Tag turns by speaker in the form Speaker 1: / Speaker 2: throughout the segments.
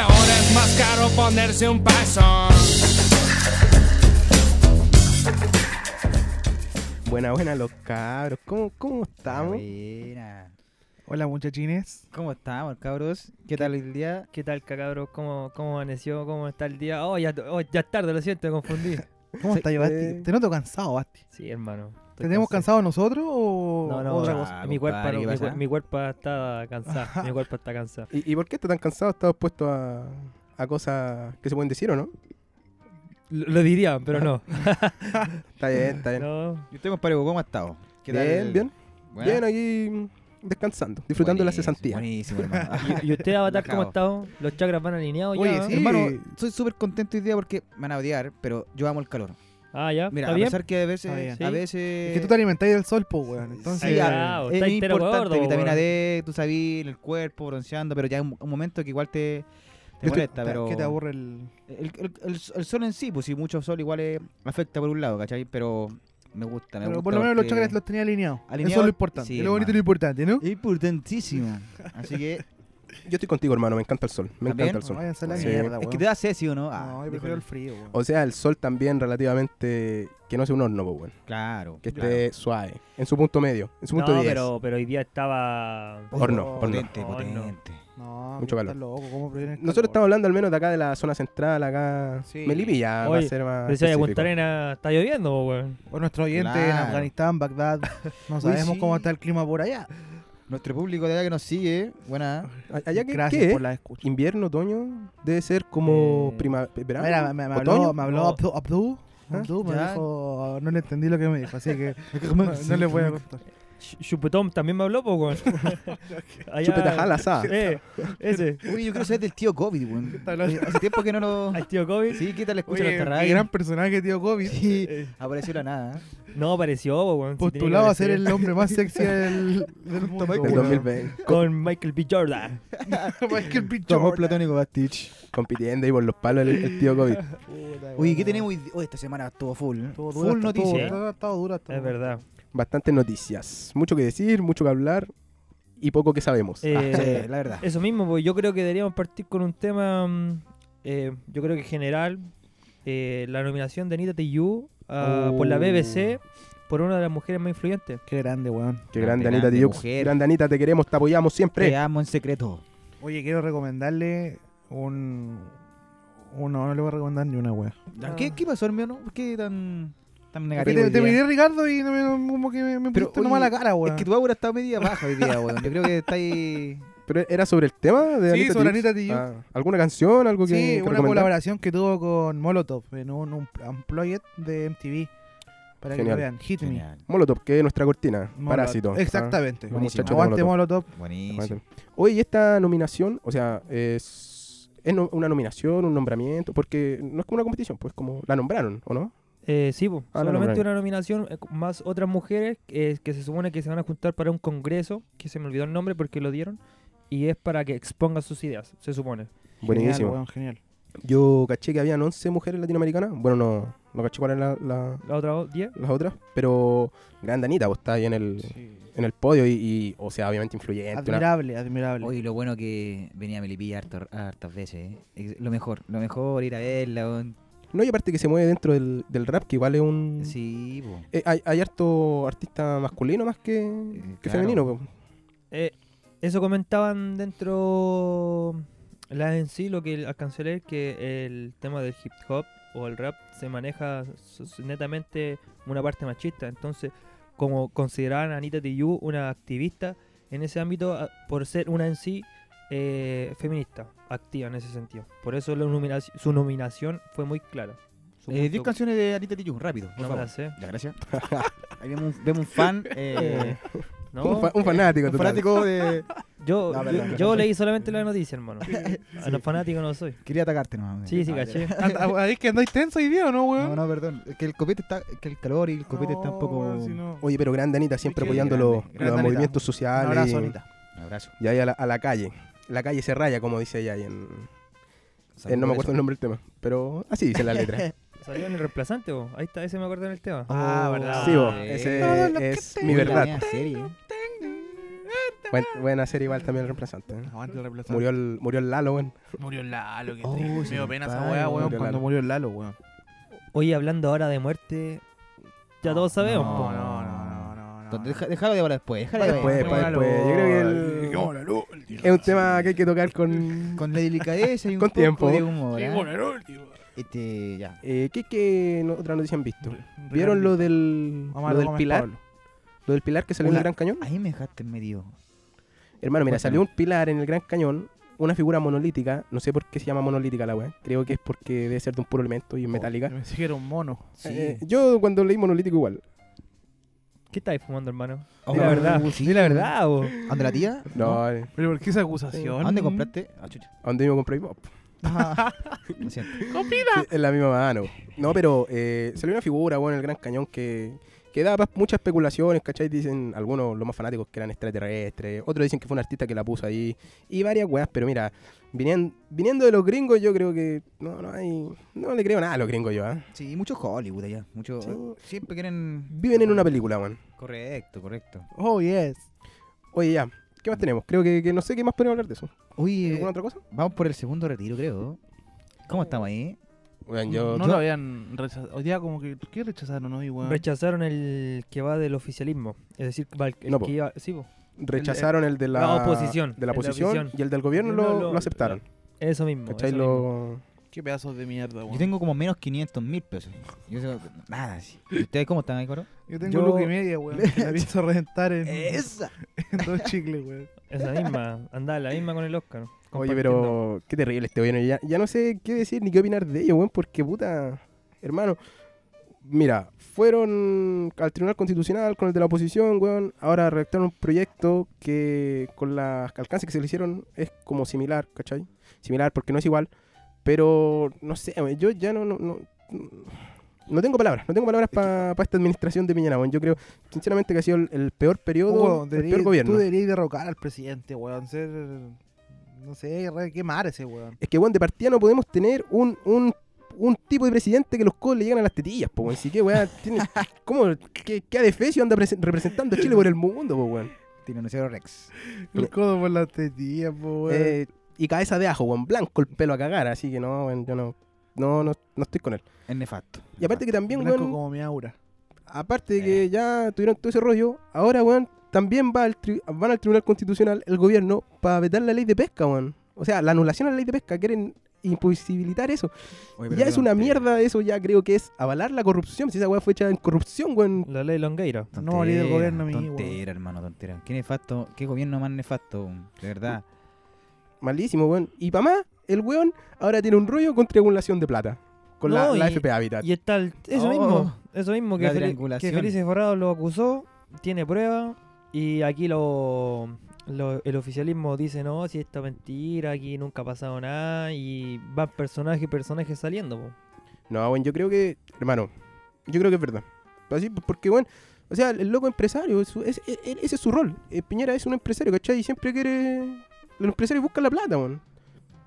Speaker 1: Ahora es más caro ponerse un paso.
Speaker 2: Buena, buena, los cabros. ¿Cómo, cómo estamos?
Speaker 3: Buena.
Speaker 4: Hola muchachines.
Speaker 3: ¿Cómo estamos, cabros? ¿Qué tal el día?
Speaker 5: ¿Qué tal, cabros? ¿Cómo, ¿Cómo amaneció? ¿Cómo está el día? Oh, ya, oh, ya es tarde, lo siento, me confundí.
Speaker 4: ¿Cómo
Speaker 3: Sí,
Speaker 4: estás, Basti?
Speaker 2: eh.
Speaker 4: Te noto cansado, Basti.
Speaker 5: Sí, hermano.
Speaker 4: ¿Te tenemos cansado nosotros o
Speaker 5: No, no,
Speaker 4: otra
Speaker 5: ah,
Speaker 4: cosa?
Speaker 5: mi, cuerpo,
Speaker 3: compadre,
Speaker 5: no,
Speaker 3: ¿qué
Speaker 5: mi,
Speaker 3: pasa?
Speaker 5: cuer- mi cuerpo está cansado. mi cuerpo está cansado.
Speaker 2: ¿Y, y por qué estás tan cansado? ¿Estás expuesto a, a cosas que se pueden decir o no?
Speaker 5: Lo, lo diría, pero no.
Speaker 2: Está bien, está bien.
Speaker 5: no.
Speaker 3: ¿Y usted, compadre, cómo ha estado? ¿Qué
Speaker 2: bien,
Speaker 3: el-
Speaker 2: bien.
Speaker 3: Buena.
Speaker 2: Bien, aquí mm, descansando, disfrutando de la
Speaker 3: Buenísimo,
Speaker 2: cesantía.
Speaker 3: Buenísimo, hermano.
Speaker 5: ¿Y, y usted, Avatar, cómo ha
Speaker 3: Relajado.
Speaker 5: estado? ¿Los chakras van alineados
Speaker 4: Oye,
Speaker 5: ya?
Speaker 4: sí.
Speaker 3: Hermano, soy súper contento hoy día porque me van a odiar, pero yo amo el calor.
Speaker 5: Ah, ya.
Speaker 3: Mira,
Speaker 5: ¿Está
Speaker 3: a
Speaker 5: bien?
Speaker 3: pesar que a veces.
Speaker 4: Está bien.
Speaker 3: A
Speaker 5: Sí.
Speaker 3: veces
Speaker 4: Es que tú te alimentas del sol, po, weón. Entonces, eh,
Speaker 5: Sí,
Speaker 3: a-
Speaker 5: ah,
Speaker 3: es
Speaker 5: está entero
Speaker 3: importante
Speaker 5: gordo,
Speaker 3: vitamina
Speaker 5: weón.
Speaker 3: D, tú sabes, en el cuerpo, bronceando, pero ya es un, un momento que igual te, te
Speaker 4: ¿qué
Speaker 3: molesta,
Speaker 4: te-
Speaker 3: pero
Speaker 4: ¿Qué te aburre el...?
Speaker 3: el, el- el- el sol en sí, pues si mucho sol igual eh, afecta por un lado, ¿cachai? Pero me gusta, me
Speaker 4: Pero
Speaker 3: gusta
Speaker 4: por lo menos los
Speaker 3: porque-
Speaker 4: chakras los tenía alineados. Eso es
Speaker 3: Alineados,
Speaker 4: lo importante.
Speaker 3: sí,
Speaker 4: es lo bonito y
Speaker 3: hermano.
Speaker 4: lo importante, ¿no?
Speaker 3: Importantísimo. Así que,
Speaker 2: Yo estoy contigo, hermano. Me encanta el sol. Me
Speaker 3: ¿También?
Speaker 2: encanta el sol.
Speaker 4: No, váyanse a la
Speaker 2: Sí.
Speaker 4: mierda,
Speaker 3: es
Speaker 4: weón.
Speaker 3: que te da sed, ¿sí o no? Ah,
Speaker 4: No, yo
Speaker 3: díjole.
Speaker 4: prefiero el frío, weón.
Speaker 2: O sea, el sol también relativamente que no sea un horno, pues, bueno,
Speaker 3: Claro.
Speaker 2: que
Speaker 3: claro.
Speaker 2: esté suave, en su punto medio, en su punto
Speaker 5: No,
Speaker 2: 10.
Speaker 5: pero, pero hoy día estaba...
Speaker 4: Oh,
Speaker 2: Horno, horno.
Speaker 3: potente,
Speaker 5: no.
Speaker 3: potente.
Speaker 4: No,
Speaker 2: Mucho
Speaker 4: pero
Speaker 2: calor.
Speaker 4: estás loco, ¿cómo prefieren el
Speaker 2: Nosotros estamos
Speaker 4: calor?
Speaker 2: hablando al menos de acá de la zona central, acá.
Speaker 4: Sí.
Speaker 2: Melipilla va a
Speaker 5: Oye,
Speaker 2: ser más.
Speaker 5: Pero si hay
Speaker 2: específico.
Speaker 5: Punta Arena, está lloviendo, po, weón.
Speaker 4: O nuestro oyente en
Speaker 3: Claro.
Speaker 4: Afganistán, Bagdad. No sabemos
Speaker 3: sí.
Speaker 4: cómo está el clima por allá.
Speaker 3: Nuestro público de allá que nos sigue, buena.
Speaker 2: A- Allá que,
Speaker 4: Gracias
Speaker 2: ¿qué es?
Speaker 4: por la escucha.
Speaker 2: invierno, otoño, debe ser como
Speaker 5: Eh,
Speaker 2: primavera.
Speaker 4: Mira, me, me habló,
Speaker 2: otoño.
Speaker 4: me habló
Speaker 5: No.
Speaker 4: Abdu, Abdu,
Speaker 2: ¿Ah?
Speaker 4: Abdu me
Speaker 3: Ya.
Speaker 4: dijo, no le entendí lo que me dijo, así que no, no le voy a contar.
Speaker 5: Ch- Chupetom también me habló, po, weón. Allá-
Speaker 2: Chupetajala, sa.
Speaker 5: Eh, ese.
Speaker 3: Uy, yo quiero saber del tío COVID, weón.
Speaker 4: hablando-
Speaker 3: Eh, Hace tiempo que no lo.
Speaker 5: Al tío COVID.
Speaker 3: Sí, ¿qué tal escucha
Speaker 4: Oye,
Speaker 3: nuestra
Speaker 4: qué
Speaker 3: radio?
Speaker 4: gran personaje, tío Kobe.
Speaker 3: Sí,
Speaker 5: Eh,
Speaker 3: apareció la nada. ¿eh?
Speaker 5: No, apareció, po, weón. Si tenía que
Speaker 4: Postulado a ser
Speaker 5: aparecer.
Speaker 4: el hombre más sexy del, del mundo.
Speaker 3: Michael
Speaker 2: Del
Speaker 4: weón.
Speaker 2: 2020,
Speaker 5: Con Michael B. Jordan.
Speaker 4: Michael B.
Speaker 3: Tu amor
Speaker 4: Jordan.
Speaker 3: platónico, Bastich.
Speaker 2: compitiendo ahí por los palos el, el tío COVID.
Speaker 3: Oye, ¿qué tenemos hoy? di- Oye, esta semana estuvo full. ¿eh?
Speaker 4: Estuvo dura,
Speaker 3: Full
Speaker 4: estuvo-
Speaker 3: noticia.
Speaker 4: estuvo- estuvo dura, estuvo
Speaker 5: Es
Speaker 4: dura.
Speaker 5: verdad.
Speaker 2: Bastantes noticias, mucho que decir, mucho que hablar y poco que sabemos.
Speaker 5: Eh,
Speaker 3: Ah, sí, la verdad.
Speaker 5: Eso mismo, pues yo creo que deberíamos partir con un tema, mm, eh, yo creo que general, eh, la nominación de Anita Tijoux ah, por la
Speaker 2: Oh.
Speaker 5: BBC por una de las mujeres más influyentes.
Speaker 4: Qué grande, weón.
Speaker 2: Ah, Qué
Speaker 3: grande,
Speaker 2: grande, Anita
Speaker 3: grande
Speaker 2: Tijoux.
Speaker 3: mujer.
Speaker 2: Grande Anita, te queremos, te
Speaker 3: Te
Speaker 2: apoyamos
Speaker 5: Eh, ah.
Speaker 2: siempre.
Speaker 3: amo en secreto.
Speaker 4: Oye, quiero recomendarle un... un- no, no le voy a recomendar ni una wea.
Speaker 5: Ah.
Speaker 3: ¿Qué, ¿Qué pasó, hermano? ¿Por qué tan, tan negativo?
Speaker 4: Te,
Speaker 3: hoy
Speaker 4: te
Speaker 3: día?
Speaker 4: miré, Ricardo, y no me, como que me, me
Speaker 3: Pero,
Speaker 4: pusiste una mala
Speaker 3: oye,
Speaker 4: cara, weón.
Speaker 3: Es que tu aura está media baja hoy día, weón. Yo creo que está ahí.
Speaker 2: Pero era sobre el tema de
Speaker 4: Sí,
Speaker 2: Anita
Speaker 4: sobre
Speaker 2: Tijoux.
Speaker 4: Anita Tijoux.
Speaker 2: Ah, ¿Alguna canción, algo que,
Speaker 4: Sí,
Speaker 2: que
Speaker 4: una
Speaker 2: recomendar?
Speaker 4: colaboración que tuvo con Molotov en un, un, un project de MTV. Para que
Speaker 2: Genial.
Speaker 4: lo vean, Hit
Speaker 2: Molotov, que es nuestra cortina.
Speaker 4: Me. Molotov.
Speaker 2: Parásito.
Speaker 4: Exactamente.
Speaker 2: Ah, muchacho de
Speaker 4: Aguante
Speaker 2: Molotov.
Speaker 4: Molotov.
Speaker 3: Buenísimo.
Speaker 2: Oye, ¿y esta nominación, o sea, es, es no- una nominación, un nombramiento, porque no es como una competición, pues como la nombraron, ¿o no?
Speaker 5: Eh, sí, pues,
Speaker 2: Ah, la
Speaker 5: solamente
Speaker 2: nombraron.
Speaker 5: una nominación eh, más otras mujeres eh, que se supone que se van a juntar para un congreso, que se me olvidó el nombre porque lo dieron, y es para que expongan sus ideas, se supone.
Speaker 2: Buenísimo.
Speaker 4: Genial, weón, genial.
Speaker 2: Yo caché que habían 11 mujeres latinoamericanas. Bueno, no, no caché cuáles eran la- la-
Speaker 5: La otra 10.
Speaker 2: las otras, pero grande Anita, vos está ahí en el, en el podio y, y, o sea, obviamente
Speaker 3: Ah,
Speaker 2: influyente. una-
Speaker 4: Admirable, admirable.
Speaker 3: Oye, lo bueno que venía a Melipilla harto- hartas veces. eh. Es Lo mejor, lo mejor ir a verla. weón.
Speaker 2: No, y aparte que se mueve dentro del, del rap, que igual es
Speaker 3: Mm.
Speaker 2: un...
Speaker 3: Sí, po.
Speaker 2: Eh, hay, hay harto artista masculino más que, que
Speaker 3: claro.
Speaker 2: femenino. pues. po.
Speaker 5: Eh, eso comentaban dentro las en sí, lo que alcancé a leer, que el tema del hip hop o el rap se maneja s- s- netamente una parte machista. Entonces, como consideraban a Anita Tijoux una activista en ese ámbito a- por ser una en sí eh, feminista, activa en ese sentido. Por eso la nomina- su nominación fue muy clara. Su
Speaker 3: Eh,
Speaker 5: punto-
Speaker 3: 10 canciones de Anita Tijoux, rápido. Por
Speaker 5: no me
Speaker 3: favor.
Speaker 5: la sé.
Speaker 3: Ya, gracias. Ahí vemos un, vemos un fan. Eh,
Speaker 5: No,
Speaker 2: un, fa- un fanático.
Speaker 3: un
Speaker 2: total.
Speaker 3: fanático de.
Speaker 5: yo,
Speaker 3: No,
Speaker 5: yo-
Speaker 3: perdón.
Speaker 5: yo leí solamente la noticia, hermano. A los fanáticos no soy.
Speaker 3: Quería atacarte nomás.
Speaker 5: Sí, sí,
Speaker 3: Ah,
Speaker 5: caché.
Speaker 4: Ah, Es que andáis tenso hoy día, ¿o no,
Speaker 3: No,
Speaker 4: weón?
Speaker 3: no, perdón. Es que el copete está. Que el calor y el copete está un poco.
Speaker 4: weón, si no.
Speaker 2: Oye, pero grande Anita, siempre
Speaker 4: Sí,
Speaker 2: apoyando
Speaker 3: grande,
Speaker 2: los,
Speaker 3: grande
Speaker 2: los
Speaker 3: Anita.
Speaker 2: movimientos
Speaker 4: Un
Speaker 2: sociales.
Speaker 4: abrazo,
Speaker 2: y-
Speaker 4: Anita.
Speaker 3: Un abrazo.
Speaker 2: Y ahí a la, a la calle. La calle se raya, como dice ella ahí en...
Speaker 3: Saludos
Speaker 2: en- no me acuerdo
Speaker 3: a
Speaker 2: el nombre del tema, pero así dice la letra.
Speaker 5: Salió en el reemplazante, vos. Ahí está, ese me acuerdo en el tema.
Speaker 4: Ah, verdad.
Speaker 2: sí, vos,
Speaker 3: sí.
Speaker 2: ese
Speaker 4: Todo lo que
Speaker 2: es
Speaker 4: tengo.
Speaker 2: mi
Speaker 3: Uy, la
Speaker 2: verdad.
Speaker 3: mea serie.
Speaker 2: Buen- buena serie igual también el reemplazante. ¿eh?
Speaker 4: Aguante el reemplazante.
Speaker 2: Murió el, murió el Lalo, weón.
Speaker 4: Murió el Lalo, que
Speaker 3: Oh,
Speaker 4: triste. me
Speaker 3: sí,
Speaker 4: dio pena esa
Speaker 3: compadre,
Speaker 4: weá, weón,
Speaker 2: murió
Speaker 4: cuando
Speaker 2: Lalo.
Speaker 4: murió el Lalo, weón.
Speaker 5: Oye, hablando ahora de muerte, ya todos sabemos.
Speaker 4: No,
Speaker 5: po.
Speaker 4: no, no, no, no, no.
Speaker 3: Deja- Déjalo de ahora después. Déjalo de
Speaker 2: Para después,
Speaker 3: ahora.
Speaker 2: para después. Yo creo que el-
Speaker 4: Llegó la luz,
Speaker 2: Es un tema que hay que tocar con...
Speaker 3: Con la delicadeza y un
Speaker 2: Con
Speaker 3: poco
Speaker 2: tiempo.
Speaker 3: de humor. ¿ah?
Speaker 4: Llegó la luz, tío.
Speaker 3: Este, ya.
Speaker 2: Eh, ¿Qué, qué no- otra noticia han visto? ¿Vieron lo del,
Speaker 4: Omar
Speaker 2: lo del
Speaker 4: Gómez
Speaker 2: pilar?
Speaker 4: Pablo.
Speaker 2: ¿Lo del pilar que salió en el
Speaker 3: Hola.
Speaker 2: Gran Cañón?
Speaker 3: Ahí me dejaste en medio.
Speaker 2: Hermano, mira,
Speaker 3: Cuéntame.
Speaker 2: salió un pilar en el Gran Cañón, una figura monolítica, no sé por qué se llama monolítica la weá, creo que es porque debe ser de un puro elemento
Speaker 4: Oh,
Speaker 2: y es metálica.
Speaker 4: Me pensé que era un mono.
Speaker 3: Sí.
Speaker 2: Eh, yo cuando leí monolítico igual.
Speaker 5: ¿Qué estáis fumando, hermano?
Speaker 3: Oh,
Speaker 5: Di la verdad.
Speaker 3: sí.
Speaker 5: Di la verdad, vos.
Speaker 3: ¿A ¿Dónde la tía?
Speaker 2: No, eh,
Speaker 4: Pero ¿por qué esa
Speaker 3: ¿A
Speaker 4: acusación?
Speaker 3: dónde compraste? Ah, chucha.
Speaker 2: ¿a dónde yo compré pop?
Speaker 3: Ah, Lo siento.
Speaker 2: Es la misma mano. No, pero eh, salió una figura, bueno, en el Gran Cañón que, que daba muchas especulaciones, ¿cachai? Dicen algunos, los más fanáticos, que eran extraterrestres, otros dicen que fue un artista que la puso ahí, y varias weas, pero mira, viniendo, viniendo de los gringos, yo creo que no, no hay, no le creo nada a los gringos yo, ¿ah?
Speaker 3: Sí, mucho Hollywood allá. Mucho,
Speaker 2: Sí.
Speaker 3: Siempre quieren.
Speaker 2: Viven en una película, weón.
Speaker 3: Correcto, correcto.
Speaker 4: Oh, yes.
Speaker 2: Oye, ya, ¿qué más tenemos? Creo que, que no sé qué más podemos hablar de eso.
Speaker 6: Eh,
Speaker 3: Oye,
Speaker 2: ¿Alguna otra cosa?
Speaker 3: vamos por el segundo retiro, creo. ¿Cómo estamos ahí?
Speaker 2: Weón,
Speaker 4: no
Speaker 2: yo,
Speaker 4: no
Speaker 2: yo-
Speaker 4: lo habían rechazado. Hoy día como que... ¿Qué rechazaron hoy, weón?
Speaker 5: Rechazaron el que va del oficialismo. Es decir, va el, el
Speaker 2: No, po.
Speaker 5: que iba. Sí, po.
Speaker 2: rechazaron el de la,
Speaker 5: la
Speaker 2: De la
Speaker 5: oposición, el de la
Speaker 2: oposición,
Speaker 5: oposición.
Speaker 2: y el del gobierno
Speaker 5: Yo no
Speaker 2: lo,
Speaker 5: lo-
Speaker 2: lo aceptaron.
Speaker 5: Eso mismo.
Speaker 2: ¿Cachai?
Speaker 5: eso mismo.
Speaker 2: Lo...
Speaker 4: Qué pedazos de mierda,
Speaker 2: Oh.
Speaker 4: weón.
Speaker 3: Yo tengo como menos 500 mil pesos. Yo sé- nada, sí. ¿Y ¿Ustedes cómo están ahí, coro?
Speaker 4: Yo tengo
Speaker 5: Yo-
Speaker 4: look y media, weón. que La pienso reventar en, en dos chicles, weón.
Speaker 5: Esa misma. Andaba la misma con el Oscar.
Speaker 2: Oye,
Speaker 5: compartiendo.
Speaker 2: pero qué terrible este gobierno. Ya, ya no sé qué decir ni qué opinar de ello, weón, porque puta, hermano. Mira, fueron al Tribunal Constitucional con el de la oposición, weón. Ahora redactaron un proyecto que con las alcances que se le hicieron es como similar, ¿cachai? Similar porque no es igual. Pero no sé, weón, yo ya no, no, no, no tengo palabras. No tengo palabras para esta administración de Piñera, weón. Yo creo, sinceramente, que ha sido el, el peor periodo,
Speaker 4: Hugo,
Speaker 2: el
Speaker 4: deberí-
Speaker 2: peor gobierno.
Speaker 4: Tú deberías derrocar al presidente, weón. Ser. No sé, re- quemar ese weón.
Speaker 2: Es que, weón, de partida no podemos tener un, un, un tipo de presidente que los codos le llegan a las tetillas, po, weón. Así que, weón, tiene, ¿cómo, qué, qué adefesio anda presen- representando a Chile por el mundo, po, weón?
Speaker 3: Tiranosaurio Rex.
Speaker 4: El codo por las tetillas, po, weón.
Speaker 2: Eh, y cabeza de ajo, weón, blanco el pelo a cagar, así que no, weón, yo no, no, no, no estoy con él.
Speaker 3: Es nefasto.
Speaker 2: Y aparte que también,
Speaker 4: Blanco
Speaker 2: weón,
Speaker 4: como Eh. mi aura.
Speaker 2: aparte de que ya tuvieron todo ese rollo, ahora, weón, también va al tri- van al Tribunal Constitucional el gobierno para vetar la ley de pesca, weón. O sea, la anulación a la ley de pesca, quieren imposibilitar eso.
Speaker 3: Oye, pero
Speaker 2: Ya
Speaker 3: qué
Speaker 2: es una
Speaker 3: tontería.
Speaker 2: mierda eso, ya creo que es avalar la corrupción. Si esa weá fue hecha en corrupción, weón.
Speaker 5: La ley Longueira.
Speaker 3: Tontera,
Speaker 4: No, líder del gobierno, mi
Speaker 3: Tontera, hermano, tontera. Qué nefasto, qué gobierno más nefasto, de verdad.
Speaker 2: Malísimo, weón. Y pa' más, el weón ahora tiene un rollo con triangulación de plata. Con la-
Speaker 5: No,
Speaker 2: la,
Speaker 5: y-
Speaker 2: FP Habitat.
Speaker 5: Y está el- eso
Speaker 3: Oh,
Speaker 5: mismo, eso mismo que,
Speaker 3: la
Speaker 5: Feli-
Speaker 3: triangulación.
Speaker 5: que Felices Forrado lo acusó, tiene prueba y aquí lo, lo- el oficialismo dice no, si esta mentira, aquí nunca ha pasado nada y van personaje y personaje saliendo. po.
Speaker 2: No, weón, yo creo que, hermano, yo creo que es verdad. Así, porque, weón, o sea, el loco empresario, es su- es- e- e- ese es su rol. Eh, Piñera es un empresario, ¿cachai? Y siempre quiere. Los empresarios buscan la plata, weón.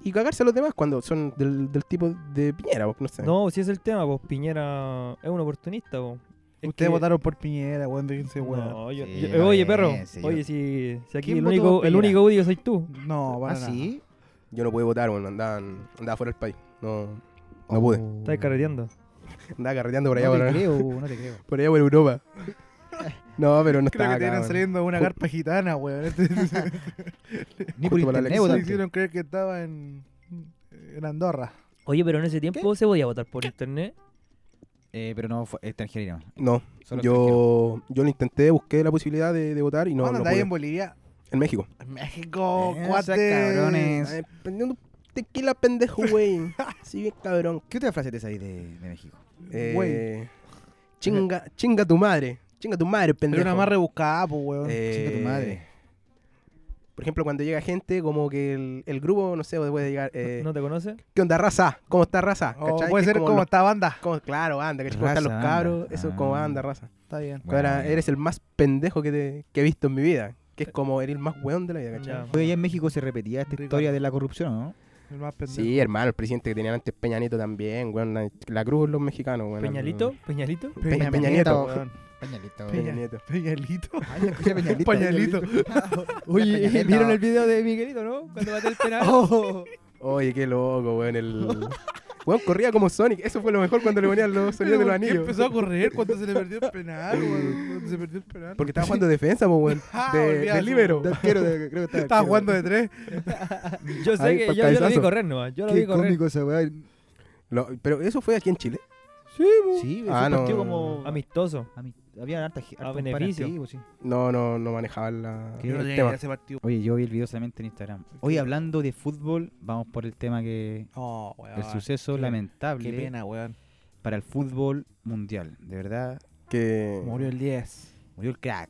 Speaker 2: Y cagarse a los demás cuando son del, del tipo de Piñera, weón, no sé.
Speaker 5: No, si es el tema, pues Piñera es un oportunista. po. Es
Speaker 4: Ustedes
Speaker 5: que-
Speaker 4: votaron por Piñera, weón. Déjense, weón.
Speaker 5: No, yo-
Speaker 3: Sí,
Speaker 5: yo- eh,
Speaker 3: está
Speaker 5: oye,
Speaker 3: bien,
Speaker 5: perro,
Speaker 3: sí, yo-
Speaker 5: oye, si, si aquí
Speaker 4: ¿Quién
Speaker 5: el
Speaker 4: votó
Speaker 5: único,
Speaker 4: por
Speaker 5: el
Speaker 4: Piñera?
Speaker 5: único odio soy tú.
Speaker 4: No, para
Speaker 3: ¿Ah,
Speaker 4: nada.
Speaker 3: sí?
Speaker 2: Yo no pude votar, weón, andaban, andaba fuera del país. No,
Speaker 5: Oh.
Speaker 2: no pude.
Speaker 5: Estás carreteando.
Speaker 2: Andaba carreteando por allá,
Speaker 3: No
Speaker 2: por-
Speaker 3: te creo, no te creo.
Speaker 2: Por allá por Europa. No, pero no
Speaker 4: Creo
Speaker 2: estaba
Speaker 4: que
Speaker 2: acá,
Speaker 4: te eran
Speaker 2: weón.
Speaker 4: saliendo de una carpa gitana, weón.
Speaker 3: Ni por
Speaker 2: Justo para
Speaker 3: internet
Speaker 2: la elección.
Speaker 4: Se
Speaker 3: votaste.
Speaker 4: hicieron creer que estaba en, en Andorra.
Speaker 5: Oye, pero en ese tiempo se podía votar por internet.
Speaker 3: Eh, pero no, fue extranjero.
Speaker 2: No,
Speaker 3: Solo
Speaker 2: yo, yo lo intenté, busqué la posibilidad de, de votar y no,
Speaker 4: No,
Speaker 2: no
Speaker 4: no,
Speaker 2: pude. Eh,
Speaker 4: en Bolivia.
Speaker 2: En México.
Speaker 4: En México,
Speaker 3: Esos
Speaker 4: cuate.
Speaker 3: cabrones. Ay,
Speaker 2: tequila pendejo, güey. Sí, bien cabrón. Eh,
Speaker 3: ¿Qué otra frase te salís de, de México?
Speaker 4: Güey.
Speaker 2: chinga, chinga tu madre. Chinga tu madre,
Speaker 4: Pero
Speaker 2: pendejo.
Speaker 4: una más rebuscada, pues, weón.
Speaker 2: Eh,
Speaker 3: Chinga tu madre.
Speaker 2: Por ejemplo, cuando llega gente, como que el, el grupo, no sé, puede llegar. eh,
Speaker 5: ¿No te conoce?
Speaker 2: ¿Qué onda, raza? ¿Cómo está, raza?
Speaker 4: O
Speaker 2: ah, ¿Cachai? Que
Speaker 4: Oh, puede
Speaker 2: es
Speaker 4: ser como,
Speaker 2: los-
Speaker 4: esta banda.
Speaker 2: como- claro, anda, ¿cachai? ¿Cómo están
Speaker 3: Raza,
Speaker 2: los
Speaker 3: anda.
Speaker 2: cabros? Eso es como
Speaker 3: Ah.
Speaker 2: anda, raza.
Speaker 4: Está bien.
Speaker 2: Que ahora
Speaker 3: Bueno.
Speaker 2: eres el más pendejo que, te- que he visto en mi vida. Que es como eres el más weón de la vida, ¿cachai?
Speaker 5: Ya.
Speaker 3: Oye, allá en México se repetía esta
Speaker 4: Ricardo.
Speaker 3: historia de la corrupción, ¿no?
Speaker 4: El más pendejo.
Speaker 2: Sí, hermano, el presidente que tenían antes Peña Nieto también, weón. La, la cruz de los mexicanos, weón.
Speaker 5: Peñalito, Peñalito.
Speaker 2: Pe- Peña,
Speaker 4: Nieto,
Speaker 2: Nieto.
Speaker 4: weón.
Speaker 6: Pañalito.
Speaker 2: Peña Nieto.
Speaker 4: Pañalito.
Speaker 6: Ay, escuché pañalito.
Speaker 4: Pañalito.
Speaker 6: Oye,
Speaker 5: Oye,
Speaker 6: Peña
Speaker 5: ¿vieron
Speaker 6: Nieto.
Speaker 5: el video de Miguelito, no? Cuando bate el penal.
Speaker 4: Oh,
Speaker 2: Oye, qué loco, weón. El... Weón corría como Sonic. Eso fue lo mejor cuando le ponían los sonidos de los anillos.
Speaker 4: Empezó a correr cuando se le perdió el penal, weón. Cuando se perdió el penal.
Speaker 2: Porque estaba jugando defensa, po, weón.
Speaker 4: Ah,
Speaker 2: De,
Speaker 4: olvidado,
Speaker 2: de líbero.
Speaker 4: sí.
Speaker 2: Arquero, de- creo que
Speaker 4: Estaba
Speaker 2: arquero.
Speaker 4: jugando de tres.
Speaker 5: Yo sé
Speaker 2: Ahí,
Speaker 5: que
Speaker 2: pa'l
Speaker 5: yo, yo lo vi
Speaker 2: cabezazo.
Speaker 5: correr nomás. Yo lo vi
Speaker 7: Qué
Speaker 5: correr.
Speaker 7: cómico esa weá.
Speaker 2: Lo- pero eso fue aquí en Chile.
Speaker 6: Sí,
Speaker 2: Ah,
Speaker 6: fue un
Speaker 2: no.
Speaker 6: partido como.
Speaker 5: Amistoso.
Speaker 6: a mi- había harta gente.
Speaker 5: A beneficio.
Speaker 2: No, no, no manejaban la...
Speaker 6: Que
Speaker 4: Yo no
Speaker 2: el
Speaker 4: tenía que
Speaker 2: tema.
Speaker 4: ver ese partido.
Speaker 6: Oye, yo vi el video solamente en Instagram. Hoy hablando de fútbol, vamos por el tema que.
Speaker 4: Oh, weón.
Speaker 6: El
Speaker 2: Ah,
Speaker 6: suceso
Speaker 4: qué-
Speaker 6: lamentable
Speaker 4: Qué pena, weón.
Speaker 6: para el fútbol mundial. De verdad,
Speaker 2: Que...
Speaker 4: Murió el 10.
Speaker 6: murió el crack.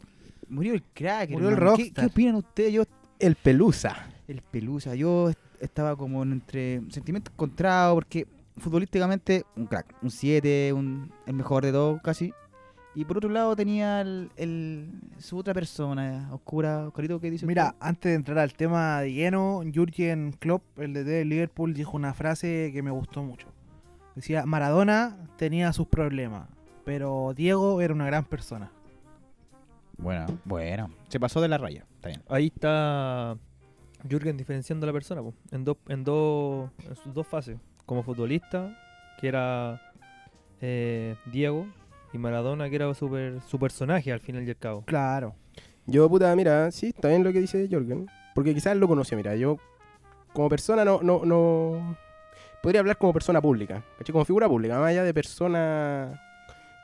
Speaker 6: Murió el crack.
Speaker 4: Murió el
Speaker 6: hermano. ¿Qué- ¿Qué,
Speaker 4: rockstar.
Speaker 6: opinan ustedes? Yo,
Speaker 2: El Pelusa.
Speaker 6: el pelusa, yo est- estaba como en- entre sentimientos encontrados porque futbolísticamente un crack, un 7, un, el mejor de todos casi. Y por otro lado tenía el, el- su otra persona, Oscura, Oscarito, ¿qué dice?
Speaker 4: Mira, antes de entrar al tema de lleno, Jürgen Klopp, el DT de Liverpool, dijo una frase que me gustó mucho. Decía, Maradona tenía sus problemas, pero Diego era una gran persona.
Speaker 6: Bueno, bueno. Se pasó de la raya, está bien.
Speaker 5: Ahí está Jürgen diferenciando a la persona po, en dos en dos en sus dos fases, como futbolista que era eh, Diego y Maradona que era su, per- su personaje al final y al cabo.
Speaker 4: Claro.
Speaker 2: Yo, puta, mira, sí, está bien lo que dice Jorgen. Porque quizás lo conoció, mira, yo como persona no, no, no... Podría hablar como persona pública, ¿cachai? Como figura pública, más allá de persona...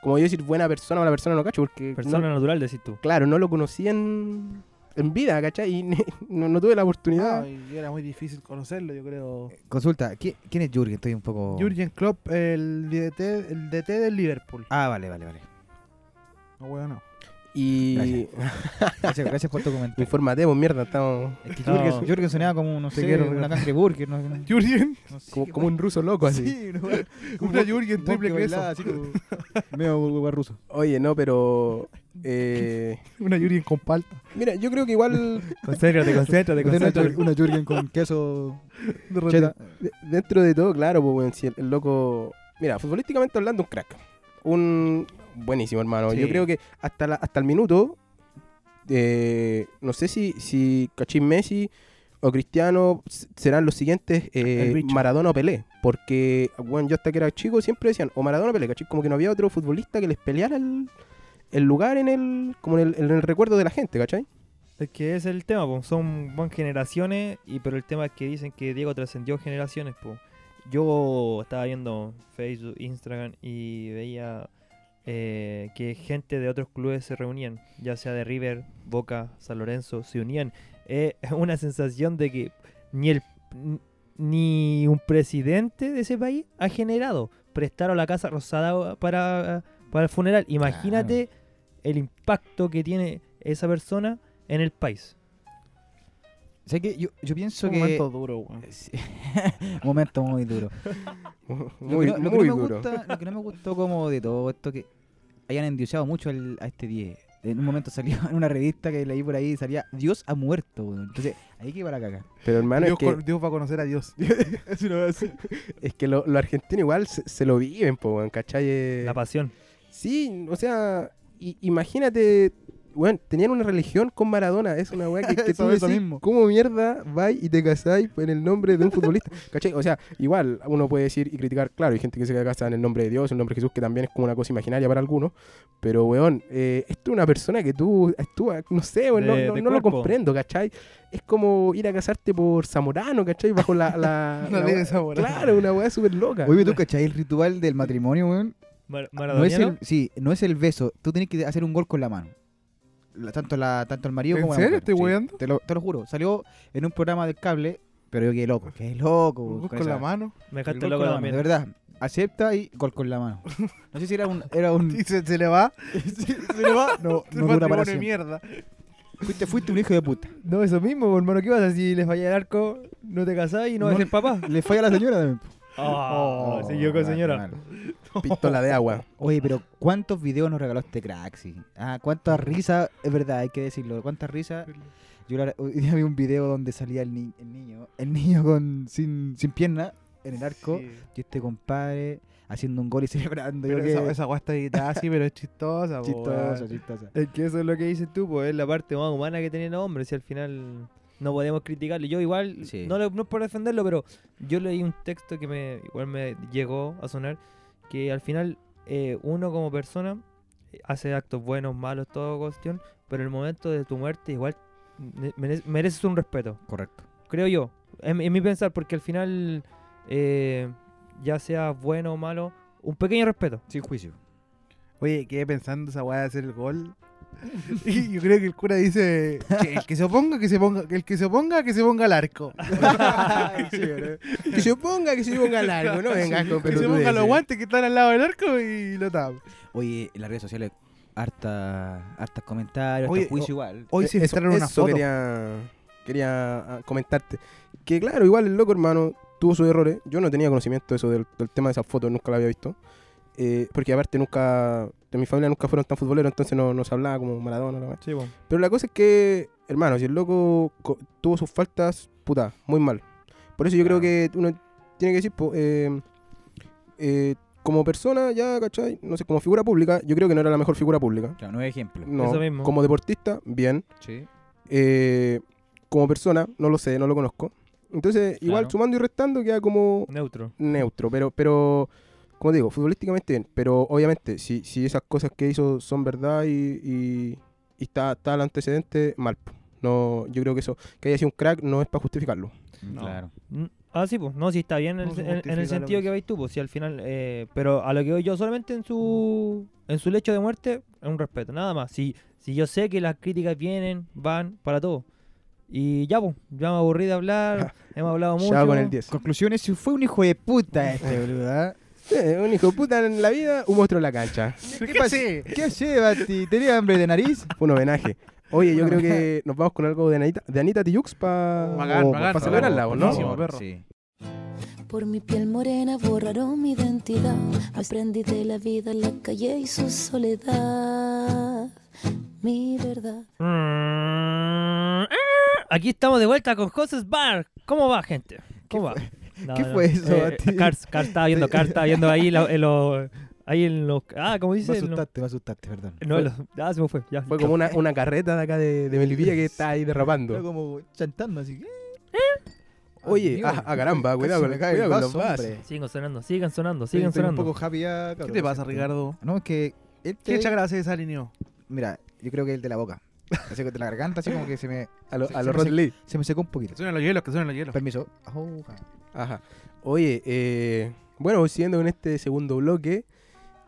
Speaker 2: Como yo decir buena persona o la persona no cacho, porque... no-
Speaker 5: Persona natural decís tú.
Speaker 2: claro, no lo conocí en, en vida, ¿cachai? Y ni- no, no tuve la oportunidad.
Speaker 4: y era muy difícil conocerlo, yo creo.
Speaker 6: Consulta, ¿quién, quién es Jürgen? Estoy un poco...
Speaker 4: Jürgen Klopp, el DT, el DT del Liverpool.
Speaker 6: Ah, vale, vale, vale.
Speaker 4: No, weón, no.
Speaker 2: y...
Speaker 6: Gracias, gracias por tu comentario.
Speaker 2: Informate, pues mierda, estamos...
Speaker 6: Es que
Speaker 5: No.
Speaker 6: Jürgen, Jürgen sonaba como, no sé,
Speaker 4: quiero,
Speaker 6: una caja de burger. No, no-
Speaker 4: Jürgen,
Speaker 6: no sé
Speaker 2: Como,
Speaker 6: qué
Speaker 2: como un ruso loco así.
Speaker 4: una
Speaker 7: Triple
Speaker 4: Jürgen triple
Speaker 7: que
Speaker 4: queso.
Speaker 7: bailaba así como... Medio huevo ruso.
Speaker 2: Oye, no, pero... eh,
Speaker 4: Una Jürgen con palta.
Speaker 2: mira, yo creo que igual
Speaker 5: Concéntrate, concéntrate,
Speaker 7: Una,
Speaker 5: concéntrate.
Speaker 7: una Jürgen con queso...
Speaker 4: De
Speaker 6: Pues,
Speaker 7: cheddar.
Speaker 2: De- dentro de todo, claro, pues, weón, si el, el loco. Mira, futbolísticamente hablando, un crack. Un. Buenísimo, hermano.
Speaker 4: Sí.
Speaker 2: Yo creo que hasta, la- hasta el minuto. eh, no sé si, si Cachín Messi o Cristiano s- serán los siguientes eh,
Speaker 4: El bicho.
Speaker 2: Maradona o Pelé. Porque, bueno, yo hasta que era chico siempre decían o Maradona o Pelé, ¿cachai? Como que no había otro futbolista que les peleara el, el lugar en el, como en el, en el recuerdo de la gente, ¿cachai?
Speaker 5: Es que es el tema, po. son buenas generaciones, y pero el tema es que dicen que Diego trascendió generaciones. Po. Yo estaba viendo Facebook, Instagram y veía eh, que gente de otros clubes se reunían, ya sea de River, Boca, San Lorenzo, se unían. Eh, Es una sensación de que ni, el, ni un presidente de ese país ha generado. Prestaron la Casa Rosada para, para el funeral. Imagínate el impacto que tiene esa persona en el país.
Speaker 6: O sea que yo, yo pienso
Speaker 4: Un
Speaker 6: que...
Speaker 4: momento duro, weón.
Speaker 6: Sí. momento muy duro. Lo
Speaker 2: Muy
Speaker 6: que no- lo que
Speaker 2: muy
Speaker 6: no me
Speaker 2: duro.
Speaker 6: gusta- lo que no me gustó como de todo esto que hayan endiosado mucho al- a este 10. En un momento salió en una revista que leí por ahí salía Dios ha muerto. weón. Entonces, ahí que iba la caca.
Speaker 2: Pero hermano,
Speaker 4: Dios,
Speaker 2: es que...
Speaker 4: con- Dios va a conocer a Dios.
Speaker 2: Es que los argentinos igual se, se lo viven, po, weón, ¿cachai? Eh,
Speaker 5: La pasión.
Speaker 2: Sí, o sea, i- imagínate, weón, tenían una religión con Maradona, es una weá que, que tú
Speaker 7: Eso- eso
Speaker 2: decís,
Speaker 7: mismo.
Speaker 2: ¿cómo mierda vais y te casáis en el nombre de un futbolista? ¿Cachai? O sea, igual uno puede decir y criticar, claro, hay gente que se casa en el nombre de Dios, en el nombre de Jesús, que también es como una cosa imaginaria para algunos, pero weón, eh, esto es una persona que tú, tú, no sé, weón, no-
Speaker 5: De-
Speaker 2: no,
Speaker 5: de
Speaker 2: no lo
Speaker 5: cuerpo.
Speaker 2: comprendo, ¿cachai? Es como ir a casarte por Zamorano, ¿cachai? Bajo la... la,
Speaker 4: Una
Speaker 2: la
Speaker 4: ley
Speaker 2: weá-
Speaker 4: de sabor.
Speaker 2: Claro, una weá súper loca.
Speaker 7: Oye, ¿tú cachai el ritual del matrimonio, weón?
Speaker 5: Mar
Speaker 6: No es
Speaker 5: maradoniano.
Speaker 6: el, sí, no es el beso. Tú tienes que hacer un gol con la mano. La- tanto, la, tanto el marido
Speaker 4: ¿En
Speaker 6: como la
Speaker 4: serio?
Speaker 6: mujer.
Speaker 4: ¿Estoy weando?
Speaker 6: te, lo, te lo juro. Salió en un programa del cable, pero yo quedé loco. Quedé loco. weón,
Speaker 4: Con,
Speaker 6: esa-
Speaker 4: la mano.
Speaker 5: Me
Speaker 6: el gol
Speaker 5: dejaste
Speaker 6: con
Speaker 5: loco
Speaker 6: la mano,
Speaker 5: también.
Speaker 6: De verdad. Acepta y gol con la mano. No sé si era un... Era un
Speaker 4: Y se, se le va.
Speaker 6: se le va. No,
Speaker 4: el
Speaker 6: no dura para
Speaker 4: matrimonio de
Speaker 6: siempre.
Speaker 4: mierda.
Speaker 6: Fuiste, fuiste un hijo de puta.
Speaker 5: No, eso mismo, po, hermano. ¿Qué pasa si les falla el arco? No te casás y no vas a ser papá.
Speaker 7: Le falla a la señora también.
Speaker 5: Ah,
Speaker 6: Oh,
Speaker 5: se equivocó,
Speaker 6: mal,
Speaker 5: señora.
Speaker 6: mal.
Speaker 2: Pistola de agua.
Speaker 6: Oye, pero ¿cuántos videos nos regaló este crack? sí? Ah, cuántas risas, es verdad, hay que decirlo. ¿Cuántas risas? Yo la- hoy día vi un video donde salía el, ni- el niño, el niño con sin, sin pierna en el arco
Speaker 4: Sí.
Speaker 6: y este compadre haciendo un gol y celebrando.
Speaker 4: Pero
Speaker 6: yo
Speaker 4: esa,
Speaker 6: quedé
Speaker 4: esa weá está editada sí, pero es chistosa, po,
Speaker 6: chistosa,
Speaker 4: weón.
Speaker 6: chistosa.
Speaker 5: Es que eso es lo que dices tú, pues es la parte más humana que tienen los hombres y al final no podemos criticarlo. Yo igual,
Speaker 3: Sí.
Speaker 5: no, lo- no es por defenderlo, pero yo leí un texto que me igual me llegó a sonar, que al final eh, uno como persona eh, hace actos buenos, malos, todo cuestión, pero en el momento de tu muerte igual ne- mere- mereces un respeto
Speaker 3: Correcto.
Speaker 5: creo yo. En, en mi pensar, porque al final, eh, ya sea bueno o malo, un pequeño respeto.
Speaker 3: Sin juicio.
Speaker 4: Oye, quedé pensando esa weá de hacer el gol. Y yo creo que el cura dice: "Che, el que se oponga, que se ponga, que el que se oponga, que se ponga al arco. Ah,
Speaker 2: que se oponga, que se ponga largo, no venga con
Speaker 4: que se
Speaker 2: pelotudeces.
Speaker 4: ponga los guantes que están al lado del arco y lo tapa.
Speaker 3: Oye, en las redes sociales, harta, hartas comentarios,
Speaker 4: Oye,
Speaker 3: harta juicio igual.
Speaker 4: Hoy
Speaker 2: Eh,
Speaker 4: se
Speaker 2: eso,
Speaker 4: filtraron una
Speaker 2: eso
Speaker 4: foto.
Speaker 2: quería, quería ah, comentarte. Que claro, igual el loco hermano tuvo sus errores. Yo no tenía conocimiento de eso del, del tema de esas fotos, nunca la había visto. Eh, porque aparte nunca, de mi familia nunca fueron tan futboleros, entonces no, no se hablaba como Maradona. La wea.
Speaker 5: Sí, bueno.
Speaker 2: Pero la cosa es que, hermano, si el loco co- tuvo sus faltas, puta, muy mal. Por eso yo creo que uno tiene que decir, po, eh, eh, como persona, ya, ¿cachai? No sé, como figura pública, yo creo que no era la mejor figura pública.
Speaker 3: Claro, no es ejemplo.
Speaker 4: Mm.
Speaker 2: No,
Speaker 5: Eso mismo.
Speaker 2: como deportista, bien.
Speaker 3: Sí.
Speaker 2: Eh, como persona, no lo sé, no lo conozco. Entonces, igual
Speaker 3: Claro.
Speaker 2: sumando y restando queda como
Speaker 5: Neutro.
Speaker 2: neutro, pero, pero como digo, futbolísticamente bien. Pero obviamente, si, si esas cosas que hizo son verdad y, y- y está, está el antecedente, mal. po. No, yo creo que eso, que haya sido un crack, no es para justificarlo.
Speaker 3: Claro.
Speaker 5: Mm, Ah, sí, pues. No, sí, está bien
Speaker 4: No
Speaker 5: el-
Speaker 4: se
Speaker 5: en, en
Speaker 4: justifica
Speaker 5: el
Speaker 4: lo
Speaker 5: sentido
Speaker 4: que
Speaker 5: que vais tú, pues. Si al final. eh, pero a lo que voy yo, solamente en su en su lecho de muerte, es un respeto, nada más. Si, si yo sé que las críticas vienen, van, para todo. Y ya, pues. Ya me aburrí de hablar, hemos hablado mucho.
Speaker 2: Ya con el 10.
Speaker 6: Conclusiones, si fue un hijo de puta este, boludo. ¿ah?
Speaker 2: Eh, un hijo de puta en la vida, un monstruo en la cancha.
Speaker 4: ¿Qué pasé?
Speaker 6: ¿Qué hace, Bati? ¿Tenía hambre de nariz?
Speaker 2: Fue un homenaje. Oye, yo creo que nos vamos con algo de Anita, de Anita Tijoux para
Speaker 4: Bacán, bacán.
Speaker 2: celebrarla, ¿o ¿no?
Speaker 4: Buenísimo. perro.
Speaker 3: Sí.
Speaker 8: Por mi piel morena borraron mi identidad. Aprendí de la vida, la calle y su soledad. Mi verdad.
Speaker 5: Mm,
Speaker 6: eh.
Speaker 5: ah, Aquí estamos de vuelta con José Bar. ¿Cómo va, gente? ¿Cómo va? No,
Speaker 6: ¿Qué
Speaker 5: no.
Speaker 6: fue eso,
Speaker 5: Eh,
Speaker 6: Bati?
Speaker 5: Cars, Cars, estaba viendo Cars, estaba viendo ahí la- en los. Ahí en los. Ah, ¿cómo
Speaker 6: Me
Speaker 5: dice? En los-
Speaker 6: asustaste, me asustaste, perdón.
Speaker 5: no, en los- ah, se me fue. Ya.
Speaker 2: Fue como una, una carreta de acá de, de Melipilla que está ahí
Speaker 6: Estaba
Speaker 2: derrapando.
Speaker 6: como chantando así. ¿eh?
Speaker 2: Oye,
Speaker 6: Amigo,
Speaker 2: ah, ah, caramba,
Speaker 6: casi
Speaker 2: cuidado con,
Speaker 6: me cae el
Speaker 2: cuidado con los
Speaker 6: vaso,
Speaker 2: vasos.
Speaker 6: hombre.
Speaker 5: Sigan sonando, sigan sonando,
Speaker 6: Estoy-
Speaker 5: sigan
Speaker 6: estoy
Speaker 5: sonando.
Speaker 6: un poco happy ya,
Speaker 4: ¿Qué
Speaker 6: cabrón,
Speaker 4: te pasa,
Speaker 6: siento.
Speaker 4: Ricardo?
Speaker 6: No, es que... él
Speaker 4: ¿Qué
Speaker 6: te-
Speaker 4: chakra se desalineó?
Speaker 6: Mira, yo creo que el de la boca. Así que de la garganta, así como que se me,
Speaker 2: A los
Speaker 6: Sí,
Speaker 2: a los
Speaker 6: sí, me
Speaker 2: Rod
Speaker 6: sé-
Speaker 2: Lee.
Speaker 6: se me secó un poquito.
Speaker 4: Que suenen los hielos, que suenen los hielos.
Speaker 6: Permiso. Au, ja.
Speaker 2: Ajá. Oye, eh, bueno, siguiendo con este segundo bloque.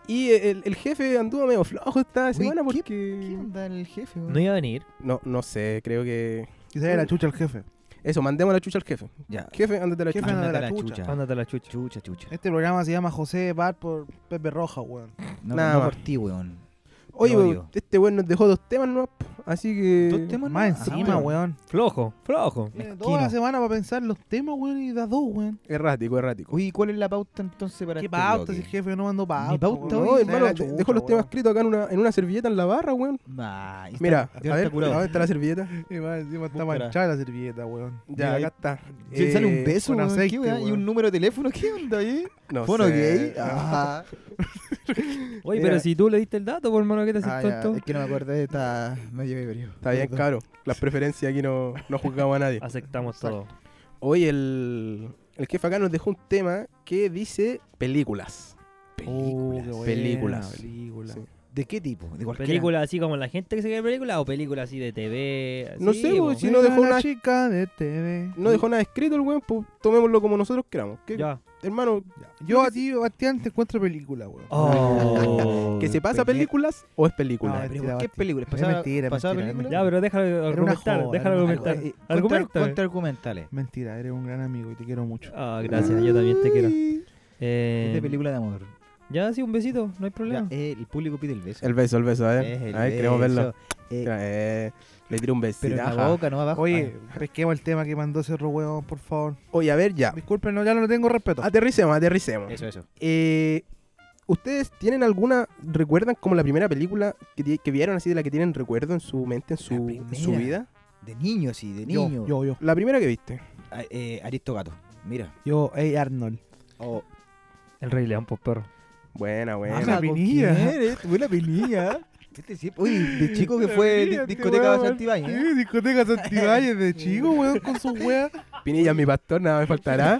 Speaker 2: Y el, el jefe anduvo medio flojo esta semana
Speaker 6: ¿qué-
Speaker 2: porque.
Speaker 6: ¿Qué onda el jefe? weón?
Speaker 5: No iba a venir.
Speaker 2: No, no sé, creo que.
Speaker 4: Quizás era chucha el jefe.
Speaker 2: Eso, mandemos la chucha al jefe.
Speaker 3: Ya.
Speaker 2: Jefe, ándate a la
Speaker 4: Jefe,
Speaker 2: chucha.
Speaker 3: Ándate
Speaker 4: ándate a
Speaker 3: a
Speaker 4: la
Speaker 3: la
Speaker 4: chucha.
Speaker 6: Ah.
Speaker 3: chucha.
Speaker 5: Ándate a la chucha.
Speaker 3: Chucha, chucha.
Speaker 4: Este programa se llama José Bar por Pepe Roja, weón.
Speaker 3: No,
Speaker 2: Nada
Speaker 3: no
Speaker 2: más.
Speaker 3: por ti, weón.
Speaker 2: Oye,
Speaker 3: Te odio.
Speaker 2: weón, este weón nos dejó dos temas, ¿no? Así que.
Speaker 6: ¿Dos temas
Speaker 4: Más
Speaker 6: nomás?
Speaker 4: encima,
Speaker 6: Ah,
Speaker 4: weón.
Speaker 5: Flojo, flojo.
Speaker 4: Tiene
Speaker 6: Mezquino.
Speaker 4: toda la semana para pensar los temas, weón, y da dos, weón.
Speaker 2: Errático, errático.
Speaker 6: Uy, ¿cuál es la pauta entonces para
Speaker 4: ¿Qué
Speaker 6: este
Speaker 4: pauta
Speaker 6: bloque?
Speaker 4: si el jefe yo no mando pauta?
Speaker 6: Ni pauta,
Speaker 4: weón.
Speaker 6: oye,
Speaker 2: No,
Speaker 4: Se
Speaker 2: hermano,
Speaker 4: da la
Speaker 2: de-
Speaker 4: chucha,
Speaker 2: dejó los temas
Speaker 4: weón.
Speaker 2: escritos acá en una, en una servilleta en la barra, weón.
Speaker 6: Nah, y está-
Speaker 2: Mira, a
Speaker 6: Dios
Speaker 2: ver,
Speaker 6: está curado.
Speaker 2: ¿dónde está la servilleta?
Speaker 4: Y más encima está
Speaker 6: Búscala.
Speaker 4: manchada la servilleta, weón.
Speaker 2: Ya,
Speaker 6: Mira,
Speaker 2: acá está.
Speaker 6: Si
Speaker 2: Eh,
Speaker 6: sale un beso,
Speaker 4: con
Speaker 6: weón, ¿qué
Speaker 4: aceite,
Speaker 6: weá? ¿Y
Speaker 4: weón.
Speaker 6: un número de teléfono? ¿Qué onda ahí?
Speaker 2: No
Speaker 6: ¿Fono
Speaker 2: sé.
Speaker 6: gay? Ah, Ajá.
Speaker 5: Oye,
Speaker 2: Mira.
Speaker 5: pero si tú le diste el dato, por hermano, ¿qué te
Speaker 6: Ah,
Speaker 5: haces
Speaker 6: ya,
Speaker 5: tonto?
Speaker 6: Es que no me acordé, está medio ebrio.
Speaker 2: Está bien
Speaker 6: Perdón.
Speaker 2: caro. Las preferencias aquí no, no juzgamos a nadie.
Speaker 5: Aceptamos todo.
Speaker 2: Hoy el, el jefe acá nos dejó un tema que dice películas.
Speaker 5: Uh,
Speaker 4: Películas.
Speaker 2: películas.
Speaker 4: Películas.
Speaker 2: Sí.
Speaker 6: ¿De qué tipo? ¿De cualquiera?
Speaker 5: ¿Película así como la gente que se ve películas o películas así de TV?
Speaker 2: No
Speaker 5: Sí,
Speaker 2: sé,
Speaker 5: po.
Speaker 2: pues, Si no dejó
Speaker 4: una
Speaker 2: una-
Speaker 4: chica de TV.
Speaker 2: No dejó nada escrito el weón, pues tomémoslo como nosotros queramos. Que,
Speaker 5: Ya.
Speaker 2: Hermano,
Speaker 4: Yo a ti, Bastián, te encuentro película, weón.
Speaker 5: Oh.
Speaker 6: Pues,
Speaker 2: ¿que se pasa películas o es película?
Speaker 4: No,
Speaker 6: Pero,
Speaker 4: Mentira,
Speaker 6: ¿Qué
Speaker 4: Basti.
Speaker 6: película?
Speaker 4: Es
Speaker 6: ¿Pasaba,
Speaker 4: mentira, es
Speaker 6: pasaba
Speaker 4: mentira, es
Speaker 6: película?
Speaker 5: Ya, pero déjalo
Speaker 4: Era una
Speaker 5: argumentar,
Speaker 4: joda,
Speaker 5: déjalo
Speaker 4: era una
Speaker 5: argumentar.
Speaker 6: Eh, eh, contra-
Speaker 5: Argumenta.
Speaker 6: Contraargumentales.
Speaker 4: Mentira, eres un gran amigo y te quiero mucho.
Speaker 5: Ah, gracias, yo también te quiero.
Speaker 6: Es de
Speaker 5: Eh,
Speaker 6: película de amor.
Speaker 5: ya, sí, un besito, no hay problema.
Speaker 6: Ya, eh, el público pide el beso.
Speaker 2: El beso, el beso, a ver.
Speaker 6: Es el
Speaker 2: a ver, queremos
Speaker 6: beso.
Speaker 2: verlo.
Speaker 6: Eh,
Speaker 2: Eh, le tiro un
Speaker 6: pero
Speaker 2: besito.
Speaker 6: en
Speaker 2: ajá.
Speaker 6: la boca, no abajo.
Speaker 4: Oye, pesquemos el tema que mandó ese otro weón, por favor.
Speaker 2: Oye, a ver, ya.
Speaker 4: Disculpen, no, ya no le tengo respeto.
Speaker 2: Aterricemos, aterricemos.
Speaker 6: Eso, eso.
Speaker 2: Eh, ¿Ustedes tienen alguna, recuerdan como la primera película que, ti- que vieron así de la que tienen recuerdo en su mente, en su, en su
Speaker 6: primera.
Speaker 2: vida?
Speaker 6: De niño, sí, de
Speaker 4: Yo,
Speaker 6: niño.
Speaker 4: yo, yo.
Speaker 2: La primera que viste.
Speaker 6: A- eh, Aristogato. Mira.
Speaker 4: Yo, hey Arnold.
Speaker 6: Oh,
Speaker 5: El Rey León, pues perro.
Speaker 2: Buena, buena.
Speaker 4: Buena pinilla.
Speaker 6: Buena pinilla. Este sí, uy, de chico que fue di- discoteca de Santibáñez. ¿eh?
Speaker 4: Sí, discoteca Santibáñez de chico, weón, con sus weas.
Speaker 2: Pinilla, mi pastor, nada me faltará.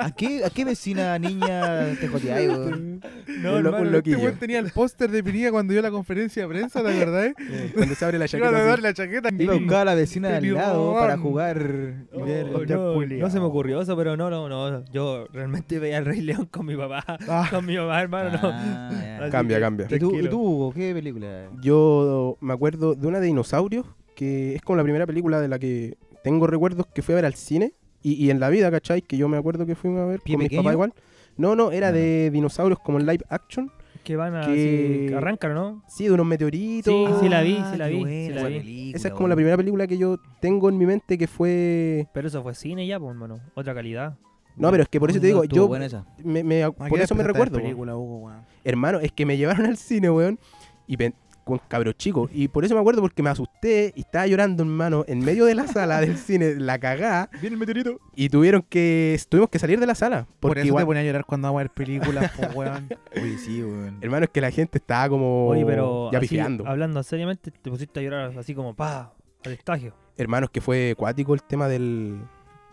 Speaker 6: ¿A qué, ¿A qué vecina niña te joteáis, weón?
Speaker 2: un, lo- un
Speaker 4: Este
Speaker 2: loquillo.
Speaker 4: weón tenía el póster de Pinilla cuando dio la conferencia de prensa, ¿te acordás?
Speaker 2: Cuando se abre la
Speaker 4: Iba a
Speaker 2: chaqueta.
Speaker 4: dar
Speaker 2: así.
Speaker 4: la chaqueta.
Speaker 6: Iba a buscar a la vecina de al lado
Speaker 4: Pelirrón.
Speaker 6: para jugar y ver.
Speaker 5: Oh, no, no se me ocurrió eso, pero no, no, no. Yo realmente veía al Rey León con mi papá,
Speaker 4: Ah.
Speaker 5: con mi mamá, hermano.
Speaker 6: Ah, ya.
Speaker 5: Así
Speaker 2: Cambia,
Speaker 5: que-
Speaker 2: cambia.
Speaker 6: ¿Y tú,
Speaker 5: Tranquilo.
Speaker 6: ¿Y tú, Hugo, qué película?
Speaker 2: Yo me acuerdo de una de dinosaurios, que es como la primera película de la que tengo recuerdos que fui a ver al cine. Y, y en la vida, ¿cachai? Que yo me acuerdo que fuimos a ver
Speaker 6: ¿Pie
Speaker 2: con mis
Speaker 6: pequeño?
Speaker 2: papás igual. No, no, era
Speaker 6: Ah.
Speaker 2: de dinosaurios como en live action.
Speaker 5: no. Que van a.
Speaker 2: Que-
Speaker 5: sí, arrancan, ¿no?
Speaker 2: Sí, de unos meteoritos.
Speaker 5: Sí, sí la vi, sí
Speaker 6: Ah,
Speaker 5: la
Speaker 6: qué
Speaker 5: vi, sí
Speaker 6: buena
Speaker 5: la
Speaker 6: esa
Speaker 5: vi.
Speaker 6: película,
Speaker 2: Esa es como la primera película que yo tengo en mi mente que fue...
Speaker 5: Pero eso fue cine ya, pues, hermano. Otra calidad.
Speaker 2: No, pero es que por eso te digo,
Speaker 6: Estuvo
Speaker 2: yo...
Speaker 6: buena esa.
Speaker 2: me- me- por eso me recuerdo. po.
Speaker 4: película, Hugo, weón.
Speaker 2: Hermano, es que me llevaron al cine, weón. Y pen- con cabros chicos. Y por eso me acuerdo, porque me asusté y estaba llorando, hermano, en medio de la sala del cine, la cagá.
Speaker 4: Viene el meteorito.
Speaker 2: Y tuvieron que. Tuvimos que salir de la sala. Porque
Speaker 4: Por eso
Speaker 2: igual-
Speaker 4: te ponía a llorar cuando vamos a ver películas, po, weón.
Speaker 6: Uy, sí, weón.
Speaker 2: hermano, es que la gente estaba como.
Speaker 5: Oye, pero.
Speaker 2: Oh, ya
Speaker 5: así,
Speaker 2: pifiando.
Speaker 5: hablando seriamente, te pusiste a llorar así como, pa, al estagio.
Speaker 2: Hermano, es que fue cuático el tema del.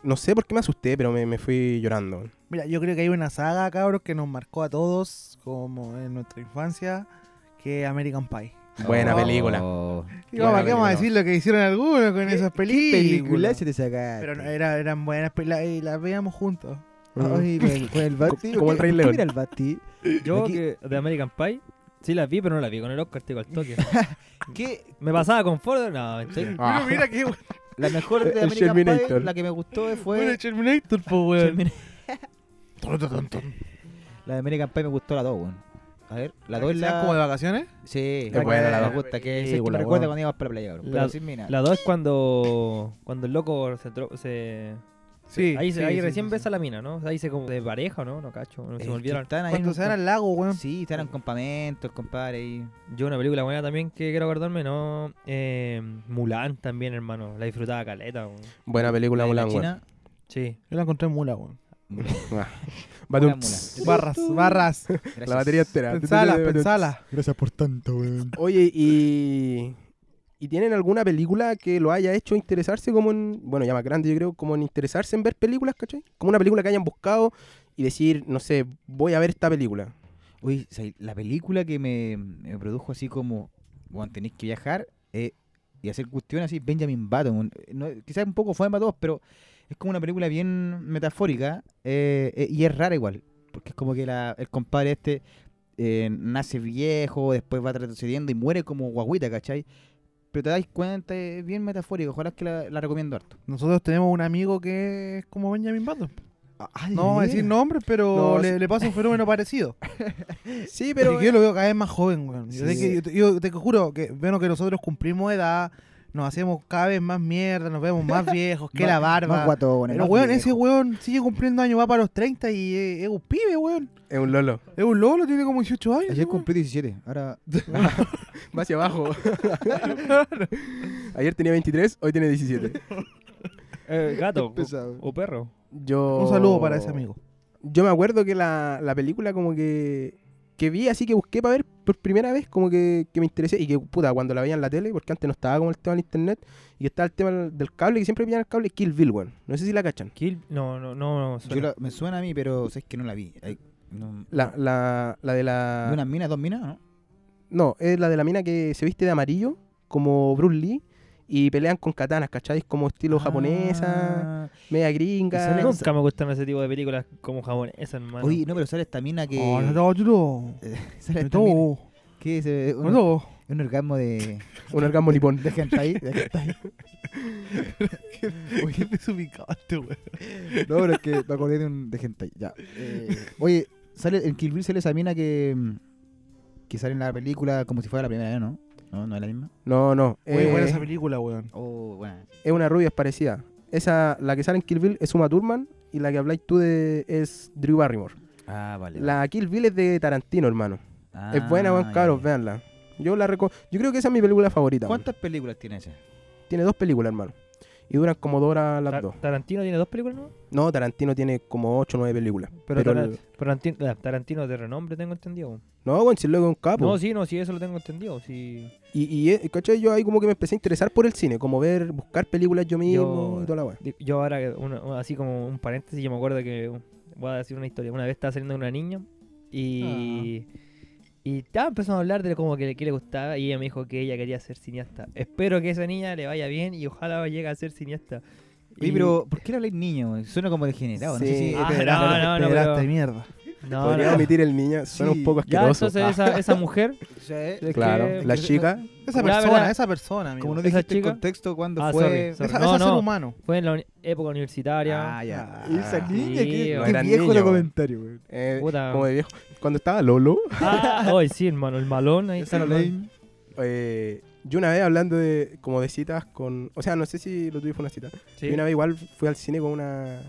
Speaker 2: No sé por qué me asusté, pero me, me fui llorando.
Speaker 4: Mira, yo creo que hay una saga, cabros, que nos marcó a todos, como en nuestra infancia, que es American Pie.
Speaker 2: Buena
Speaker 4: Oh.
Speaker 2: película. Eh,
Speaker 6: Oh.
Speaker 4: Y
Speaker 2: Buena
Speaker 4: vamos, ¿qué vamos
Speaker 2: película.
Speaker 4: a decir lo que hicieron algunos con esas películas?
Speaker 6: Película se te saca.
Speaker 4: Pero no, era, eran buenas películas y las veíamos juntos.
Speaker 6: Ay, me- con el Bati.
Speaker 2: Como el Rey
Speaker 6: ¿por qué
Speaker 2: León.
Speaker 6: Mira el Bati.
Speaker 5: Yo,
Speaker 6: Aquí-
Speaker 5: que de American Pie, sí las vi, pero no las vi con el Oscar, te digo, al toque.
Speaker 6: ¿Qué?
Speaker 5: Me pasaba con Ford, no, mentira.
Speaker 2: Ah,
Speaker 4: Mira qué bueno
Speaker 6: La mejor
Speaker 2: El
Speaker 6: de American Pie,
Speaker 2: Terminator.
Speaker 6: la que me gustó
Speaker 4: el
Speaker 6: fue...
Speaker 4: Terminator, po, weón.
Speaker 6: La de American Pie me gustó la 2, weón. A ver, la 2 es
Speaker 4: ¿Están como de
Speaker 6: la...
Speaker 4: vacaciones?
Speaker 6: Sí,
Speaker 2: Es buena la
Speaker 6: me
Speaker 2: dos.
Speaker 6: gusta, que es el que
Speaker 2: Película, weón.
Speaker 6: me recuerda cuando íbamos para la playa, cabrón.
Speaker 5: La-
Speaker 6: Pero sin mina.
Speaker 5: La 2 es cuando, cuando el loco se... tro- se-
Speaker 4: Sí.
Speaker 5: ahí se- ahí recién
Speaker 4: siempre
Speaker 5: ves a la mina, ¿no? Ahí se como de pareja, ¿no? No cacho, no
Speaker 6: Es
Speaker 5: se
Speaker 6: que
Speaker 5: me olvidaron.
Speaker 6: Están ahí en
Speaker 4: Cuando
Speaker 6: un
Speaker 4: se van al lago, weón.
Speaker 6: Sí, están en campamento, el compadre ahí.
Speaker 5: Yo una película buena también que quiero acordarme, ¿no? Eh, Mulan también, hermano. La disfrutaba caleta. weón.
Speaker 2: Buena película,
Speaker 6: La de la
Speaker 2: Mulan, weón.
Speaker 6: China.
Speaker 5: Sí.
Speaker 4: Yo la encontré en mula, weón.
Speaker 2: Ah. Badum,
Speaker 6: Mulan,
Speaker 2: tss,
Speaker 6: Mulan.
Speaker 4: Barras, barras.
Speaker 6: Gracias.
Speaker 2: La batería entera.
Speaker 4: pensala,
Speaker 2: Badum, tss.
Speaker 4: pensala.
Speaker 6: Gracias por tanto, weón.
Speaker 2: Oye, y. ¿Y tienen alguna película que lo haya hecho interesarse como en. Bueno, ya más grande, yo creo, como en interesarse en ver películas, ¿cachai? Como una película que hayan buscado y decir, no sé, voy a ver esta película.
Speaker 6: Uy, o sea, la película que me, me produjo así como, bueno, tenéis que viajar eh, y hacer cuestiones así, Benjamin Button. un- no, quizás un poco fue para todos, pero es como una película bien metafórica eh, eh, y es rara igual, porque es como que la- el compadre este eh, nace viejo, después va retrocediendo y muere como guagüita, ¿cachai? Pero te das cuenta, es bien metafórico, ojalá que la, la recomiendo harto.
Speaker 4: Nosotros tenemos un amigo que es como Benjamin Button. No vamos a decir
Speaker 6: no.
Speaker 4: nombres, pero
Speaker 2: No,
Speaker 4: le,
Speaker 2: sí.
Speaker 4: le pasa un fenómeno parecido.
Speaker 2: Sí,
Speaker 4: Pero
Speaker 2: pero.
Speaker 4: yo lo veo cada vez más joven, weón. Yo, sé
Speaker 2: Sí.
Speaker 4: que- yo te- yo te juro que veo que nosotros cumplimos edad, nos hacemos cada vez más mierda, nos vemos más viejos, que la barba.
Speaker 6: Más guatones,
Speaker 4: pero,
Speaker 6: más
Speaker 4: weón, ese
Speaker 6: viejos.
Speaker 4: weón sigue cumpliendo años, va para los 30 y eh, es, es un pibe, weón.
Speaker 2: Es un lolo.
Speaker 4: Es un lolo, tiene como 18 años.
Speaker 6: Ayer
Speaker 4: weón.
Speaker 6: cumplí 17, ahora...
Speaker 2: Va hacia abajo. Ayer tenía 23, hoy tiene 17.
Speaker 5: Eh, gato
Speaker 6: pesado.
Speaker 5: o, o perro.
Speaker 2: Yo.
Speaker 4: Un saludo para ese amigo.
Speaker 2: Yo me acuerdo que la, la película como que, que vi, así que busqué para ver por primera vez, como que, que me interesé. Y que, puta, cuando la veía en la tele, porque antes no estaba como el tema del internet, y que estaba el tema del- del cable, que siempre pillan el cable, Kill Bill, weón. No sé si la cachan.
Speaker 5: Kill... No, no, no. no
Speaker 6: Yo la- me suena a mí, pero sé que no la vi. Ay, no-
Speaker 2: La, la, la de la...
Speaker 6: ¿De unas minas, dos minas, no?
Speaker 2: No, es la de la mina que se viste de amarillo, como Bruce Lee, y pelean con katanas, ¿cachai? Es como estilo japonesa,
Speaker 6: Ah.
Speaker 2: media
Speaker 5: suena.
Speaker 2: gringa.
Speaker 5: Nunca me gustan ese tipo de películas como japonesas, hermano.
Speaker 6: Oye, no, pero sale esta mina que.
Speaker 4: Oh, no, no, no.
Speaker 6: Sale
Speaker 4: No,
Speaker 6: esta mina
Speaker 4: no,
Speaker 6: que es eh, un,
Speaker 4: no.
Speaker 6: un orgasmo de.
Speaker 2: Un orgasmo nipón.
Speaker 6: de hentai. De hentai.
Speaker 4: Qué desubicado este weón.
Speaker 6: No, pero es que me acordé de un. de hentai, ya. Eh, oye, sale, en Kill Bill sale esa mina que. mm, que sale en la película como si fuera la primera vez, ¿no? No, no es la misma.
Speaker 2: No, no.
Speaker 4: Oye,
Speaker 2: eh,
Speaker 4: buena esa película, weón.
Speaker 6: Oh, bueno.
Speaker 2: es una rubia, es parecida. Esa, la que sale en Kill Bill es Uma Thurman y la que habláis tú de es Drew Barrymore.
Speaker 6: Ah, vale.
Speaker 2: La Kill Bill es de Tarantino, hermano.
Speaker 6: vale.
Speaker 2: es buena,
Speaker 6: Ah,
Speaker 2: buen
Speaker 6: ya,
Speaker 2: cabros,
Speaker 6: ya.
Speaker 2: véanla. Yo la reco- Yo creo que esa es mi película favorita.
Speaker 6: ¿Cuántas películas tiene esa?
Speaker 2: Tiene dos películas, hermano. y duran como dos horas las
Speaker 5: Ta-
Speaker 2: dos.
Speaker 5: Tarantino tiene dos películas, ¿no?
Speaker 2: No, Tarantino tiene como ocho o nueve películas.
Speaker 5: Pero,
Speaker 2: Pero,
Speaker 5: Tara-
Speaker 2: el-
Speaker 5: Tarantino, ah, Tarantino es de renombre, tengo entendido. weón.
Speaker 2: no, bueno, si luego es un capo.
Speaker 5: No, sí, no, sí, eso lo tengo entendido. Sí.
Speaker 2: Y, y eh, ¿cachai? Yo ahí como que me empecé a interesar por el cine, como ver, buscar películas yo mismo
Speaker 5: Yo-
Speaker 2: y toda la weá.
Speaker 5: Di- Yo ahora, que una- una- así como un paréntesis, yo me acuerdo que um, voy a decir una historia. Una vez estaba saliendo con una niña y. Y estaba empezando a hablar de como que, le- que le gustaba y ella me dijo que ella quería ser cineasta. Espero que esa niña le vaya bien y ojalá llegue a ser cineasta.
Speaker 6: Oye,
Speaker 5: Y-
Speaker 6: pero ¿por qué le habláis niño? güey? Suena como degenerado.
Speaker 2: Sí.
Speaker 6: No sé si...
Speaker 5: Ah,
Speaker 4: Pederasta,
Speaker 5: no, no, no,
Speaker 4: pederasta
Speaker 5: pero-
Speaker 4: de mierda.
Speaker 5: No,
Speaker 2: Podría
Speaker 5: no.
Speaker 2: omitir el niño, suena
Speaker 6: Sí,
Speaker 2: un poco
Speaker 5: Ah, Ya,
Speaker 2: asqueroso. Ah,
Speaker 5: entonces esa, esa mujer. es
Speaker 2: claro,
Speaker 5: que-
Speaker 2: la chica,
Speaker 4: Esa
Speaker 5: La
Speaker 4: persona,
Speaker 5: verdad-
Speaker 4: esa persona, amigo.
Speaker 6: Como no
Speaker 5: Esa
Speaker 6: dijiste el
Speaker 5: chica-
Speaker 6: este contexto cuando
Speaker 5: Ah,
Speaker 6: fue...
Speaker 5: sorry,
Speaker 4: Esa,
Speaker 5: No,
Speaker 4: esa ser
Speaker 5: no.
Speaker 4: humano.
Speaker 5: Fue en la uni- época universitaria.
Speaker 6: Ah, ya.
Speaker 2: Esa
Speaker 5: niña, qué- qué
Speaker 2: gran viejo niño, el güey.
Speaker 6: comentario, güey.
Speaker 2: eh,
Speaker 5: Puta.
Speaker 2: como de viejo. Cuando estaba Lolo,
Speaker 5: Ah, ay, sí, hermano, el malón ahí está. el malón.
Speaker 2: eh, yo una vez hablando de como de citas con... O sea, no sé si lo tuve fue una cita.
Speaker 5: Sí.
Speaker 2: Yo una vez igual fui al cine con una,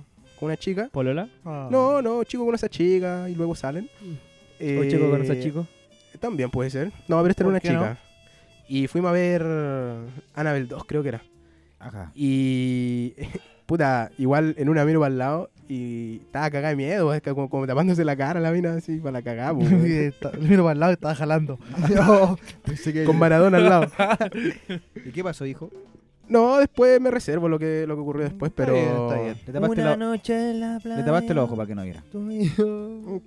Speaker 2: con una chica.
Speaker 5: Polola.
Speaker 4: Ah.
Speaker 2: No, no, chico con esa chica y luego salen.
Speaker 5: Mm. O
Speaker 2: Eh,
Speaker 5: chico con ese chico.
Speaker 2: También puede ser. No, pero esta era
Speaker 4: ¿Por
Speaker 2: una
Speaker 4: qué no?
Speaker 2: chica. Y fuimos a ver Annabelle 2, creo que era.
Speaker 6: Ajá.
Speaker 2: Y. Puta, igual en una miro para el lado y estaba cagada de miedo, es que como, como tapándose la cara la mina así para la cagada, po,
Speaker 4: Y
Speaker 2: weón.
Speaker 4: está- Miro para el lado y estaba jalando. No,
Speaker 2: con Maradona al lado.
Speaker 6: ¿Y qué pasó, hijo?
Speaker 2: No, después me reservo lo que, lo que ocurrió después,
Speaker 4: Está
Speaker 2: pero.
Speaker 4: bien, está bien.
Speaker 6: Le tapaste, la-
Speaker 5: noche en la playa.
Speaker 6: le tapaste los ojos para que no viera.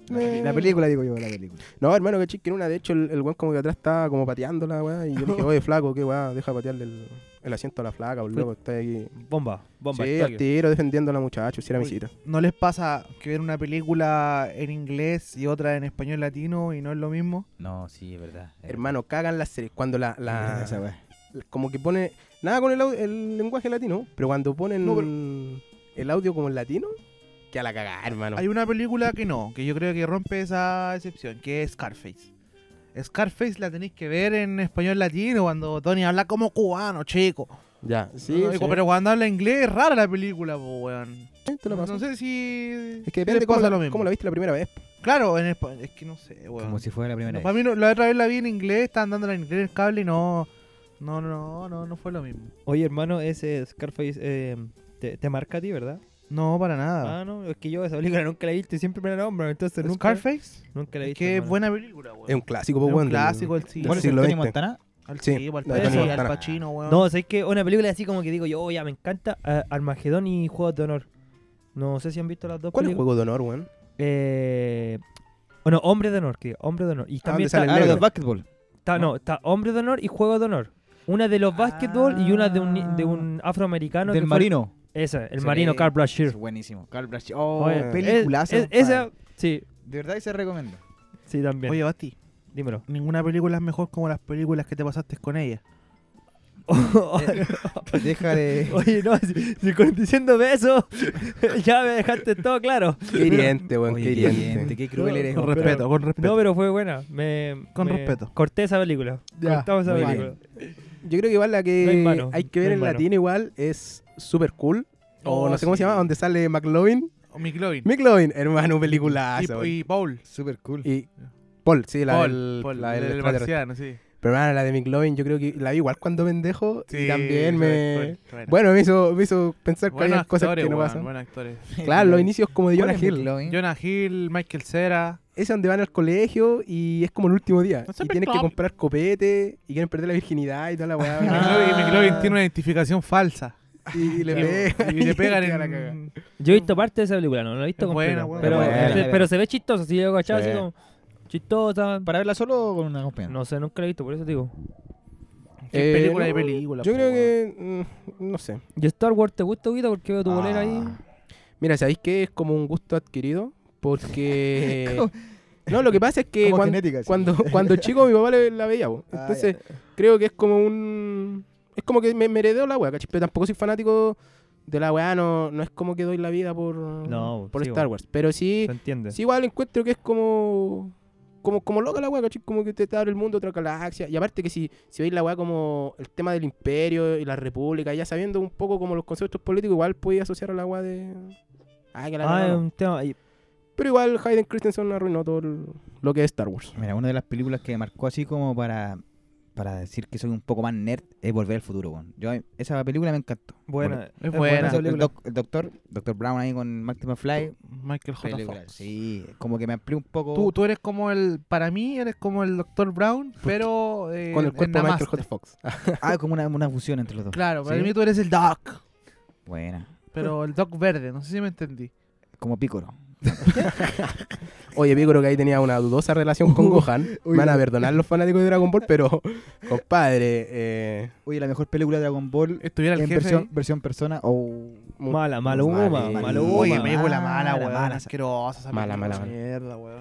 Speaker 6: La película, digo yo, la película.
Speaker 2: No, hermano, que chique en una, de hecho, el, el weón como que atrás estaba como pateando la weá. Y yo le dije, oye, flaco, qué weá, deja de patearle el, el asiento a la flaca, boludo, loco, está aquí.
Speaker 5: Bomba, bomba.
Speaker 2: sí,
Speaker 5: al toque.
Speaker 2: al tiro defendiendo a la muchacha, si era mi
Speaker 4: Uy.
Speaker 2: cita.
Speaker 4: ¿No les pasa que ver una película en inglés y otra en español latino y no es lo mismo?
Speaker 6: No, sí, es verdad. es
Speaker 2: Hermano, cagan las series. Cuando la.
Speaker 6: verdad.
Speaker 2: la-
Speaker 6: Esa weá.
Speaker 2: como que pone. Nada con el, au- el lenguaje latino, pero cuando ponen el audio como en latino, que a la cagada, hermano.
Speaker 4: Hay una película que no, que yo creo que rompe esa excepción, que es Scarface. Scarface la tenéis que ver en español latino cuando Tony habla como cubano, chico.
Speaker 2: Ya, sí, sí,
Speaker 4: No, digo, Pero cuando habla inglés es rara la película, po, weón.
Speaker 2: te lo paso.
Speaker 4: No sé si.
Speaker 2: es que
Speaker 4: si les
Speaker 2: depende cómo
Speaker 4: pasa
Speaker 2: la, cómo la viste la primera vez.
Speaker 4: Claro, en español. Es que no sé, weón.
Speaker 6: Como si fuera la primera
Speaker 4: No, para
Speaker 6: vez.
Speaker 4: mí, no- la otra vez la vi en inglés, estaban dándola en inglés en el cable y no. No, no, no, no fue lo mismo.
Speaker 5: Oye, hermano, ese Scarface eh, te, te marca a ti, ¿verdad?
Speaker 4: No, para nada.
Speaker 5: Ah, no, es que yo esa película nunca la he visto y siempre me la nombro, entonces nunca,
Speaker 4: ¿Scarface?
Speaker 5: nunca la he
Speaker 4: Es
Speaker 5: visto.
Speaker 4: que
Speaker 5: hermano.
Speaker 4: buena película, weón.
Speaker 2: Es un clásico,
Speaker 4: Es
Speaker 2: pues,
Speaker 4: un
Speaker 2: weón, del-
Speaker 4: clásico el cine.
Speaker 2: del
Speaker 6: ¿Cuál es el
Speaker 2: siglo
Speaker 6: Tony
Speaker 2: XX.
Speaker 6: Montana?
Speaker 4: Al
Speaker 2: Sí,
Speaker 4: Chivo, al
Speaker 2: la
Speaker 5: de
Speaker 4: Pacino,
Speaker 5: Tony
Speaker 4: al
Speaker 2: Montana.
Speaker 4: Pacino, weón.
Speaker 5: No, es que una película así como que digo yo, oh, ya me encanta, eh, Armagedón y Juegos de Honor. No sé si han visto las dos
Speaker 2: ¿Cuál es el juego
Speaker 5: películas.
Speaker 2: de honor, weón?
Speaker 5: Eh, bueno, Hombre de Honor, que Hombre de Honor. Y
Speaker 2: ¿dónde
Speaker 5: también está,
Speaker 2: sale el
Speaker 6: Ah, lo del
Speaker 2: negro.
Speaker 6: básquetbol.
Speaker 5: está- no, está Hombre de Honor y Juego de Honor. Una de los básquetbol y una de un, ni- de un afroamericano.
Speaker 6: Del
Speaker 5: que fue el-
Speaker 6: marino.
Speaker 5: Esa, el
Speaker 6: Sí.
Speaker 5: marino Carl
Speaker 6: Es
Speaker 5: Brashear.
Speaker 6: buenísimo. Carl Brach. Oh,
Speaker 5: Oye,
Speaker 6: peliculazo.
Speaker 5: es- es- Esa, sí,
Speaker 6: De verdad, se recomienda.
Speaker 5: sí, también.
Speaker 4: Oye, Basti,
Speaker 5: Dímelo.
Speaker 4: ninguna película es mejor como las películas que te pasaste con ella.
Speaker 6: Deja de...
Speaker 5: Oye, no, si, si con- diciendo eso, ya me dejaste todo claro.
Speaker 2: Qué hiriente, weón,
Speaker 6: Oye,
Speaker 2: qué
Speaker 6: qué
Speaker 2: hiriente.
Speaker 6: hiriente, qué cruel eres.
Speaker 4: Con
Speaker 5: pero-
Speaker 4: respeto, con
Speaker 5: No,
Speaker 4: respeto.
Speaker 5: pero fue buena. Me,
Speaker 4: Con
Speaker 5: me-
Speaker 4: respeto.
Speaker 5: Corté esa película.
Speaker 4: Ya,
Speaker 5: Cortamos esa
Speaker 6: muy
Speaker 5: película.
Speaker 2: Yo creo que igual la
Speaker 5: No
Speaker 2: que
Speaker 5: hay mano,
Speaker 2: hay que
Speaker 5: no
Speaker 2: ver
Speaker 5: hay
Speaker 2: en
Speaker 5: mano.
Speaker 2: latino igual es super cool. O
Speaker 4: Oh,
Speaker 2: no sé cómo
Speaker 4: sí.
Speaker 2: se llama, donde sale McLovin.
Speaker 4: O McLovin.
Speaker 2: McLovin, hermano,
Speaker 6: Ah,
Speaker 2: peliculazo.
Speaker 4: Oh, Y, y Paul.
Speaker 6: Súper cool.
Speaker 2: Y, Paul, sí, la
Speaker 4: pues, Paul,
Speaker 2: del,
Speaker 4: Paul,
Speaker 2: la del
Speaker 4: el
Speaker 2: extraterrestre.
Speaker 4: marciano, sí.
Speaker 2: Pero hermano, la de McLovin, yo creo que la vi igual cuando pendejo. y también me.
Speaker 4: Bueno,
Speaker 2: Bueno, me hizo, me hizo pensar que
Speaker 4: buenos
Speaker 2: había cosas
Speaker 4: actores,
Speaker 2: que no
Speaker 4: weón,
Speaker 2: pasan.
Speaker 4: buenos actores.
Speaker 2: Claro, los inicios como de
Speaker 6: ¿Cuál
Speaker 2: Jonah
Speaker 6: es
Speaker 2: Hill.
Speaker 6: McLovin?
Speaker 4: Jonah Hill, Michael Cera.
Speaker 2: Es donde van al colegio y es como el último día.
Speaker 4: No sé,
Speaker 2: y tienes que
Speaker 4: McLovin.
Speaker 2: comprar copete y quieren perder la virginidad y toda la weá.
Speaker 4: McLovin,
Speaker 2: ¿no?
Speaker 4: McLovin tiene una identificación
Speaker 2: Ah.
Speaker 4: falsa.
Speaker 2: Y, y le
Speaker 4: Y
Speaker 2: pegan.
Speaker 4: le pegan
Speaker 2: queda la cagada.
Speaker 4: en...
Speaker 5: Yo he visto parte de esa película, no la he visto
Speaker 4: Es buena,
Speaker 5: completa.
Speaker 4: buena.
Speaker 5: pero,
Speaker 2: Es buena,
Speaker 5: se-
Speaker 6: buena.
Speaker 5: pero se ve chistosa, si yo cachado,
Speaker 2: Sí.
Speaker 5: así como. Chistosa.
Speaker 6: ¿Para verla solo o con una compañera?
Speaker 5: No sé, nunca la he visto, por eso te digo.
Speaker 4: Qué
Speaker 2: Eh,
Speaker 4: película
Speaker 2: no,
Speaker 4: de película.
Speaker 2: Yo
Speaker 4: po,
Speaker 2: creo
Speaker 4: weón.
Speaker 2: que. mm, no sé.
Speaker 5: ¿Y Star Wars te gusta, Guita? Porque veo tu
Speaker 6: Ah.
Speaker 5: bolera ahí.
Speaker 2: Mira, ¿sabéis qué? Es como un gusto adquirido. Porque. eh, no, lo que pasa es que
Speaker 6: Como
Speaker 2: cuando,
Speaker 6: genética, sí.
Speaker 2: cuando, cuando chico mi papá le- la veía. po.
Speaker 6: Ah,
Speaker 2: Entonces, creo que es como un. Es como que me, me heredó la weá, ¿cachai? Pero tampoco soy fanático de la weá, no, no es como que doy la vida por,
Speaker 5: No,
Speaker 2: por
Speaker 5: sí,
Speaker 2: Star
Speaker 5: po.
Speaker 2: Wars. Pero sí,
Speaker 5: ¿Se entiende?
Speaker 2: sí, igual encuentro que es como. Como, como loca la weá, ¿cachai? Como que te, te abre el mundo, otra galaxia. Y aparte que si, si veis la weá como el tema del imperio y la república, ya sabiendo un poco como los conceptos políticos, igual podía asociar a la weá de. Ay, que la
Speaker 5: Ah, es
Speaker 2: cagaron.
Speaker 5: un tema. y-
Speaker 2: Pero igual Hayden Christensen arruinó todo el- lo que es Star Wars.
Speaker 6: Mira, una de las películas que marcó así como para para decir que soy un poco más nerd, es Volver al Futuro, weón. Yo, esa película me encantó.
Speaker 5: Buena.
Speaker 4: Es
Speaker 6: Por
Speaker 4: buena.
Speaker 6: eso El, doc- el doctor, doctor Brown ahí con Marty McFly.
Speaker 4: Michael J.
Speaker 6: película,
Speaker 4: Fox.
Speaker 6: Sí, como que me amplió un poco.
Speaker 4: Tú, tú eres como el, para mí eres como el Dr. Brown, pero eh,
Speaker 2: Con el
Speaker 4: en
Speaker 2: cuerpo de Michael
Speaker 4: Namaste.
Speaker 2: J. Fox.
Speaker 6: Ah, como una, una fusión entre los dos.
Speaker 4: Claro, para
Speaker 6: ¿Sí?
Speaker 4: mí tú eres el Doc,
Speaker 6: Buena.
Speaker 4: pero el Doc verde, no sé si me entendí.
Speaker 6: Como Pícoro.
Speaker 2: Oye, Piccolo que ahí tenía una dudosa relación con Gohan. Me van a perdonar los fanáticos de Dragon Ball, pero, compadre, eh,
Speaker 6: Oye, la mejor película de Dragon Ball
Speaker 4: Estuviera el
Speaker 6: en
Speaker 4: jefe.
Speaker 6: versión,
Speaker 4: ahí.
Speaker 6: versión persona o
Speaker 2: mu-
Speaker 5: Mala, maluma,
Speaker 2: Mala,
Speaker 5: maluma.
Speaker 4: Oye,
Speaker 6: mala,
Speaker 4: película mala,
Speaker 6: mala,
Speaker 4: weón.
Speaker 6: mala.
Speaker 4: asquerosa esa
Speaker 2: Mala,
Speaker 4: película,
Speaker 2: mala, mala.
Speaker 4: Mierda, weón.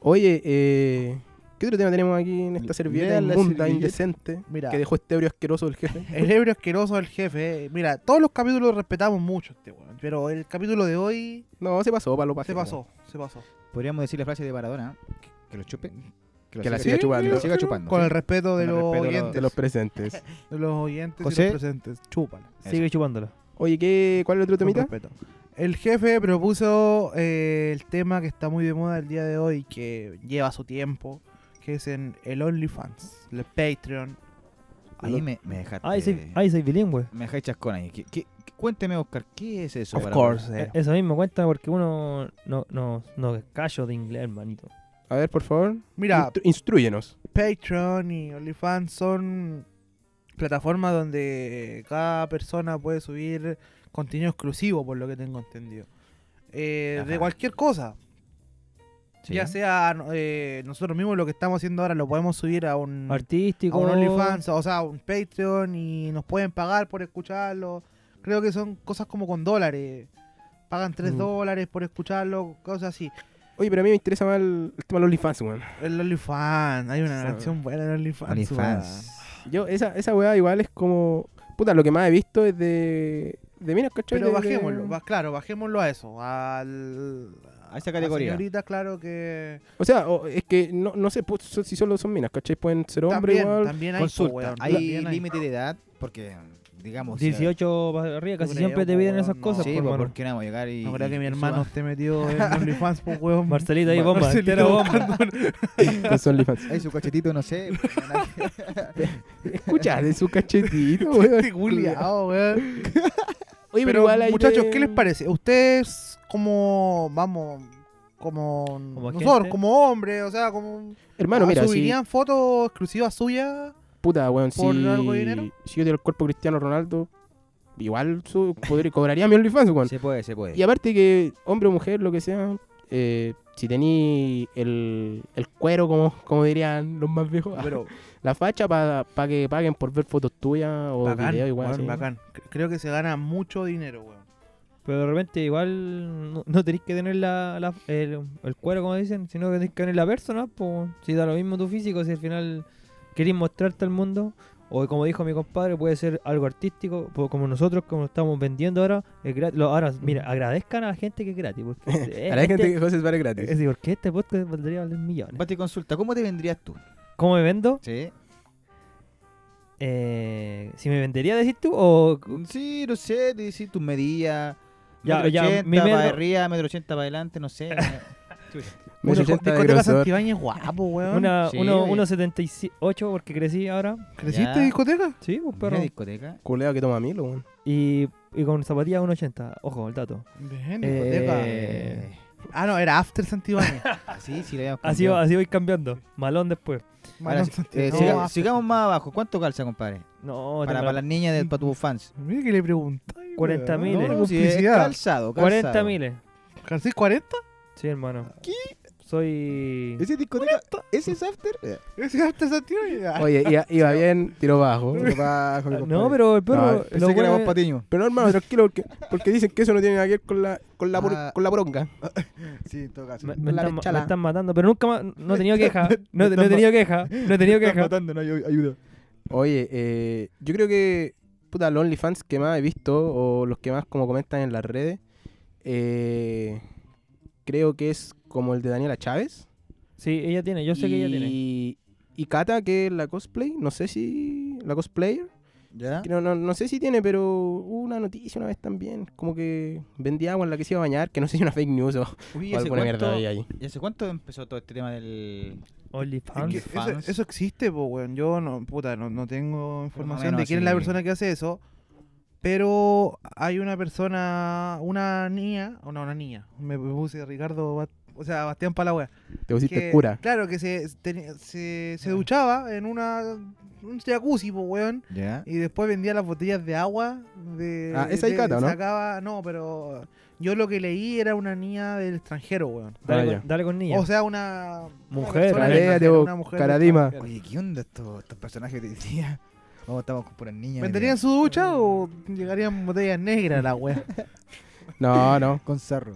Speaker 2: Oye, eh, ¿qué otro tema tenemos aquí en esta servilleta
Speaker 6: Lean la
Speaker 2: inmunda,
Speaker 6: servilleta.
Speaker 2: indecente,
Speaker 4: Mira.
Speaker 2: que dejó este ebrio asqueroso del jefe?
Speaker 4: El ebrio asqueroso del jefe. eh. Mira, todos los capítulos los respetamos mucho, este weón. Pero el capítulo de hoy
Speaker 2: No, se pasó, palo
Speaker 4: se pasó, se pasó.
Speaker 6: podríamos decir la frase de Maradona, ¿eh? que, que lo chupe. Que, lo
Speaker 2: Que la
Speaker 6: siga-
Speaker 2: siga chupando.
Speaker 6: que lo siga chupando.
Speaker 4: Con
Speaker 6: sí.
Speaker 4: el respeto de
Speaker 6: Con el
Speaker 4: los
Speaker 6: respeto de los-
Speaker 4: oyentes.
Speaker 2: De los presentes.
Speaker 4: de los oyentes
Speaker 6: José. Eh,
Speaker 4: y los presentes. Chúpala.
Speaker 5: Sigue chupándola.
Speaker 2: Oye, ¿qué, ¿cuál es el otro
Speaker 4: Con
Speaker 2: temita?
Speaker 4: respeto. El jefe propuso eh, el tema que está muy de moda el día de hoy, que lleva su tiempo, que es en el OnlyFans, el Patreon.
Speaker 6: Ahí me, me dejaste.
Speaker 5: Ay, soy, ay, soy bilingüe.
Speaker 6: Me dejáis chascón ahí. ¿Qué- qué- qué- cuénteme, Oscar, ¿qué es eso?
Speaker 4: Of
Speaker 6: para-
Speaker 4: course. eh.
Speaker 5: Eh, Eso mismo cuenta porque uno no, no, no callo de inglés, hermanito.
Speaker 2: A ver, por favor.
Speaker 4: Mira,
Speaker 2: Instru- instruyenos.
Speaker 4: Patreon y OnlyFans son plataformas donde cada persona puede subir contenido exclusivo, por lo que tengo entendido. Eh, de
Speaker 6: Ajá.
Speaker 4: cualquier cosa.
Speaker 6: Sí.
Speaker 4: Ya sea no- eh, nosotros mismos lo que estamos haciendo ahora lo podemos subir a un, a
Speaker 5: Artístico.
Speaker 4: un OnlyFans, o sea, a un Patreon y nos pueden pagar por escucharlo. Creo que son cosas como con dólares. Pagan 3
Speaker 2: Mm.
Speaker 4: dólares por escucharlo, cosas así.
Speaker 2: Oye, pero a mí me interesa más el, el tema de los OnlyFans, weón.
Speaker 4: El OnlyFans, hay una
Speaker 2: Sabe.
Speaker 4: canción buena en OnlyFans. weón.
Speaker 6: OnlyFans.
Speaker 2: Yo, esa, esa weá igual es como. Puta, lo que más he visto es de. De minas, ¿cachai?
Speaker 4: Pero
Speaker 2: De- de-
Speaker 4: bajémoslo, va- claro, bajémoslo a eso, al,
Speaker 6: A esa categoría.
Speaker 4: Ahorita, claro que.
Speaker 2: O sea, o- es que no, no sé pu- so- si solo son minas, ¿cachai? Pueden ser hombres
Speaker 4: también,
Speaker 2: igual.
Speaker 4: también hay.
Speaker 6: Consulta,
Speaker 4: po, weón,
Speaker 6: ¿hay
Speaker 4: también
Speaker 6: límite de edad? Porque, digamos.
Speaker 5: 18 para arriba, casi
Speaker 4: Yo
Speaker 5: siempre
Speaker 4: creo,
Speaker 5: te piden
Speaker 4: weón,
Speaker 5: esas
Speaker 4: no.
Speaker 5: cosas.
Speaker 6: Sí,
Speaker 5: por
Speaker 6: pues,
Speaker 5: mano.
Speaker 6: porque no vamos a llegar y.
Speaker 4: No creo que mi
Speaker 6: y
Speaker 4: hermano
Speaker 6: suba.
Speaker 4: esté metido en OnlyFans, pues, weón.
Speaker 5: Marcelito ahí, bomba.
Speaker 4: Marcelito,
Speaker 5: entera bomba.
Speaker 2: que son OnlyFans.
Speaker 6: Ay, su cachetito, no sé.
Speaker 2: Escucha, de su cachetito, weón.
Speaker 4: Este culiao, weón.
Speaker 2: Oye,
Speaker 4: Pero,
Speaker 2: hay
Speaker 4: muchachos,
Speaker 2: de-
Speaker 4: ¿qué les parece? Ustedes, como. Vamos. Como. nosotros,
Speaker 5: gente.
Speaker 4: como hombres, o sea, como.
Speaker 2: Hermano,
Speaker 4: ah,
Speaker 2: mira, si,
Speaker 4: ¿Subirían fotos exclusivas suyas?
Speaker 2: puta, weón, si,
Speaker 4: por algo de dinero?
Speaker 2: si yo tuviera el cuerpo de Cristiano Ronaldo, igual su- podría- cobraría mi OnlyFans, weón.
Speaker 6: se puede, se puede.
Speaker 2: Y aparte que, hombre o mujer, lo que sea, eh, si tení el, el cuero, como, como dirían los más viejos,
Speaker 4: Pero,
Speaker 2: la facha para que paguen por ver fotos tuyas o
Speaker 4: bacán,
Speaker 2: videos igual.
Speaker 4: weón,
Speaker 2: sí.
Speaker 4: bacán. Cre- Creo que se gana mucho dinero, weón.
Speaker 5: Pero de repente igual no, no tenés que tener la, la- el, el cuero, como dicen, sino que tenés que tener la persona. po. Si da lo mismo tu físico, si al final querés mostrarte al mundo. O como dijo mi compadre, puede ser algo artístico, po, como nosotros, como estamos vendiendo ahora. es gratis. Lo- ahora, mira, agradezcan a la gente que es gratis. Porque, eh,
Speaker 2: Ahora hay gente
Speaker 5: gente-
Speaker 2: que José para gratis.
Speaker 5: es decir, porque este podcast valdría valer millones.
Speaker 6: Pati, consulta, ¿cómo te vendrías tú?
Speaker 5: ¿Cómo me vendo?
Speaker 6: Sí.
Speaker 5: Eh, si me vendería, decís tú, o
Speaker 6: Sí, no sé, te decís tus medidas.
Speaker 5: Ya,
Speaker 6: metro
Speaker 5: ya, mi
Speaker 6: para
Speaker 5: medida-
Speaker 6: arriba, metro ochenta para adelante, no sé.
Speaker 2: Me
Speaker 4: Una
Speaker 2: siento de
Speaker 4: discoteca
Speaker 2: grosor.
Speaker 4: Santibáñez guapo, weón.
Speaker 5: una,
Speaker 6: sí,
Speaker 5: uno,
Speaker 6: oye.
Speaker 5: 1.78 porque crecí ahora.
Speaker 4: ¿Creciste
Speaker 6: Ya.
Speaker 4: discoteca?
Speaker 5: Sí, pues
Speaker 6: Una
Speaker 5: perro.
Speaker 6: discoteca.
Speaker 2: Culeado que toma Milo, weón.
Speaker 5: Y, y con zapatillas 1.80. Ojo, el dato.
Speaker 4: Bien, discoteca.
Speaker 5: Eh,
Speaker 4: Ah, no, era After Santibáñez.
Speaker 6: Así, sí, le habíamos
Speaker 5: así,
Speaker 6: cambiado.
Speaker 5: así voy cambiando. Malón después.
Speaker 6: Ahora,
Speaker 4: Bueno,
Speaker 6: si-
Speaker 4: Santibáñez.
Speaker 6: eh,
Speaker 4: No,
Speaker 6: siga-
Speaker 4: After.
Speaker 6: sigamos más abajo. ¿Cuánto calza, compadre?
Speaker 5: No,
Speaker 6: para, para las niñas, de, para tus fans.
Speaker 4: Mira que le preguntáis.
Speaker 5: 40
Speaker 4: weón.
Speaker 5: miles.
Speaker 4: No,
Speaker 6: Sí, es
Speaker 4: complicidad.
Speaker 6: calzado, calzado.
Speaker 5: 40 miles.
Speaker 4: ¿Calcí 40?
Speaker 5: Sí, hermano. ¿Qué? Soy.
Speaker 6: ¿Ese discoteca? ¿Ese es after? Eh,
Speaker 4: ¿Ese After Santibáñez?
Speaker 2: Oye, iba, iba bien, tiró bajo.
Speaker 6: bajo,
Speaker 5: Ah,
Speaker 6: compadre.
Speaker 5: No, pero
Speaker 2: No,
Speaker 5: el perro.
Speaker 6: Pensé
Speaker 5: lo
Speaker 6: que era
Speaker 5: bueno
Speaker 6: vos,
Speaker 5: es-
Speaker 6: Patiño.
Speaker 2: Pero no, hermano, tranquilo, porque, porque dicen que eso no tiene nada que ver con la, con la, por-
Speaker 6: Ah.
Speaker 2: con la bronca.
Speaker 6: Sí, en todo caso.
Speaker 5: me, me
Speaker 6: La
Speaker 5: están, ma-
Speaker 6: chala.
Speaker 5: me están matando, pero nunca ma- no he tenido queja. No,
Speaker 6: me
Speaker 5: no he
Speaker 6: están
Speaker 5: tenido queja. No he tenido
Speaker 6: Me están
Speaker 5: queja.
Speaker 6: matando, no hay ayuda.
Speaker 2: Oye, eh, yo creo que, puta, los OnlyFans que más he visto o los que más como comentan en las redes, eh, creo que es como el de Daniela Chávez.
Speaker 5: Sí, ella tiene. Yo sé que ella tiene.
Speaker 2: Y- Y Kata, que es la cosplay, no sé si la cosplayer.
Speaker 6: ¿Ya?
Speaker 2: que no, no, no sé si tiene, pero hubo una noticia una vez también, como que vendía agua en la que se iba a bañar, que no sé si una fake news o,
Speaker 6: Uy,
Speaker 2: o
Speaker 6: ¿y hace
Speaker 2: alguna mierda
Speaker 6: cuánto-
Speaker 2: ahí, ahí.
Speaker 6: ¿Y hace cuánto empezó todo este tema del
Speaker 5: OnlyFans.
Speaker 4: Es que eso,
Speaker 6: fans.
Speaker 4: eso existe, po, weón. Yo no, puta, no, no tengo información
Speaker 6: menos
Speaker 4: de quién es la
Speaker 6: así-
Speaker 4: persona que hace eso. Pero hay una persona, una niña, o no, una niña. Me puse Ricardo, Bat- o sea, Bastián Palagüe.
Speaker 2: Te pusiste
Speaker 4: que-
Speaker 2: cura.
Speaker 4: Claro, que se, teni- se, se duchaba en una un jacuzzi, po, weón.
Speaker 6: ¿Ya?
Speaker 4: Y después vendía las botellas de agua. De,
Speaker 2: Ah, esa
Speaker 4: de-
Speaker 2: Icata, ¿no?
Speaker 4: Sacaba, no, pero yo lo que leí era una niña del extranjero, weón.
Speaker 5: Dale,
Speaker 2: Ah,
Speaker 5: con, dale con niña.
Speaker 4: O sea, una una
Speaker 5: Mujer,
Speaker 4: persona del
Speaker 5: Calea,
Speaker 4: extranjero,
Speaker 2: Teo,
Speaker 4: una mujer del
Speaker 2: Caradima.
Speaker 4: extranjero.
Speaker 6: Oye, ¿qué onda estos, estos personajes de hoy día? Vamos, estamos con puras niñas.
Speaker 4: ¿Venderían
Speaker 6: mira.
Speaker 4: su ducha o llegarían botellas negras la wea?
Speaker 2: No, no.
Speaker 6: con sarro?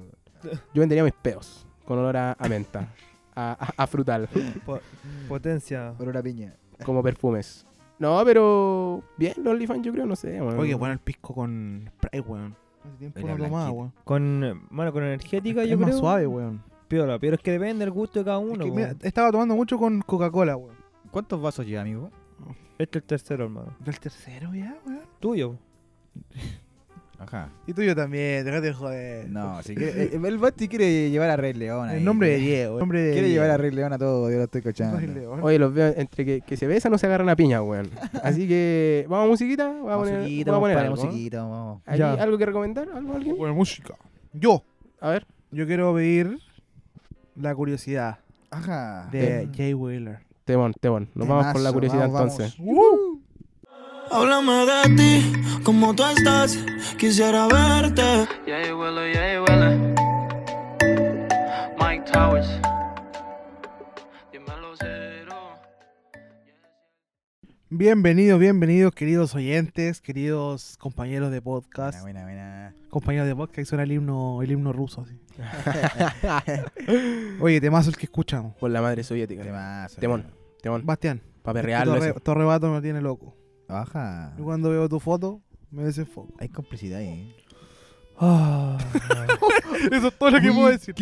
Speaker 2: Yo vendería mis peos con olor a, a menta, a, a- a frutal,
Speaker 5: Po- potencia.
Speaker 6: Por una piña.
Speaker 2: como perfumes. No, pero bien, los OnlyFans yo creo, no sé. weón.
Speaker 4: Oye, bueno, el pisco con spray, weón. Hace tiempo
Speaker 6: Era
Speaker 4: no tomaba,
Speaker 6: blanquito.
Speaker 4: weón.
Speaker 5: Con, eh, bueno, con energética
Speaker 4: Es
Speaker 5: yo
Speaker 4: más
Speaker 5: creo.
Speaker 4: suave, weón.
Speaker 5: Piola, pero es que depende del gusto de cada
Speaker 4: Es
Speaker 5: uno.
Speaker 4: que,
Speaker 5: po.
Speaker 4: mira, estaba tomando mucho con Coca-Cola, weón.
Speaker 6: ¿Cuántos vasos lleva, amigo?
Speaker 5: Este es el tercero, hermano.
Speaker 4: Del tercero ya, weón.
Speaker 5: Tuyo.
Speaker 6: Ajá.
Speaker 4: Y tú y yo también, déjate de joder.
Speaker 6: No, si quiere, eh, el Basti quiere llevar a Rey León. ahí.
Speaker 4: El nombre de Diego. El nombre de
Speaker 6: Quiere llevar a
Speaker 4: Diego.
Speaker 6: Rey León a todo, yo lo estoy
Speaker 4: Rey
Speaker 6: escuchando.
Speaker 4: León.
Speaker 2: Oye, los veo entre que, que se besan o se agarran a piña, weón. Así que, ¿vamos a musiquita? Vamos a poner, voy
Speaker 6: Musiquita,
Speaker 2: a
Speaker 6: vamos
Speaker 2: poner
Speaker 6: para
Speaker 2: algo, ¿no?
Speaker 6: musiquita, vamos.
Speaker 2: ¿Aquí
Speaker 5: Ya.
Speaker 2: ¿Algo que recomendar? ¿Algo alguien?
Speaker 4: Buena música. Yo,
Speaker 2: A ver.
Speaker 4: yo quiero pedir la curiosidad
Speaker 6: Ajá.
Speaker 4: de Jay Wheeler.
Speaker 2: Temón, temón. Nos vamos con la
Speaker 6: Temazo,
Speaker 2: curiosidad
Speaker 6: vamos, vamos.
Speaker 2: entonces.
Speaker 9: Háblame de ti, como tú estás, quisiera verte.
Speaker 10: Yeah, Willow, yeah, Willow. Mike Towers. Dímelo, cero.
Speaker 4: Bienvenidos, bienvenidos, queridos oyentes, queridos compañeros de podcast.
Speaker 6: Buena, buena, buena.
Speaker 4: compañero de podcast suena el himno, el himno ruso así. Oye, temazo el que escuchamos.
Speaker 2: Por la madre soviética.
Speaker 6: Temazo.
Speaker 2: Temón, temón.
Speaker 4: Bastián,
Speaker 2: Para
Speaker 4: es que
Speaker 2: perrearlo
Speaker 4: Torre,
Speaker 2: eso.
Speaker 4: Torrebato me tiene loco.
Speaker 6: Ajá.
Speaker 4: Yo cuando veo tu foto, me desenfoco.
Speaker 6: Hay complicidad ahí.
Speaker 4: Ah. Eso es todo lo que puedo decir.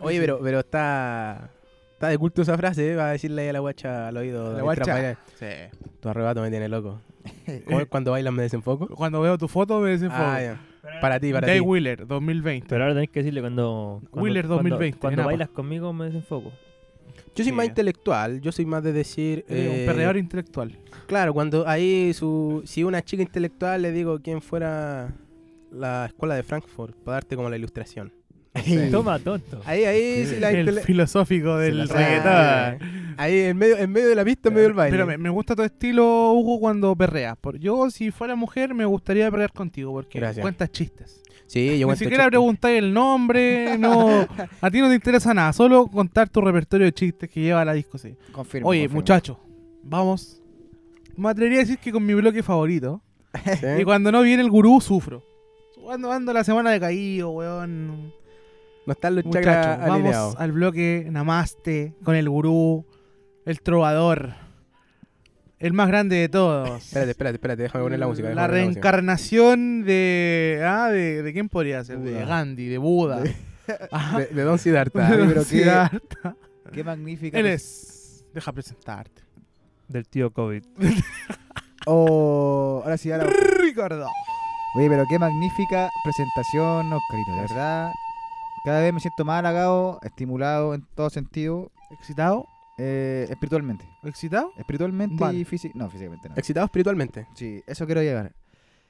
Speaker 2: Oye, pero, pero está. Está de culto esa frase, ¿eh? Va a decirle ahí a la guacha al oído.
Speaker 4: la
Speaker 2: mientras
Speaker 4: guacha.
Speaker 2: baila. Tu arrebato me tiene loco. ¿Cómo es cuando bailan me desenfoco?
Speaker 4: Cuando veo tu foto, me desenfoco.
Speaker 2: Ah, ya. Para ti, para ti.
Speaker 4: Jay Wheeler, 2020.
Speaker 5: Pero ahora tenés que decirle cuando. cuando-
Speaker 4: Wheeler
Speaker 5: cuando-
Speaker 4: 2020,
Speaker 5: Cuando,
Speaker 4: en APA.
Speaker 5: bailas conmigo me desenfoco.
Speaker 2: Yo soy más
Speaker 4: Sí.
Speaker 2: intelectual, yo soy más de decir.
Speaker 4: Eres
Speaker 2: eh,
Speaker 4: un perreador intelectual.
Speaker 2: Claro, cuando ahí su. Si una chica intelectual le digo quién fuera la escuela de Frankfurt, para darte como la ilustración.
Speaker 5: Toma, tonto.
Speaker 2: Ahí, ahí, si la
Speaker 4: el
Speaker 2: intele-
Speaker 4: filosófico del
Speaker 2: la
Speaker 4: reggaetón.
Speaker 2: sabe. Ahí, en medio, en medio de la pista, en medio del baile.
Speaker 4: Pero me, me gusta tu estilo, Hugo, cuando perreas. Por- Yo, si fuera mujer, me gustaría perrear contigo porque
Speaker 2: Gracias.
Speaker 4: cuentas chistes.
Speaker 2: Sí, yo
Speaker 4: Ni
Speaker 2: cuento
Speaker 4: siquiera
Speaker 2: chistes.
Speaker 4: preguntáis el nombre, no. A ti no te interesa nada, solo contar tu repertorio de chistes que lleva la disco. sí.
Speaker 6: Confirmo.
Speaker 4: Oye,
Speaker 6: confirmo.
Speaker 4: muchachos, vamos. Me atrevería a decir que con mi bloque favorito.
Speaker 2: ¿Eh?
Speaker 4: Y cuando no viene el gurú, sufro. Ando, ando la semana de caído, weón.
Speaker 2: No están los
Speaker 4: Muchachos,
Speaker 2: chakras
Speaker 4: vamos
Speaker 2: alineados.
Speaker 4: al bloque Namaste con el gurú, el trovador, el más grande de todos.
Speaker 2: Espérate, espérate, espérate, déjame poner la música.
Speaker 4: Mm, La
Speaker 2: déjame poner música.
Speaker 4: reencarnación de. Ah, de, de quién podría ser? De
Speaker 6: Buda.
Speaker 4: Gandhi, de Buda. Ajá.
Speaker 2: De, de Don Siddhartha.
Speaker 6: Oye, pero
Speaker 4: Sí,
Speaker 6: qué-
Speaker 4: harta.
Speaker 6: Qué magnífica.
Speaker 4: Él es. Deja presentarte.
Speaker 5: Del tío COVID.
Speaker 6: Oh, ahora sí, ahora.
Speaker 4: Ricardo.
Speaker 6: Oye, pero qué magnífica presentación, Oscarito, de
Speaker 2: Gracias.
Speaker 6: verdad. Cada vez me siento más halagado, estimulado en todo sentido,
Speaker 4: ¿Excitado?
Speaker 6: eh, espiritualmente.
Speaker 4: ¿Excitado?
Speaker 6: Espiritualmente
Speaker 4: Vale.
Speaker 6: y físicamente. No, físicamente no.
Speaker 2: Excitado espiritualmente.
Speaker 6: Sí, eso quiero llegar.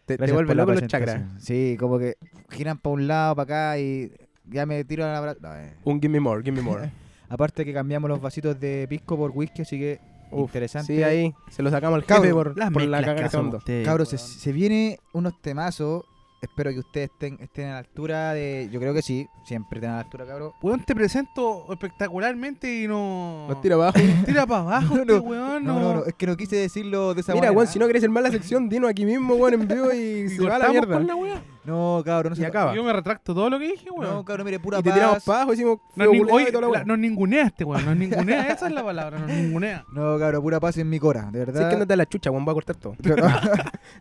Speaker 2: Te, te
Speaker 6: Gracias
Speaker 2: vuelve
Speaker 6: por la
Speaker 2: loco los chakras.
Speaker 6: presentación. Sí, como que giran para un lado, para acá y ya me tiro a la bra- no, eh.
Speaker 2: Un give me more, give me more.
Speaker 6: Aparte que cambiamos los vasitos de pisco por whisky, así que
Speaker 2: Uf,
Speaker 6: interesante.
Speaker 2: Sí, ahí. Se lo sacamos al jefe
Speaker 6: Cabros,
Speaker 2: por, por la cagada que se mandó.
Speaker 6: Cabros, se, se viene unos temazos. Espero que ustedes estén, estén a la altura de. Yo creo que sí, siempre estén a la altura, cabros.
Speaker 4: Weón, te presento espectacularmente y no.
Speaker 2: Nos tira abajo.
Speaker 4: Tira para abajo,
Speaker 6: No,
Speaker 4: este
Speaker 6: no,
Speaker 4: weón.
Speaker 6: No, no, no, es que no quise decirlo de esa
Speaker 2: Mira,
Speaker 6: manera.
Speaker 2: Juan, si no querés el mal la sección, dinos aquí mismo, Juan, en vivo y,
Speaker 4: Y
Speaker 2: se va a la
Speaker 4: cortamos
Speaker 2: mierda.
Speaker 4: con la weá.
Speaker 6: No, cabrón, no
Speaker 2: Y
Speaker 6: se
Speaker 2: acaba.
Speaker 4: Yo me retracto todo lo que dije,
Speaker 6: No,
Speaker 4: weón.
Speaker 6: cabrón, mire, pura
Speaker 2: Y te
Speaker 6: paz.
Speaker 2: tiramos para abajo, hicimos
Speaker 4: No,
Speaker 2: fuego
Speaker 4: ning-
Speaker 2: culiao
Speaker 4: oye,
Speaker 2: y toda la
Speaker 4: la-
Speaker 2: weá.
Speaker 4: nos ningunea este weón. Nos ningunea. Esa es la palabra, nos ningunea.
Speaker 6: No, cabrón, pura paz en mi cora, de
Speaker 2: Si es
Speaker 6: verdad.
Speaker 2: que andate a la chucha, Juan, va a cortar todo.
Speaker 6: Pero-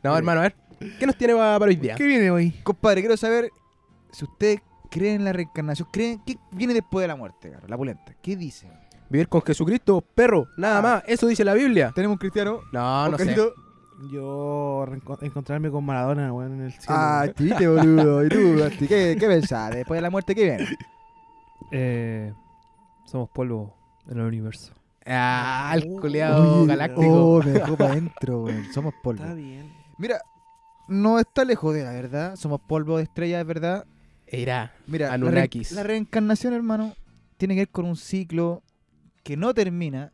Speaker 2: No, hermano, a ver. ¿Qué nos tiene para para hoy día?
Speaker 4: ¿Qué viene hoy?
Speaker 6: Compadre, quiero saber si ustedes creen en la reencarnación. ¿Creen qué viene después de la muerte, cabrón? La pulenta. ¿Qué dicen?
Speaker 2: Vivir con Jesucristo, perro, nada más. Eso dice la Biblia.
Speaker 6: Tenemos un cristiano.
Speaker 2: No, no sé.
Speaker 6: Oscarito.
Speaker 4: Yo reenco- encontrarme con Maradona, weón, en el cielo.
Speaker 6: Ah,
Speaker 4: weón.
Speaker 6: tite, boludo. ¿Y tú, Basti? ¿Qué, qué pensás? Después de la muerte, ¿qué viene?
Speaker 5: Eh, somos polvo en el universo.
Speaker 6: Ah, el
Speaker 4: culiao galáctico.
Speaker 6: Oh, me dejó para adentro, weón. Somos polvo.
Speaker 4: Está bien.
Speaker 6: Mira, no está lejos de la verdad. Somos polvo de estrella, es verdad.
Speaker 2: Era.
Speaker 6: Mira, la
Speaker 2: Anunnakis.
Speaker 6: re- La, reencarnación, hermano, tiene que ver con un ciclo que no termina.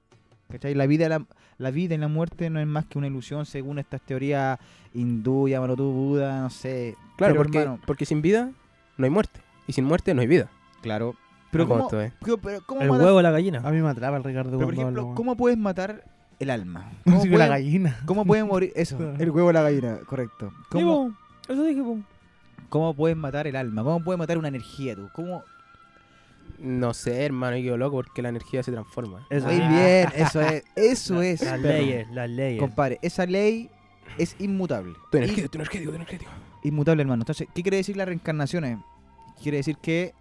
Speaker 6: ¿Cachai? La vida, la, la vida y la muerte no es más que una ilusión según estas teorías hindú, llámalo tú, Buda, no sé.
Speaker 2: Claro,
Speaker 6: Pero,
Speaker 2: porque,
Speaker 6: hermano,
Speaker 2: porque sin vida no hay muerte. Y sin muerte no hay vida.
Speaker 6: claro. Pero
Speaker 2: Ah, como
Speaker 6: ¿cómo,
Speaker 2: esto es.
Speaker 6: pero- pero ¿cómo
Speaker 5: El
Speaker 6: matar-
Speaker 5: huevo de la gallina.
Speaker 4: A mí me atrapa el Ricardo
Speaker 6: pero, por
Speaker 4: cuando
Speaker 6: ejemplo,
Speaker 4: habla,
Speaker 6: ¿cómo puedes matar el alma?
Speaker 4: weón. Sí,
Speaker 6: ¿Cómo
Speaker 4: con la
Speaker 6: puedes-
Speaker 4: gallina.
Speaker 6: ¿Cómo puede morir? Eso, el huevo a la gallina, correcto. ¿Cómo,
Speaker 5: Sí, po, Eso dije, po.
Speaker 6: ¿Cómo puedes matar el alma? ¿Cómo puedes matar una energía tú? ¿Cómo?
Speaker 2: No sé, hermano, yo quedo loco porque la energía se transforma.
Speaker 5: Eso
Speaker 6: Muy
Speaker 5: es.
Speaker 6: bien, eso es. Eso es.
Speaker 5: Las
Speaker 6: perro.
Speaker 5: leyes, las leyes.
Speaker 6: Compadre, esa ley es inmutable.
Speaker 2: Tu energía, tu energético, tu energético.
Speaker 6: Inmutable, hermano. Entonces, ¿qué quiere decir las reencarnaciones? Quiere decir que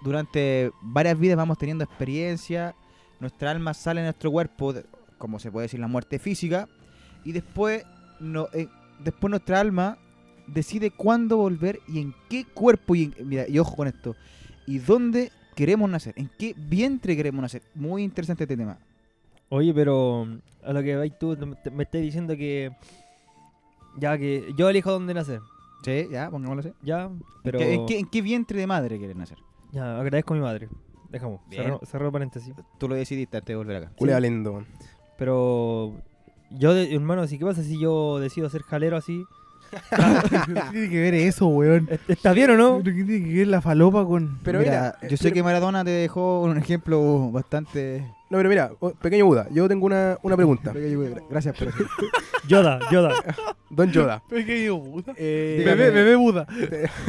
Speaker 6: durante varias vidas vamos teniendo experiencia, nuestra alma sale de nuestro cuerpo, de- como se puede decir, la muerte física, y después, no, eh, después nuestra alma decide cuándo volver y en qué cuerpo, y, en- mira, y ojo con esto, y dónde queremos nacer, en qué vientre queremos nacer. Muy interesante este tema.
Speaker 5: Oye, pero mm, a lo que vais tú, no me- te- me estás diciendo que. Ya que yo elijo dónde nacer.
Speaker 6: Sí, ya, pongámoslo así.
Speaker 5: Ya, pero.
Speaker 6: ¿En, qué, en qué vientre de madre quieres nacer?
Speaker 5: Ya, agradezco a mi madre. Dejamos.
Speaker 6: Bien.
Speaker 5: Cerró, cerró paréntesis.
Speaker 6: Tú lo decidiste antes de volver acá.
Speaker 2: Culea lindo.
Speaker 5: Pero. Yo, de- hermano, si ¿qué pasa si yo decido ser jalero así?
Speaker 4: ¿Qué tiene que ver eso, weón?
Speaker 5: ¿E- ¿Está bien o no?
Speaker 4: ¿Qué tiene que ver la falopa con...?
Speaker 2: Pero
Speaker 6: Mira,
Speaker 2: mira,
Speaker 6: yo sé que Maradona te dejó un ejemplo bastante.
Speaker 2: No, pero mira, oh, pequeño Buda, yo tengo una, una pregunta.
Speaker 6: Gracias, pero.
Speaker 5: Yoda, Yoda.
Speaker 2: Don Yoda.
Speaker 4: Pequeño Buda.
Speaker 2: eh,
Speaker 4: Bebé, bebé Buda.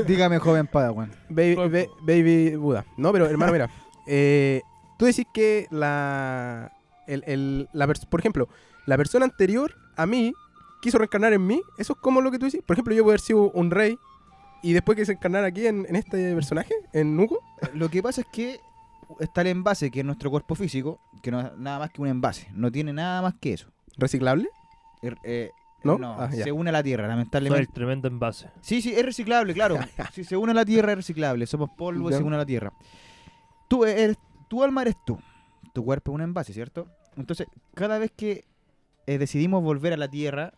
Speaker 6: Dígame, joven Padawan.
Speaker 2: Baby,
Speaker 4: Pronto.
Speaker 2: ba- baby Buda. No, pero hermano, mira. eh, tú decís que la. el- el- la pers- por ejemplo, la persona anterior a mí quiso reencarnar en mí. ¿Eso es como lo que tú decís? Por ejemplo, yo puedo haber sido un rey y después que se encarnara aquí en, en este personaje, en Nuco.
Speaker 6: Lo que pasa es que está el envase, que es nuestro cuerpo físico, que no es nada más que un envase. No tiene nada más que eso.
Speaker 2: ¿Reciclable?
Speaker 6: Er- eh,
Speaker 2: ¿No?
Speaker 6: ¿No?
Speaker 2: Ah, ya.
Speaker 6: se une a la tierra,
Speaker 5: Soy el
Speaker 6: lamentablemente.
Speaker 5: tremendo envase.
Speaker 6: Sí, sí, es reciclable, claro. si se une a la tierra, es reciclable. Somos polvo y
Speaker 2: Ya.
Speaker 6: se une a la tierra. Tú eh, eres, tu alma eres tú. Tu cuerpo es un envase, ¿cierto? Entonces, cada vez que eh, decidimos volver a la tierra,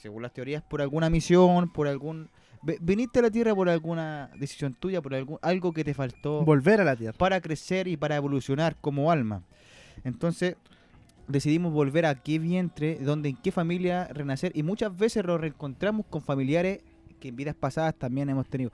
Speaker 6: según las teorías, por alguna misión, por algún. ve- Viniste a la tierra por alguna decisión tuya, por algún, algo que te faltó
Speaker 4: Volver a la Tierra.
Speaker 6: para crecer y para evolucionar como alma. Entonces decidimos volver a qué vientre, donde en qué familia renacer y muchas veces nos reencontramos con familiares que en vidas pasadas también hemos tenido.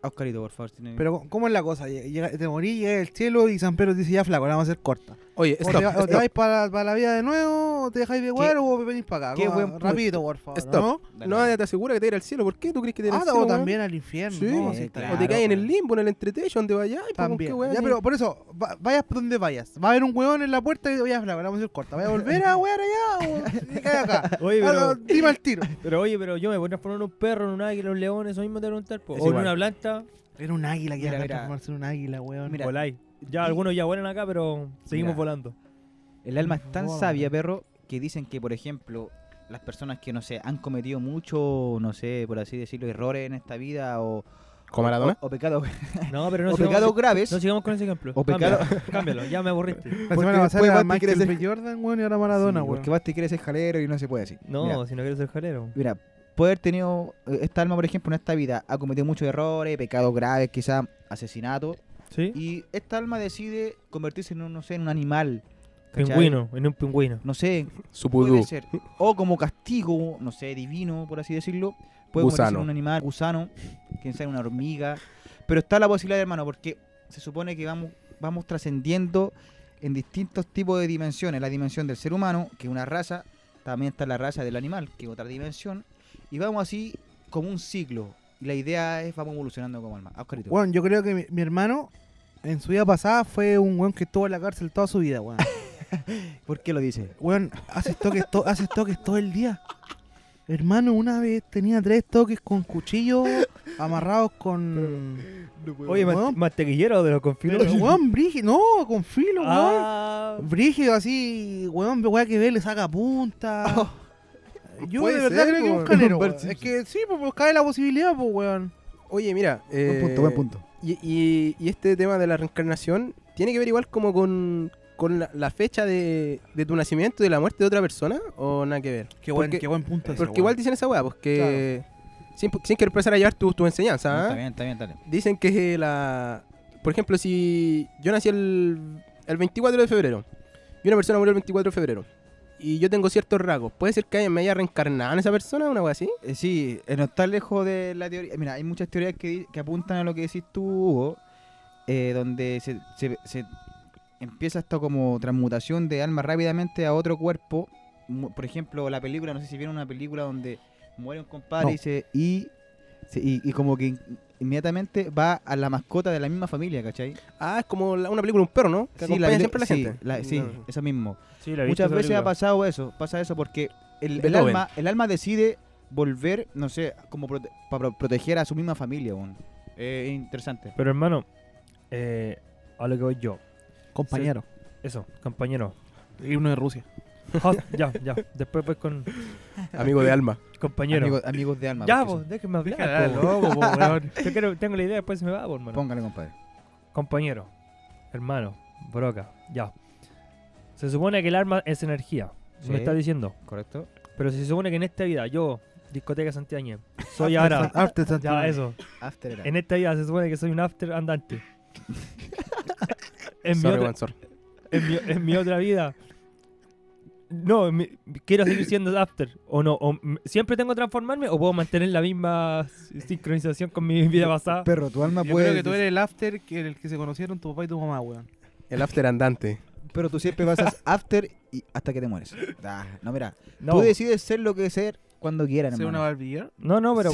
Speaker 6: Oscarito, por favor. tiene-
Speaker 4: Pero ¿cómo es la cosa? Llega- te morís, llega el cielo y San Pedro dice ya flaco, la vamos a hacer corta.
Speaker 2: Oye,
Speaker 4: O
Speaker 2: stop,
Speaker 4: te, o te
Speaker 2: stop.
Speaker 4: vais para, para la vida de nuevo, o te dejáis de jugar, o venís para acá.
Speaker 6: qué
Speaker 4: Como,
Speaker 6: buen punto.
Speaker 4: Rapidito, por favor.
Speaker 2: Stop.
Speaker 4: ¿no?
Speaker 6: Dale,
Speaker 2: No,
Speaker 6: dale.
Speaker 2: nadie te asegura que te irá al cielo. ¿Por qué tú crees que te irá
Speaker 4: Ah,
Speaker 2: al cielo?
Speaker 4: o
Speaker 2: weón?
Speaker 4: Ah, también al infierno.
Speaker 2: Sí,
Speaker 4: no,
Speaker 6: eh,
Speaker 4: está
Speaker 6: claro.
Speaker 2: O te
Speaker 4: bien.
Speaker 2: caes en el limbo, en el entretecho, donde vayas. pues,
Speaker 4: También.
Speaker 2: qué weón,
Speaker 4: Ya,
Speaker 2: sí.
Speaker 4: pero por eso, va- vayas por donde vayas. Va a haber un huevón en la puerta y digo, ya flaco, la vamos a hacer corta. Vaya a volver a huear allá o te caes acá.
Speaker 5: Oye,
Speaker 4: Ah,
Speaker 5: pero,
Speaker 4: no, dime al tiro.
Speaker 5: pero oye, pero yo me voy a transformar en un perro, en un águila, en un león, eso mismo te voy a preguntar. po.
Speaker 2: Es
Speaker 5: O en
Speaker 2: igual.
Speaker 5: una planta,
Speaker 4: Era un águila que
Speaker 6: Mira,
Speaker 4: iba a
Speaker 6: mira.
Speaker 4: transformarse en un águila, huevón.
Speaker 6: Mira,
Speaker 5: voláis. Ya algunos ya vuelan acá, pero seguimos
Speaker 6: Mira.
Speaker 5: volando.
Speaker 6: El alma es tan
Speaker 4: Wow.
Speaker 6: sabia, perro, que dicen que, por ejemplo, las personas que, no sé, han cometido mucho, no sé, por así decirlo, errores en esta vida o,
Speaker 2: ¿Con Maradona?
Speaker 6: o pecados
Speaker 5: No, pero
Speaker 6: o
Speaker 5: no
Speaker 6: pecados
Speaker 5: sigamos,
Speaker 6: graves.
Speaker 5: no sigamos con ese ejemplo.
Speaker 6: O pecado-
Speaker 5: Cámbialo, cámbialo, ya me aburriste.
Speaker 4: La
Speaker 6: porque
Speaker 4: semana pasada
Speaker 6: después
Speaker 4: era
Speaker 6: Basti quiere
Speaker 4: Michael
Speaker 6: ser-
Speaker 4: B. Jordan, huevón, y ahora Maradona,
Speaker 6: Sí,
Speaker 4: huevón.
Speaker 6: porque Basti quiere ser jalero y no se puede así.
Speaker 5: No,
Speaker 6: Mira.
Speaker 5: si no quieres ser jalero.
Speaker 6: Mira, puede haber tenido, eh, esta alma, por ejemplo, en esta vida ha cometido muchos errores, pecados graves, quizás asesinato,
Speaker 5: ¿Sí?
Speaker 6: y esta alma decide convertirse en un, no sé, en un animal. ¿cachai?
Speaker 5: Pingüino, en un pingüino.
Speaker 6: No sé,
Speaker 2: Su
Speaker 6: puede
Speaker 2: pudú.
Speaker 6: ser. O como castigo, no sé, divino, por así decirlo, puede convertirse
Speaker 2: Gusano.
Speaker 6: en un animal, gusano, quien sea una hormiga. Pero está la posibilidad, hermano, porque se supone que vamos, vamos trascendiendo en distintos tipos de dimensiones. La dimensión del ser humano, que es una raza, también está la raza del animal, que es otra dimensión. Y vamos así como un ciclo. Y la idea es vamos evolucionando como alma. Ah, Oscarito.
Speaker 4: Bueno, yo creo que mi, mi hermano en su vida pasada fue un weón que estuvo en la cárcel toda su vida, weón.
Speaker 6: ¿Por qué lo dice?
Speaker 4: Weón, haces toques, to- haces toques todo el día. Hermano, una vez tenía tres toques con cuchillo amarrados con.
Speaker 5: Oye, mante-
Speaker 4: Weón,
Speaker 5: mantequillero de los confinos.
Speaker 4: pero, weón, brígido. No, con filo, weón.
Speaker 5: Ah,
Speaker 4: Brígido así, weón, weá que ve, le saca punta. Yo
Speaker 2: Puede
Speaker 4: de verdad
Speaker 2: ser,
Speaker 4: creo que
Speaker 2: weón.
Speaker 4: un calero.
Speaker 2: Bart
Speaker 4: weón. Es que sí, pues, pues cae la posibilidad, pues, weón.
Speaker 2: Oye, mira.
Speaker 6: Buen
Speaker 2: eh,
Speaker 6: punto, buen punto.
Speaker 2: Y, y- y este tema de la reencarnación tiene que ver igual como con, con la, la fecha de, de tu nacimiento y de la muerte de otra persona o nada que ver.
Speaker 4: Qué buen,
Speaker 2: Porque-
Speaker 4: qué buen punto. ese,
Speaker 2: Porque
Speaker 4: weón.
Speaker 2: igual dicen esa weá, pues que sin, sin querer empezar a llevar tu, tu enseñanza. ¿ah?
Speaker 6: Está bien, está bien, dale.
Speaker 2: Dicen que eh, la. Por ejemplo, si yo nací el, el 24 de febrero y una persona murió el 24 de febrero y yo tengo ciertos rasgos, ¿puede ser que haya- me haya reencarnado en esa persona una wea así?
Speaker 6: Eh, sí, eh, no está lejos de la teoría. Mira, hay muchas teorías que, di- que apuntan a lo que decís tú, Hugo, eh, donde se, se- se empieza esta como transmutación de alma rápidamente a otro cuerpo. Mu- Por ejemplo, la película, no sé si vieron una película donde muere un compadre
Speaker 3: No.
Speaker 6: y, se, y, se- y, y como que in- inmediatamente va a la mascota de la misma familia, ¿cachai?
Speaker 2: Ah, es como la- una película, un perro, ¿no? Que acompaña
Speaker 6: peli-
Speaker 2: siempre a la
Speaker 6: sí,
Speaker 2: gente.
Speaker 6: la- sí,
Speaker 2: No.
Speaker 6: eso mismo.
Speaker 5: Sí, la he visto
Speaker 6: Muchas
Speaker 5: esa
Speaker 6: veces ha
Speaker 5: película.
Speaker 6: pasado eso, pasa eso porque el, el,
Speaker 2: Beethoven.
Speaker 6: alma, el alma decide volver, no sé, como prote- para proteger a su misma familia. weón. Eh, interesante.
Speaker 5: Pero hermano, eh, a lo que voy yo.
Speaker 4: Compañero.
Speaker 5: Eso, compañero.
Speaker 4: Y uno de Rusia.
Speaker 5: Hot, ya, ya. Después pues con
Speaker 2: Amigo de alma.
Speaker 5: compañero.
Speaker 6: Amigos, amigos de alma.
Speaker 5: ya,
Speaker 6: porque
Speaker 5: vos, déjeme hablar.
Speaker 4: Déjala,
Speaker 5: po.
Speaker 4: loco, po, weón.
Speaker 5: Yo quiero- tengo la idea, después se me va, po,
Speaker 6: son-
Speaker 5: hermano.
Speaker 6: Póngale, compadre.
Speaker 5: Compañero, hermano, broca, ya. Se supone que el arma es energía.
Speaker 6: Sí.
Speaker 5: Me está diciendo.
Speaker 6: ¿Correcto?
Speaker 5: Pero si se supone que en esta vida yo, discoteca Santiañez, soy ahora.
Speaker 4: After
Speaker 5: Ya,
Speaker 4: Santiago.
Speaker 5: eso.
Speaker 6: After era.
Speaker 5: En esta vida se supone que soy un after andante. en, mi
Speaker 2: Sorry,
Speaker 5: otra,
Speaker 2: Juan, sorry.
Speaker 5: en, mi, en mi otra vida. No, en mi- quiero seguir siendo after. O no, o m- siempre tengo que transformarme o puedo mantener la misma s- sincronización con mi vida pasada.
Speaker 6: Perro, tu alma
Speaker 4: Yo
Speaker 6: puede.
Speaker 4: creo que tú eres el after que el que se conocieron tu papá y tu mamá, weón.
Speaker 2: El after andante.
Speaker 6: Pero tú siempre vas a after y hasta que te mueres. Ah, no, mira.
Speaker 5: No,
Speaker 6: Tú decides ser lo que ser cuando quieran.
Speaker 4: ¿Ser una
Speaker 6: hermano.
Speaker 4: barbilla?
Speaker 5: no, no, pero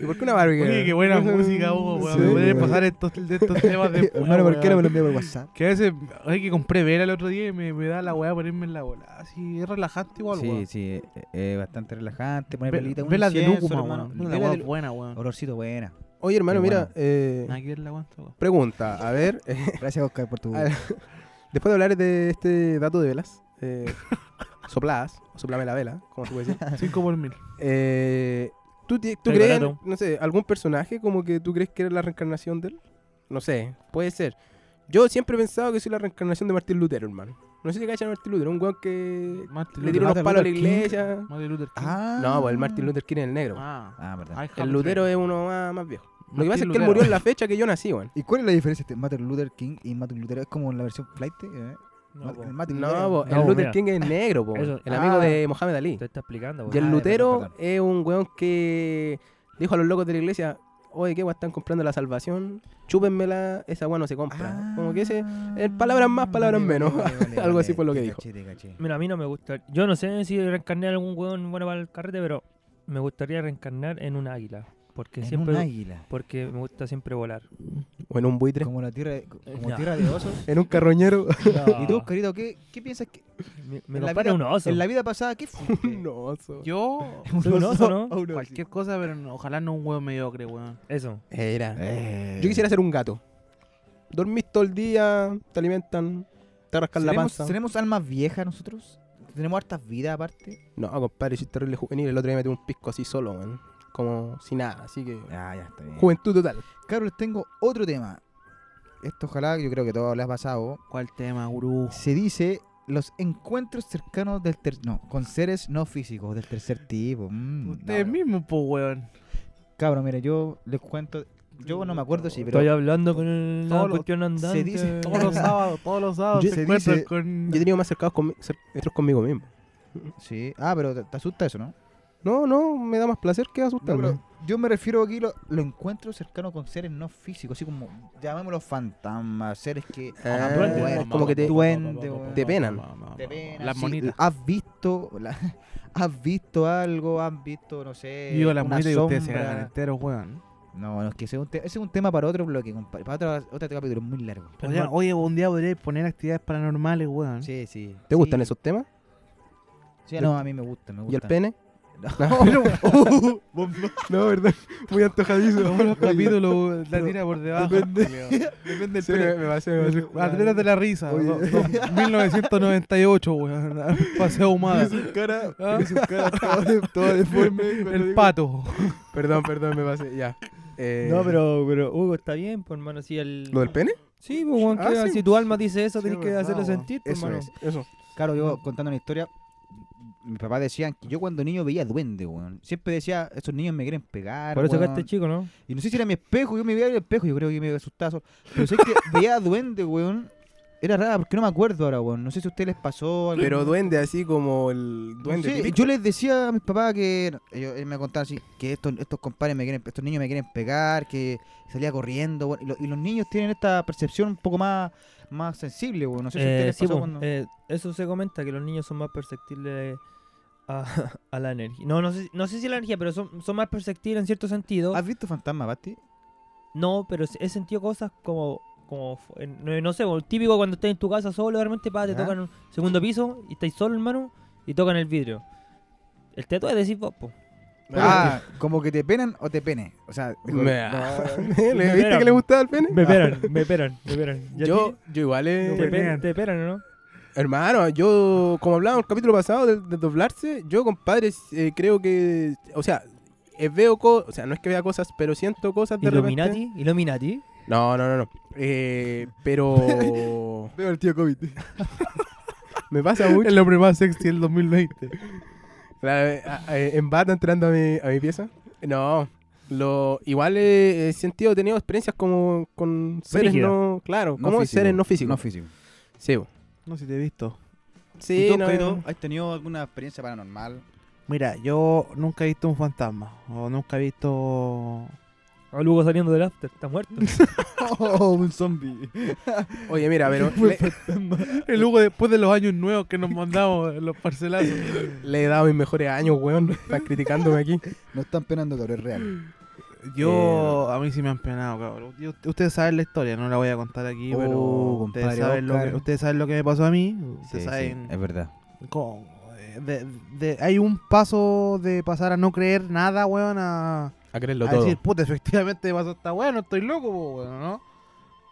Speaker 2: ¿Y por qué una Barbie?
Speaker 4: Oye, qué buena música, Hugo, weón. Me pueden
Speaker 6: weón.
Speaker 4: pasar estos, de estos temas de.
Speaker 6: Hermano, ¿por qué no me lo envió por WhatsApp?
Speaker 4: Que a veces, ay, que compré vela el otro día y me, me da la weá ponerme en la bola. Así, es relajante igual,
Speaker 6: Sí,
Speaker 4: weón.
Speaker 6: sí, eh, eh, bastante relajante. Poner
Speaker 4: Ve-
Speaker 6: velita, un
Speaker 4: velas de
Speaker 6: incienso,
Speaker 4: lúcuma,
Speaker 6: hermano.
Speaker 4: weón. Una
Speaker 6: Vela
Speaker 4: weá
Speaker 6: de lu-
Speaker 4: buena, weón.
Speaker 6: Olorcito buena.
Speaker 2: Oye, hermano,
Speaker 6: Qué
Speaker 2: mira, eh,
Speaker 4: Nada que ver la weá, esta weá.
Speaker 2: pregunta. A ver, eh,
Speaker 6: Gracias, Oscar, por
Speaker 5: Ah,
Speaker 6: tu.
Speaker 2: A ver, después de hablar de este dato de velas, eh, sopladas, o soplame la vela, como se puede decir.
Speaker 4: Cinco por mil.
Speaker 2: Eh, ¿Tú, ti- tú
Speaker 5: Está
Speaker 2: crees,
Speaker 5: barato.
Speaker 2: no sé, algún personaje como que tú crees que era la reencarnación de él? No sé, puede ser. Yo siempre he pensado que soy la reencarnación de Martín Lutero, hermano. No sé si cachan a Martín Lutero, un weón que
Speaker 4: Martin
Speaker 2: le
Speaker 4: Luther
Speaker 2: tiró unos
Speaker 6: Martin
Speaker 2: palos a la
Speaker 6: Luther King.
Speaker 2: iglesia.
Speaker 4: Martin Luther King.
Speaker 6: Ah.
Speaker 2: No, pues el Martín Luther King es el negro.
Speaker 4: Ah.
Speaker 6: Ah, verdad.
Speaker 4: I have
Speaker 2: el Lutero
Speaker 4: dream.
Speaker 2: es uno más, más viejo. Lo que
Speaker 4: Martín
Speaker 2: pasa es que él
Speaker 4: Lutero.
Speaker 2: murió en la fecha que yo nací, weón.
Speaker 6: ¿Y cuál es la diferencia entre Martin Luther King y Martin Luther? ¿Es como la versión flight? eh?
Speaker 5: No,
Speaker 6: Ma-
Speaker 5: po.
Speaker 6: el Martin Luther.
Speaker 2: No, po,
Speaker 5: No,
Speaker 2: el Luther
Speaker 5: mira.
Speaker 2: King es negro, po,
Speaker 5: Eso-
Speaker 2: el amigo
Speaker 6: Ah.
Speaker 2: de Mohamed Ali.
Speaker 5: te está explicando.
Speaker 2: Y
Speaker 5: weón.
Speaker 2: el
Speaker 6: Ah,
Speaker 2: Lutero
Speaker 6: perdón,
Speaker 2: es un weón que dijo a los locos de la iglesia, oye, ¿qué weón están comprando la salvación? Chúpenmela, esa weón no se compra.
Speaker 6: ah,
Speaker 2: Como que ese, eh, palabras más, palabras menos. Algo así fue lo que
Speaker 6: Te
Speaker 2: dijo.
Speaker 6: caché, te caché.
Speaker 5: Mira, a mí no me gusta. Yo no sé si reencarné a algún hueón bueno para el carrete, pero me gustaría reencarnar en un águila. Porque
Speaker 6: En
Speaker 5: siempre.
Speaker 6: un águila.
Speaker 5: Porque me gusta siempre volar.
Speaker 2: o en un buitre,
Speaker 6: Como la tierra de, como
Speaker 5: No.
Speaker 6: tierra de osos.
Speaker 2: en un carroñero.
Speaker 6: ¿Y tú, querido, qué, qué piensas que
Speaker 5: Me, me
Speaker 6: en, la
Speaker 5: compara
Speaker 6: vida,
Speaker 5: un oso.
Speaker 6: en la vida pasada? ¿Qué fue?
Speaker 2: un oso.
Speaker 4: Yo.
Speaker 5: Soy un oso, ¿no?
Speaker 4: Cualquier cosa, pero no- ojalá no un weón mediocre, weón.
Speaker 5: Eso.
Speaker 2: Era.
Speaker 6: Eh.
Speaker 2: Yo quisiera ser un gato. Dormís todo el día, te alimentan, te rascan la
Speaker 6: ¿Seremos,
Speaker 2: panza.
Speaker 6: ¿Seremos almas viejas nosotros? ¿Tenemos hartas vidas aparte?
Speaker 2: No, compadre, soy terrible juvenil. El otro día me metí un pisco así solo, weón. Como sin nada, así que...
Speaker 6: Ah, ya está bien.
Speaker 2: Juventud total.
Speaker 6: Carlos, tengo otro tema. Esto ojalá, yo creo que todo lo has pasado.
Speaker 4: ¿Cuál tema, gurú?
Speaker 6: se dice los encuentros cercanos del ter no, con seres no físicos del tercer tipo. Mm,
Speaker 4: Ustedes
Speaker 6: no,
Speaker 4: mismos, po, weón.
Speaker 6: Cabrón, mira, yo les cuento, yo no me acuerdo si,
Speaker 5: Estoy
Speaker 6: pero
Speaker 5: hablando con el, la
Speaker 4: Todos los-
Speaker 5: cuestión andante.
Speaker 6: se dice-
Speaker 4: Todos los sábados, todos los sábados
Speaker 6: Yo-
Speaker 4: se
Speaker 6: se
Speaker 4: encuentran
Speaker 6: dice-
Speaker 4: con.
Speaker 2: Yo he tenido más cercados conmi- cer- cercanos conmigo mismo.
Speaker 6: sí, ah, pero te, te asusta eso, ¿no?
Speaker 2: No, no, me da más placer que
Speaker 6: No,
Speaker 2: asustarme.
Speaker 6: pero yo me refiero aquí lo, los encuentros cercanos con seres no físicos, así como llamémoslos fantasmas, seres que
Speaker 2: Ah,
Speaker 6: han
Speaker 5: duendes,
Speaker 6: muerto,
Speaker 2: es como que te-
Speaker 6: duende, weón.
Speaker 2: te penan.
Speaker 6: Te penan,
Speaker 4: Las
Speaker 6: sí,
Speaker 4: monitas.
Speaker 6: has visto la- has visto algo, has visto, no sé,
Speaker 4: Digo las
Speaker 6: una
Speaker 4: monitas y ustedes se
Speaker 6: sombra.
Speaker 4: cagan enteros, weón.
Speaker 6: No, no, es que ese es un, te- ese es un tema para otro bloque, compadre. Para otro, otro capítulo, es muy largo.
Speaker 4: Oye, oye, un día podríais poner actividades paranormales, weón.
Speaker 6: Sí, sí.
Speaker 2: ¿Te gustan
Speaker 6: Sí,
Speaker 2: esos temas?
Speaker 6: Sí, no, a mí me gusta, me gusta.
Speaker 2: ¿Y el pene? No, verdad, muy antojadizo.
Speaker 4: Como los capítulos, la tira por debajo.
Speaker 2: Ah, Depende del Ah, sí, me, me pasé, me pasé.
Speaker 4: Atletas de la risa. do- do- 1998, weón. Paseo humada.
Speaker 6: cara, hizo un
Speaker 2: Ah.
Speaker 6: cara todo, de- todo deforme. cuando
Speaker 4: El
Speaker 6: digo-
Speaker 4: pato.
Speaker 2: Perdón, perdón, me pasé, ya. Eh,
Speaker 5: No, pero, pero Hugo está bien, pues hermano. Si, el...
Speaker 2: ¿Lo del pene?
Speaker 5: sí, pues, weón,
Speaker 2: Ah,
Speaker 5: que-
Speaker 2: sí.
Speaker 5: si tu alma dice eso,
Speaker 2: Sí,
Speaker 5: tenés que
Speaker 2: verdad,
Speaker 5: hacerlo
Speaker 2: weón.
Speaker 5: sentir, pues,
Speaker 2: Eso
Speaker 5: hermano.
Speaker 2: es, eso.
Speaker 6: Claro,
Speaker 5: Mm.
Speaker 6: yo contando una historia, mis papás decían que yo cuando niño veía duende, weón. Siempre decía, estos niños me quieren pegar,
Speaker 5: Por eso que
Speaker 6: weón".
Speaker 5: este chico, ¿no?
Speaker 6: Y no sé si era mi espejo, yo me veía en el espejo, yo creo que me asustazo. Pero sé que veía duende, weón. Era rara porque no me acuerdo ahora, weón. No sé si a ustedes les pasó algo.
Speaker 2: Pero duende, así como el duende.
Speaker 6: Sí,
Speaker 2: típico.
Speaker 6: yo les decía a mis papás que ellos, ellos me contaban así, que estos, estos compadres me quieren, estos niños me quieren pegar, que salía corriendo, bueno, y, lo- y los niños tienen esta percepción un poco más, más sensible, bueno, no sé si a ustedes
Speaker 5: Eh,
Speaker 6: les
Speaker 5: sí,
Speaker 6: pasó
Speaker 5: po,
Speaker 6: cuando-
Speaker 5: eh, eso se comenta, que los niños son más perceptibles a, a la energía. No, no sé, no sé si la energía, pero son, son más perceptibles en cierto sentido.
Speaker 6: ¿Has visto fantasma, Basti?
Speaker 5: No, pero he sentido cosas como... como fu- eh, no, no sé, el típico cuando estás en tu casa solo, realmente pa, te
Speaker 6: Ya.
Speaker 5: tocan un segundo piso y estáis solo, hermano, y tocan el vidrio. El teto es decir vos, po.
Speaker 6: Ah, como que te penan o te pene. O sea, digo,
Speaker 2: Me-
Speaker 6: no,
Speaker 2: ¿Le viste que le gustaba el pene? Ah,
Speaker 5: Me peran, me peran, me peran. ¿Y a
Speaker 2: Yo,
Speaker 5: ti?
Speaker 2: yo igual eh,
Speaker 5: Te, pe- te peran, ¿o ¿no?
Speaker 2: Hermano, yo, como hablábamos el capítulo pasado del de doblarse, yo, compadre, eh, creo que, o sea, eh, veo cosas, o sea, no es que vea cosas, pero siento cosas de repente.
Speaker 5: Illuminati, Illuminati.
Speaker 2: No, no, no, no. Eh, pero
Speaker 6: veo al tío COVID.
Speaker 2: me pasa mucho.
Speaker 4: Es lo primero sexy del 2020.
Speaker 2: La- eh, eh, en bata entrando a mi, a mi pieza. No, lo, igual eh, he sentido, he tenido experiencias como con seres
Speaker 4: Brígidas.
Speaker 2: no, claro, como seres no físicos.
Speaker 6: No físico.
Speaker 2: sí, bo.
Speaker 4: No sé si te he visto.
Speaker 2: sí,
Speaker 6: ¿Y tú,
Speaker 2: no,
Speaker 6: Pedro, has tenido alguna experiencia paranormal?
Speaker 4: Mira, yo nunca he visto un fantasma. O nunca he visto.
Speaker 5: A Ah, Lugo saliendo del after, está muerto.
Speaker 6: oh, un zombie.
Speaker 2: Oye, mira, pero le,
Speaker 4: El Hugo después de los años nuevos que nos mandamos en los parcelazos.
Speaker 2: le he dado mis mejores años, weón. Estás criticándome aquí.
Speaker 6: No están penando, pero es real.
Speaker 4: Yo, a mí sí me han penado, cabrón. Yo- ustedes saben la historia, no la voy a contar aquí,
Speaker 6: Oh,
Speaker 4: pero ustedes
Speaker 6: compadre
Speaker 4: saben, lo que,
Speaker 6: Oscar.
Speaker 4: ustedes saben lo que me pasó a mí. Ustedes saben.
Speaker 6: es verdad.
Speaker 4: con- eh, de- de- hay un paso de pasar a no creer nada, weón, a,
Speaker 2: A creerlo
Speaker 4: a
Speaker 2: todo.
Speaker 4: decir, puta, efectivamente me pasó esta weón, no estoy loco, po, weón, ¿no?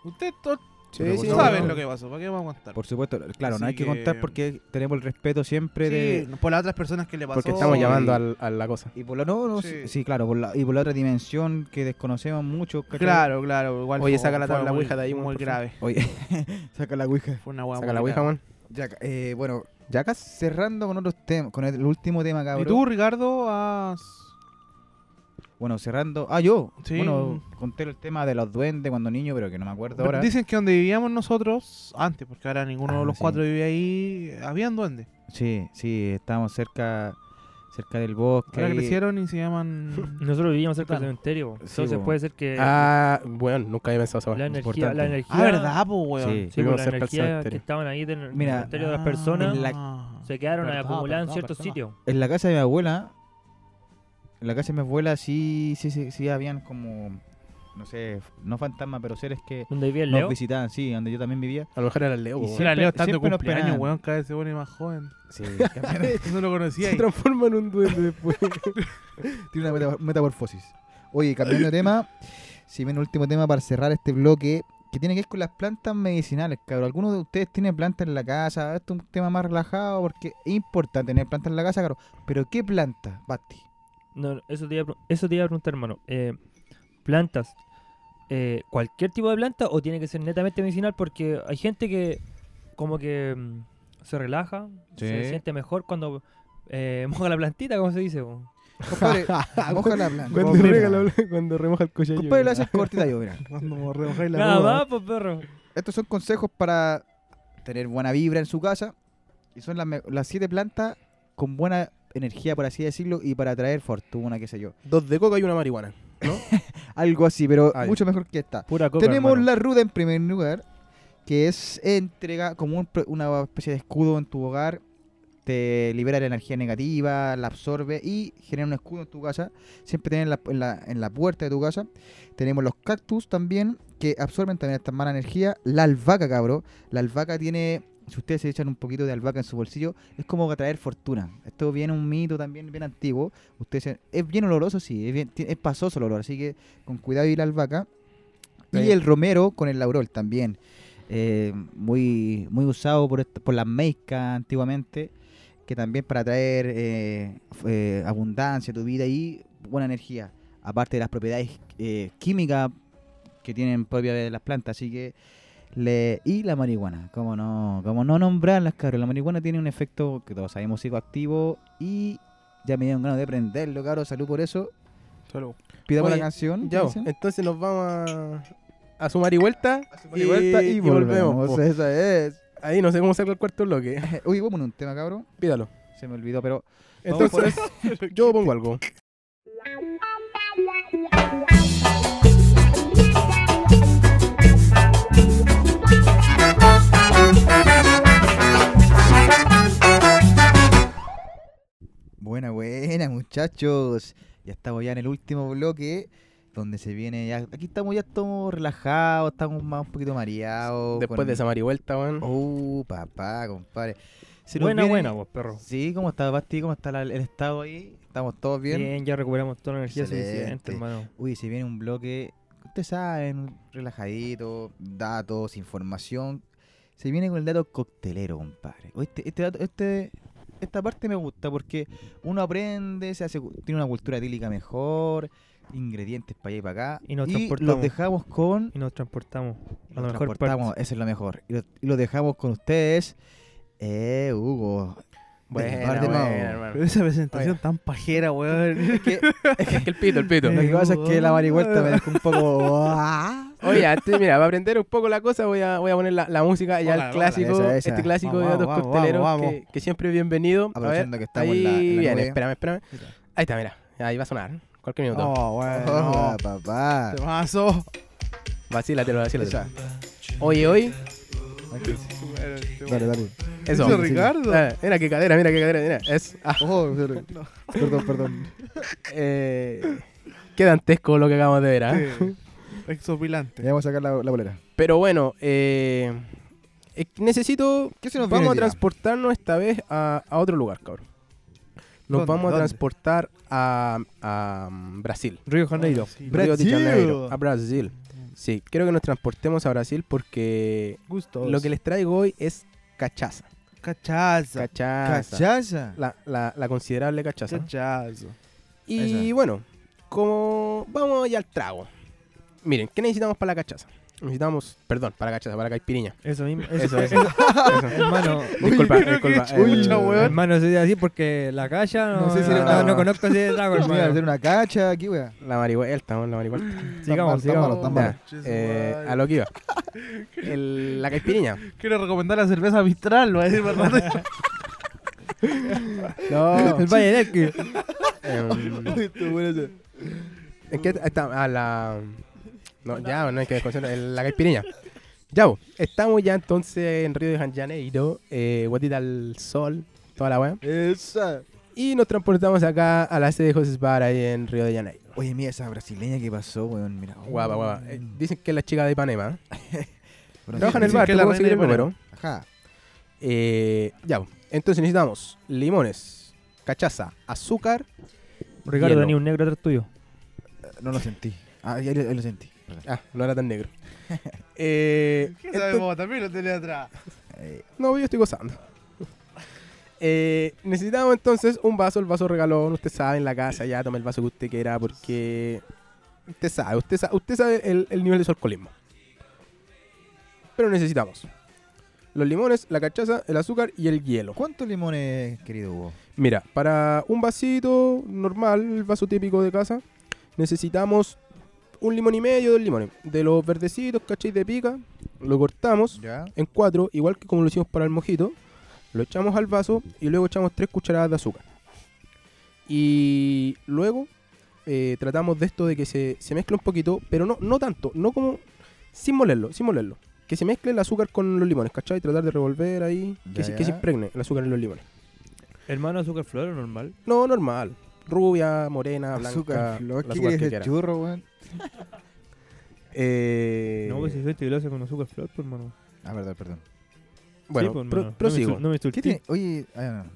Speaker 4: Ustedes to-
Speaker 2: Sí, sí,
Speaker 4: saben
Speaker 2: no.
Speaker 4: lo que pasó, ¿para qué vamos a contar?
Speaker 6: Por supuesto, claro,
Speaker 4: Así
Speaker 6: no hay que,
Speaker 4: que-
Speaker 6: contar porque tenemos el respeto siempre
Speaker 4: Sí,
Speaker 6: de...
Speaker 4: por las otras personas que le pasó.
Speaker 2: Porque estamos
Speaker 6: y-
Speaker 2: llamando al- a la cosa.
Speaker 6: Y por la... No, no,
Speaker 4: Sí.
Speaker 6: sí, sí, claro, por la, y por la otra dimensión que desconocemos mucho. ¿cachai?
Speaker 4: Claro, claro, igual
Speaker 2: Oye,
Speaker 4: fue-
Speaker 2: saca la
Speaker 4: fue
Speaker 2: tabla
Speaker 4: muy-
Speaker 2: Ouija de ahí,
Speaker 4: Muy
Speaker 2: por favor.
Speaker 4: grave.
Speaker 6: Oye, saca la ouija.
Speaker 4: Fue una weón.
Speaker 2: Saca la ouija, weón.
Speaker 6: Ya, eh, bueno,
Speaker 2: ¿Yacas?
Speaker 6: cerrando con otros temas, con el último tema,
Speaker 4: ¿Y
Speaker 6: cabrón.
Speaker 4: tú, Ricardo, has
Speaker 6: Bueno, cerrando... Ah, yo.
Speaker 4: Sí.
Speaker 6: Bueno, conté el tema de los duendes cuando niño, pero que no me acuerdo
Speaker 4: Pero
Speaker 6: ahora.
Speaker 4: Dicen que donde vivíamos nosotros, antes, porque ahora ninguno de
Speaker 6: Ah,
Speaker 4: los
Speaker 6: sí.
Speaker 4: cuatro vivía ahí, habían duendes.
Speaker 6: Sí, sí, estábamos cerca cerca del bosque.
Speaker 4: Ahora
Speaker 6: ahí.
Speaker 4: crecieron y se llaman...
Speaker 5: Nosotros vivíamos cerca
Speaker 4: Claro.
Speaker 5: del cementerio,
Speaker 6: Sí,
Speaker 5: entonces
Speaker 6: po.
Speaker 5: puede ser que
Speaker 2: Ah, bueno, nunca había pensado esa
Speaker 5: la
Speaker 2: weá.
Speaker 5: energía,
Speaker 6: importante.
Speaker 5: la energía,
Speaker 4: Ah, ¿verdad, po, weón?
Speaker 6: Sí.
Speaker 5: Sí, po,
Speaker 2: Vivimos cerca
Speaker 5: la
Speaker 2: del
Speaker 5: energía que
Speaker 2: cementerio.
Speaker 5: estaban ahí del el
Speaker 6: Mira,
Speaker 5: cementerio de las
Speaker 4: Ah.
Speaker 5: personas
Speaker 6: en la-
Speaker 5: se quedaron
Speaker 4: Perdón,
Speaker 5: acumuladas en
Speaker 4: perdón,
Speaker 5: ciertos
Speaker 4: perdón.
Speaker 5: sitios.
Speaker 6: En la casa de mi abuela, en la casa de mi abuela sí, sí, sí, sí habían como, no sé, no fantasmas, pero seres que
Speaker 5: Donde vivía el
Speaker 6: nos
Speaker 5: Leo.
Speaker 6: visitaban, sí, donde yo también vivía.
Speaker 2: A lo mejor era el Leo,
Speaker 6: Y
Speaker 2: weón.
Speaker 6: sí.
Speaker 4: Era Leo estando
Speaker 6: siempre nos
Speaker 4: cumpleaños,
Speaker 6: penaban.
Speaker 4: weón, cada vez se pone más joven.
Speaker 6: Sí,
Speaker 4: No lo conocía.
Speaker 2: Se
Speaker 4: ahí.
Speaker 2: transforma en un duende después.
Speaker 6: tiene una meta- metamorfosis. Oye, cambiando de tema, si bien último tema para cerrar este bloque, que tiene que ver con las plantas medicinales, cabrón. ¿Alguno de ustedes tiene plantas en la casa? Esto es un tema más relajado porque es importante tener plantas en la casa, cabrón. Pero ¿qué planta, Basti?
Speaker 5: No, no, eso te iba a, pre- eso te iba a preguntar, hermano. Eh, plantas. eh, ¿Cualquier tipo de planta o tiene que ser netamente medicinal? Porque hay gente que como que mm, se relaja, se
Speaker 6: Sí.
Speaker 5: siente mejor cuando eh, moja la plantita, como se dice. po.
Speaker 6: Compadre, moja la planta.
Speaker 2: Cuando,
Speaker 6: Compadre,
Speaker 2: rega la- cuando remoja el cuchillo.
Speaker 6: Compadre, lo haces cortita yo, mira.
Speaker 4: Cuando remojáis la
Speaker 5: Nada
Speaker 4: uva.
Speaker 5: más, pues perro.
Speaker 6: Estos son consejos para tener buena vibra en su casa. Y son las, me- las siete plantas con buena energía, por así decirlo, y para traer fortuna, qué sé yo.
Speaker 2: Dos de coca y una marihuana.
Speaker 6: Algo así, pero
Speaker 2: Ay.
Speaker 6: mucho mejor que esta.
Speaker 5: Pura coca,
Speaker 6: Tenemos
Speaker 5: hermano.
Speaker 6: la ruda en primer lugar, que es entrega como un pro- una especie de escudo en tu hogar. Te libera la energía negativa, la absorbe y genera un escudo en tu casa. Siempre tener en la, en, la, en la puerta de tu casa. Tenemos los cactus también, que absorben también esta mala energía. La albahaca, cabro. La albahaca tiene si ustedes se echan un poquito de albahaca en su bolsillo, es como atraer fortuna. Esto viene un mito también bien antiguo. Ustedes se- es bien oloroso, sí, es, bien, ti- es pasoso el olor, así que con cuidado y la albahaca. Y
Speaker 2: Sí.
Speaker 6: el romero con el laurel también. eh, muy, muy usado por, est- por las meicas antiguamente, que también para traer eh, f- eh, abundancia a tu vida y buena energía. Aparte de las propiedades eh, químicas que tienen propias de las plantas, así que le- y la marihuana, como no, como no nombrarlas, cabros. La marihuana tiene un efecto que todos sabemos psicoactivo y ya me dieron ganas de prenderlo, cabros. Salud por eso.
Speaker 2: Salud.
Speaker 6: Pidamos
Speaker 2: Oye,
Speaker 6: la
Speaker 2: Ya,
Speaker 6: canción. ¿qué
Speaker 2: vos,
Speaker 6: dicen?
Speaker 2: entonces nos vamos a, a sumar y vuelta. pues.
Speaker 6: Y, vuelta y, volvemos.
Speaker 2: po.
Speaker 6: Esa es.
Speaker 2: Ahí no sé cómo sacar el cuarto bloque.
Speaker 6: Uy, vamos un tema, cabrón.
Speaker 2: Pídalo.
Speaker 6: Se me olvidó, pero
Speaker 2: Entonces, yo pongo algo.
Speaker 6: Buena, buena, muchachos. Ya estamos ya en el último bloque, donde se viene ya. Aquí estamos ya estamos relajados, estamos más un poquito mareados.
Speaker 2: Después
Speaker 6: con-
Speaker 2: de esa marihuelta, weón.
Speaker 6: Oh, papá, compadre. Se nos
Speaker 5: Buena,
Speaker 6: viene-
Speaker 5: buena, vos, perro.
Speaker 6: Sí, ¿cómo está, Basti? ¿Cómo está la- el estado ahí? ¿Estamos todos bien?
Speaker 5: Bien. ya recuperamos toda la energía
Speaker 6: Excelente.
Speaker 5: suficiente, hermano.
Speaker 6: Uy, se viene un bloque, ustedes saben, relajadito, datos, información. Se viene con el dato coctelero, compadre. O Este, este dato, este, esta parte me gusta porque uno aprende, se hace, tiene una cultura etílica mejor, ingredientes para allá y para acá.
Speaker 5: Y nos
Speaker 6: los
Speaker 5: transportamos.
Speaker 6: dejamos con
Speaker 5: Y nos transportamos a
Speaker 6: lo
Speaker 5: la mejor parte.
Speaker 6: Eso es lo mejor. Y lo, y lo dejamos con ustedes. Eh, Hugo.
Speaker 2: Buena,
Speaker 6: Del Bar de
Speaker 2: buena,
Speaker 6: Mao.
Speaker 2: hermano.
Speaker 4: Pero esa presentación tan pajera, weón.
Speaker 6: Es que
Speaker 2: Es que el pito, el pito.
Speaker 6: lo que pasa es que la marihuana me dejó un poco. ah,
Speaker 2: Oye, antes, mira, para aprender un poco la cosa, voy a, voy a poner la, la música, ya
Speaker 4: Hola,
Speaker 2: el
Speaker 4: hola,
Speaker 2: clásico,
Speaker 6: esa, esa.
Speaker 2: este clásico
Speaker 4: Vamos,
Speaker 2: de datos
Speaker 4: vamos,
Speaker 2: costeleros
Speaker 4: vamos,
Speaker 2: que- Que, siempre es bienvenido. A ver,
Speaker 6: Aprovechando que estamos en
Speaker 2: ahí
Speaker 6: la, en la
Speaker 2: viene,
Speaker 6: nube.
Speaker 2: espérame, espérame. Ahí está, mira, ahí va a sonar, cualquier minuto.
Speaker 4: Oh, weón.
Speaker 6: Oh,
Speaker 4: no.
Speaker 6: papá.
Speaker 4: Temazo.
Speaker 2: Vacílatelo, vacílatelo.
Speaker 6: Esa.
Speaker 2: Oye, hoy,
Speaker 6: Dale, dale.
Speaker 2: eso.
Speaker 4: Eso, Ricardo.
Speaker 2: Ah, mira qué cadera, mira qué cadera, mira. Es, ah,
Speaker 6: Oh, sorry. perdón, perdón.
Speaker 2: eh, qué dantesco lo que acabamos de ver, ¿ah?
Speaker 4: Sí. Exopilante.
Speaker 6: Vamos a sacar la, la bolera.
Speaker 2: Pero bueno, eh, eh, necesito.
Speaker 6: ¿Qué se nos
Speaker 2: vamos a
Speaker 6: viene,
Speaker 2: transportarnos esta vez a, a otro lugar, cabrón. Nos
Speaker 4: ¿Dónde?
Speaker 2: vamos a
Speaker 4: ¿Dónde?
Speaker 2: transportar a, a, mm, Brasil.
Speaker 5: Río de Janeiro.
Speaker 4: Sí.
Speaker 2: Río de
Speaker 6: Brasil.
Speaker 2: Janeiro, a Brasil. Sí, quiero que nos transportemos a Brasil porque
Speaker 4: Gustos.
Speaker 2: lo que les traigo hoy es cachaza.
Speaker 4: Cachaza.
Speaker 2: Cachaza.
Speaker 6: Cachaza.
Speaker 2: La, la- la considerable cachaza.
Speaker 4: Cachazo.
Speaker 2: Y
Speaker 6: Esa.
Speaker 2: bueno, como vamos ya al trago. Miren, ¿qué necesitamos para la cachaza? Necesitamos, perdón, para la cachaza, para la caipiriña.
Speaker 5: Eso mismo.
Speaker 2: Eso,
Speaker 5: Eso,
Speaker 2: eso.
Speaker 5: eso. hermano.
Speaker 2: Disculpa, disculpa.
Speaker 4: chucha,
Speaker 2: eh,
Speaker 4: weón.
Speaker 5: Hermano, se dice así porque la calla no,
Speaker 6: No sé si era
Speaker 5: no-
Speaker 2: una-
Speaker 5: no conozco ese trago,
Speaker 6: Vamos a hacer
Speaker 5: hermano.
Speaker 6: una cacha aquí, wea.
Speaker 2: La marihuelta, weón, la marihuelta.
Speaker 5: Sigamos,
Speaker 6: Tan malo,
Speaker 5: sigamos.
Speaker 6: tan malo, tan malo.
Speaker 2: Ya, eh, a lo que iba. El- la caipiriña.
Speaker 4: Quiero recomendar la cerveza Mistral, lo voy a decir para rato.
Speaker 2: No.
Speaker 5: El Valle del que
Speaker 2: Em, ¿En qué está? A la. No, ya, no hay que desconcentrar. el- La caipiriña. Ya, bo, estamos ya entonces en Río de Janeiro, eh, guatita al sol, toda la weá.
Speaker 6: Esa.
Speaker 2: Y nos transportamos acá a la sede de José Bar ahí en Río de Janeiro.
Speaker 6: Oye, mira esa brasileña que pasó, weón. Mira.
Speaker 2: Guapa, guapa. Eh, dicen que es la chica de Ipanema. ¿eh?
Speaker 6: Pero
Speaker 2: Trabaja en el
Speaker 6: sí,
Speaker 2: bar,
Speaker 4: que
Speaker 2: te
Speaker 4: la
Speaker 2: puedo
Speaker 4: reina
Speaker 2: seguir el
Speaker 4: de Ipanema.
Speaker 2: número.
Speaker 6: Ajá.
Speaker 2: Eh, ya, bo. entonces necesitamos limones, cachaza, azúcar.
Speaker 5: Ricardo,
Speaker 2: Hielo.
Speaker 5: tenía un negro atrás tuyo.
Speaker 6: Eh, No lo sentí. Ah, ahí, ahí lo sentí. Perdón.
Speaker 2: Ah, no era tan negro. Eh,
Speaker 4: ¿Qué
Speaker 2: entonces-
Speaker 4: sabemos? También lo tenía atrás.
Speaker 6: Eh,
Speaker 2: No, yo estoy gozando. Eh, necesitamos entonces un vaso, el vaso regalón. Usted sabe en la casa, ya tome el vaso que usted quiera, porque usted sabe, usted sabe, usted sabe el, el nivel de su alcoholismo. Pero necesitamos los limones, la cachaza, el azúcar y el hielo.
Speaker 6: ¿Cuántos limones, querido Hugo?
Speaker 2: Mira, para un vasito normal, el vaso típico de casa, necesitamos un limón y medio del limón. De los verdecitos, cachis de pica, lo cortamos
Speaker 6: Ya.
Speaker 2: en cuatro, igual que como lo hicimos para el mojito, lo echamos al vaso y luego echamos tres cucharadas de azúcar. Y luego eh, tratamos de esto de que se, se mezcle un poquito, pero no, no tanto, no como sin molerlo, sin molerlo. Que se mezcle el azúcar con los limones, ¿cachai? Tratar de revolver ahí, que,
Speaker 6: Ya,
Speaker 2: se, que
Speaker 6: ya.
Speaker 2: se impregne el azúcar en los limones.
Speaker 5: Hermano, azúcar flor o normal.
Speaker 2: No, normal. Rubia, morena, blanca,
Speaker 6: Azúcar, flor.
Speaker 2: el azúcar
Speaker 6: ¿Qué
Speaker 2: que
Speaker 6: quieres el
Speaker 2: quiera.
Speaker 6: churro, weón?
Speaker 2: Eh,
Speaker 6: Eh,
Speaker 5: No, pues si soy tibiloso con azúcar flor, pues, hermano.
Speaker 6: Ah, verdad, perdón.
Speaker 2: Bueno,
Speaker 5: pues,
Speaker 2: pro-
Speaker 5: hermano,
Speaker 2: prosigo.
Speaker 5: No me, insul- no me
Speaker 6: ¿Qué
Speaker 5: insultes.
Speaker 6: tiene? Oye, ah, no.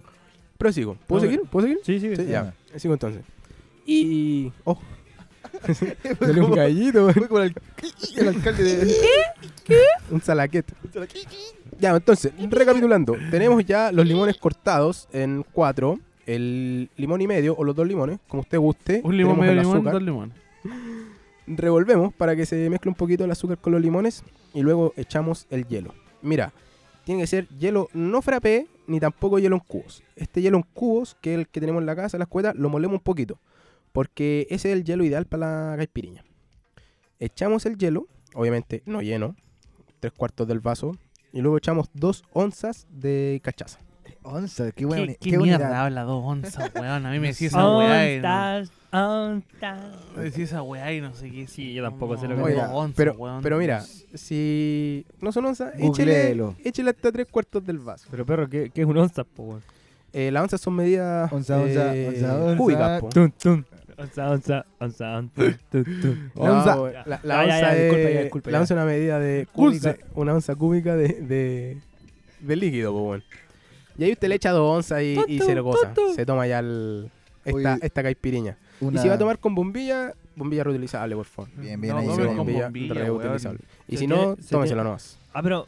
Speaker 2: Prosigo. ¿Puedo
Speaker 5: No,
Speaker 2: seguir? ¿Puedo seguir?
Speaker 5: Sí, sí.
Speaker 2: Sí, ya.
Speaker 6: Ya.
Speaker 2: Sigo entonces. Y. ¡Oh! Dale un gallito, weón.
Speaker 6: el alcalde de.
Speaker 2: Un salaquete. Ya, entonces, recapitulando. Tenemos ya los limones cortados en cuatro. El limón y medio, o los dos limones, como usted guste.
Speaker 4: Un
Speaker 2: Tenemos
Speaker 4: limón, medio
Speaker 2: el
Speaker 4: limón,
Speaker 2: azúcar.
Speaker 4: dos limones.
Speaker 2: revolvemos para que se mezcle un poquito el azúcar con los limones y luego echamos el hielo. Mira, tiene que ser hielo no frappé ni tampoco hielo en cubos. Este hielo en cubos, que es el que tenemos en la casa, en las cuetas, lo molemos un poquito. Porque ese es el hielo ideal para la caipiriña. Echamos el hielo, obviamente no lleno, tres cuartos del vaso, y luego echamos dos onzas de cachaza.
Speaker 6: Onza, qué bueno.
Speaker 4: ¿Qué, qué
Speaker 6: bonita.
Speaker 4: mierda habla dos onzas, weón? A mí me decía esa weá y no,
Speaker 5: Ontas, ontas.
Speaker 4: me decía esa weá y no sé qué.
Speaker 5: Sí, yo tampoco sé lo que
Speaker 4: no,
Speaker 5: es.
Speaker 2: Oiga,
Speaker 4: dos onzas,
Speaker 2: pero,
Speaker 4: weón.
Speaker 2: pero mira, si no son onzas, échele,
Speaker 6: Googleelo.
Speaker 2: échele hasta tres cuartos del vaso.
Speaker 5: Pero perro, ¿qué, qué es un onza, po? weón?
Speaker 2: Eh, las onzas son medidas
Speaker 6: Onza, onza,
Speaker 2: eh,
Speaker 6: onza, onza.
Speaker 2: cúbicas, po.
Speaker 5: Tum, tum. Onza, onza, onza, onza, tum, tum.
Speaker 2: No,
Speaker 6: Onza.
Speaker 2: la- La,
Speaker 5: Ya, Ah, ya,
Speaker 2: onza
Speaker 5: ya,
Speaker 2: es-
Speaker 5: disculpa, ya, disculpa,
Speaker 2: la
Speaker 5: ya.
Speaker 2: onza es una medida de cúbica, una onza cúbica de, de, de líquido, po, weón. Y ahí usted le echa dos onzas y, y se lo goza. Se toma ya el- esta,
Speaker 6: Oye,
Speaker 2: esta caipiriña. Y
Speaker 6: Una-
Speaker 2: si va a tomar con bombilla, bombilla reutilizable, por favor.
Speaker 6: Bien, bien
Speaker 4: No,
Speaker 6: ahí.
Speaker 4: no,
Speaker 2: Sí,
Speaker 4: tomen
Speaker 6: bien.
Speaker 4: con bombilla, weón.
Speaker 2: reutilizable. Y
Speaker 5: Se
Speaker 2: si
Speaker 5: tiene-
Speaker 2: no,
Speaker 5: se
Speaker 2: tómenselo nomás.
Speaker 5: Ah, pero.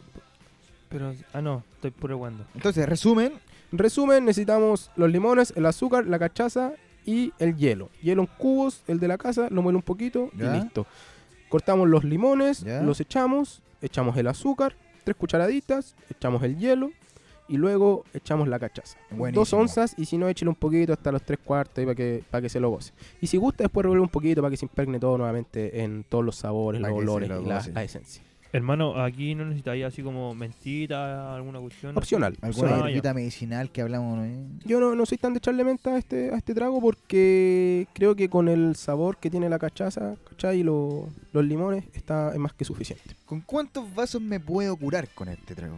Speaker 5: Pero. Ah, no, estoy puro guando.
Speaker 6: Entonces, resumen.
Speaker 2: Resumen, necesitamos los limones, el azúcar, la cachaza y el hielo. Hielo en cubos, el de la casa, lo muele un poquito
Speaker 6: Ya.
Speaker 2: y listo. Cortamos los limones,
Speaker 6: Ya.
Speaker 2: los echamos, echamos el azúcar, tres cucharaditas, echamos el hielo y luego echamos la cachaza.
Speaker 6: Buenísimo.
Speaker 2: Dos onzas y si no, échelo un poquito hasta los tres cuartos para que, para que se lo goce. Y si gusta, después revolver un poquito para que se impregne todo nuevamente en todos los sabores,
Speaker 6: Para
Speaker 2: los
Speaker 6: que se
Speaker 2: olores
Speaker 6: lo
Speaker 2: y la,
Speaker 6: goce.
Speaker 2: la esencia.
Speaker 5: Hermano, aquí no necesitáis así como mentita, alguna cuestión.
Speaker 2: Opcional.
Speaker 6: Alguna
Speaker 5: Ah, ya.
Speaker 6: hierbita medicinal que hablamos. ¿eh?
Speaker 2: Yo no, no soy tan de echarle menta a este, a este trago porque creo que con el sabor que tiene la cachaza, ¿cachai? Y lo- los limones, está es más que suficiente.
Speaker 6: ¿Con cuántos vasos me puedo curar con este trago?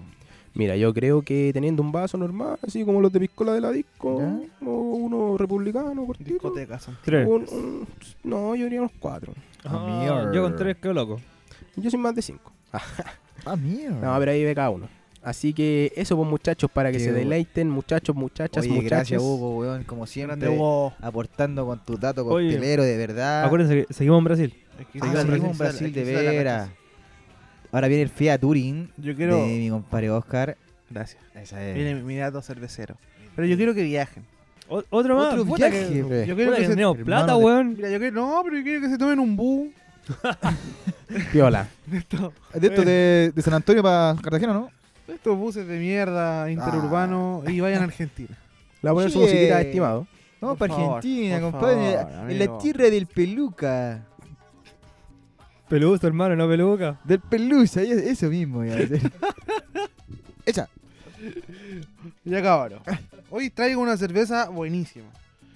Speaker 2: Mira, yo creo que teniendo un vaso normal, así como los de piscola de la disco,
Speaker 6: Ya.
Speaker 2: o uno republicano, cortito,
Speaker 4: Discoteca, son.
Speaker 5: Tres.
Speaker 2: un- un- no, yo diría unos cuatro.
Speaker 5: Ah, yo con tres, qué loco.
Speaker 2: Yo soy más de cinco.
Speaker 6: Ah, mierda.
Speaker 2: No, pero ahí ve cada uno. Así que eso, pues, muchachos, para que
Speaker 6: Qué
Speaker 2: se
Speaker 6: bueno.
Speaker 2: deleiten, muchachos, muchachas,
Speaker 6: Oye,
Speaker 2: muchachos.
Speaker 6: gracias Hugo, weón, como siempre,
Speaker 4: Grande Hugo.
Speaker 6: aportando con tu dato
Speaker 5: Oye.
Speaker 6: coctelero, de verdad.
Speaker 5: Acuérdense que seguimos en Brasil.
Speaker 4: Aquí
Speaker 6: Ah,
Speaker 4: se-
Speaker 6: seguimos
Speaker 4: aquí
Speaker 6: en
Speaker 4: se-
Speaker 6: Brasil, de
Speaker 4: aquí se da la
Speaker 6: veras.
Speaker 4: cachaza.
Speaker 6: Ahora viene el Fiat Turing
Speaker 4: Yo quiero.
Speaker 6: de mi compadre Oscar.
Speaker 4: Gracias.
Speaker 6: Esa es.
Speaker 4: Viene mi- mi dato cervecero. Pero yo quiero que viajen.
Speaker 5: O- otro más.
Speaker 6: Otro
Speaker 5: Puta
Speaker 6: viaje,
Speaker 5: que-
Speaker 6: bro.
Speaker 4: Yo quiero
Speaker 5: puta
Speaker 4: que
Speaker 5: que
Speaker 4: se-
Speaker 5: tenemos
Speaker 6: hermano
Speaker 5: plata,
Speaker 6: de-
Speaker 5: weón.
Speaker 4: Mira, yo quiero. No, pero yo quiero que se tomen un bu.
Speaker 2: Piola.
Speaker 6: De esto de, de San Antonio para Cartagena, ¿no?
Speaker 4: Estos buses de
Speaker 2: Ah.
Speaker 4: mierda interurbanos y vayan a Argentina.
Speaker 2: La poner su
Speaker 6: Oye.
Speaker 2: musiquita, estimado.
Speaker 6: Vamos
Speaker 4: Por
Speaker 6: para
Speaker 4: favor,
Speaker 6: Argentina,
Speaker 4: por
Speaker 6: compadre.
Speaker 4: favor,
Speaker 6: en la
Speaker 4: amigo.
Speaker 6: tierra del peluca.
Speaker 5: Pelusa, hermano, no peluca.
Speaker 6: Del pelusa, y es- eso mismo. iba a decir. Esa.
Speaker 4: Ya cabrón. Hoy traigo una cerveza buenísima.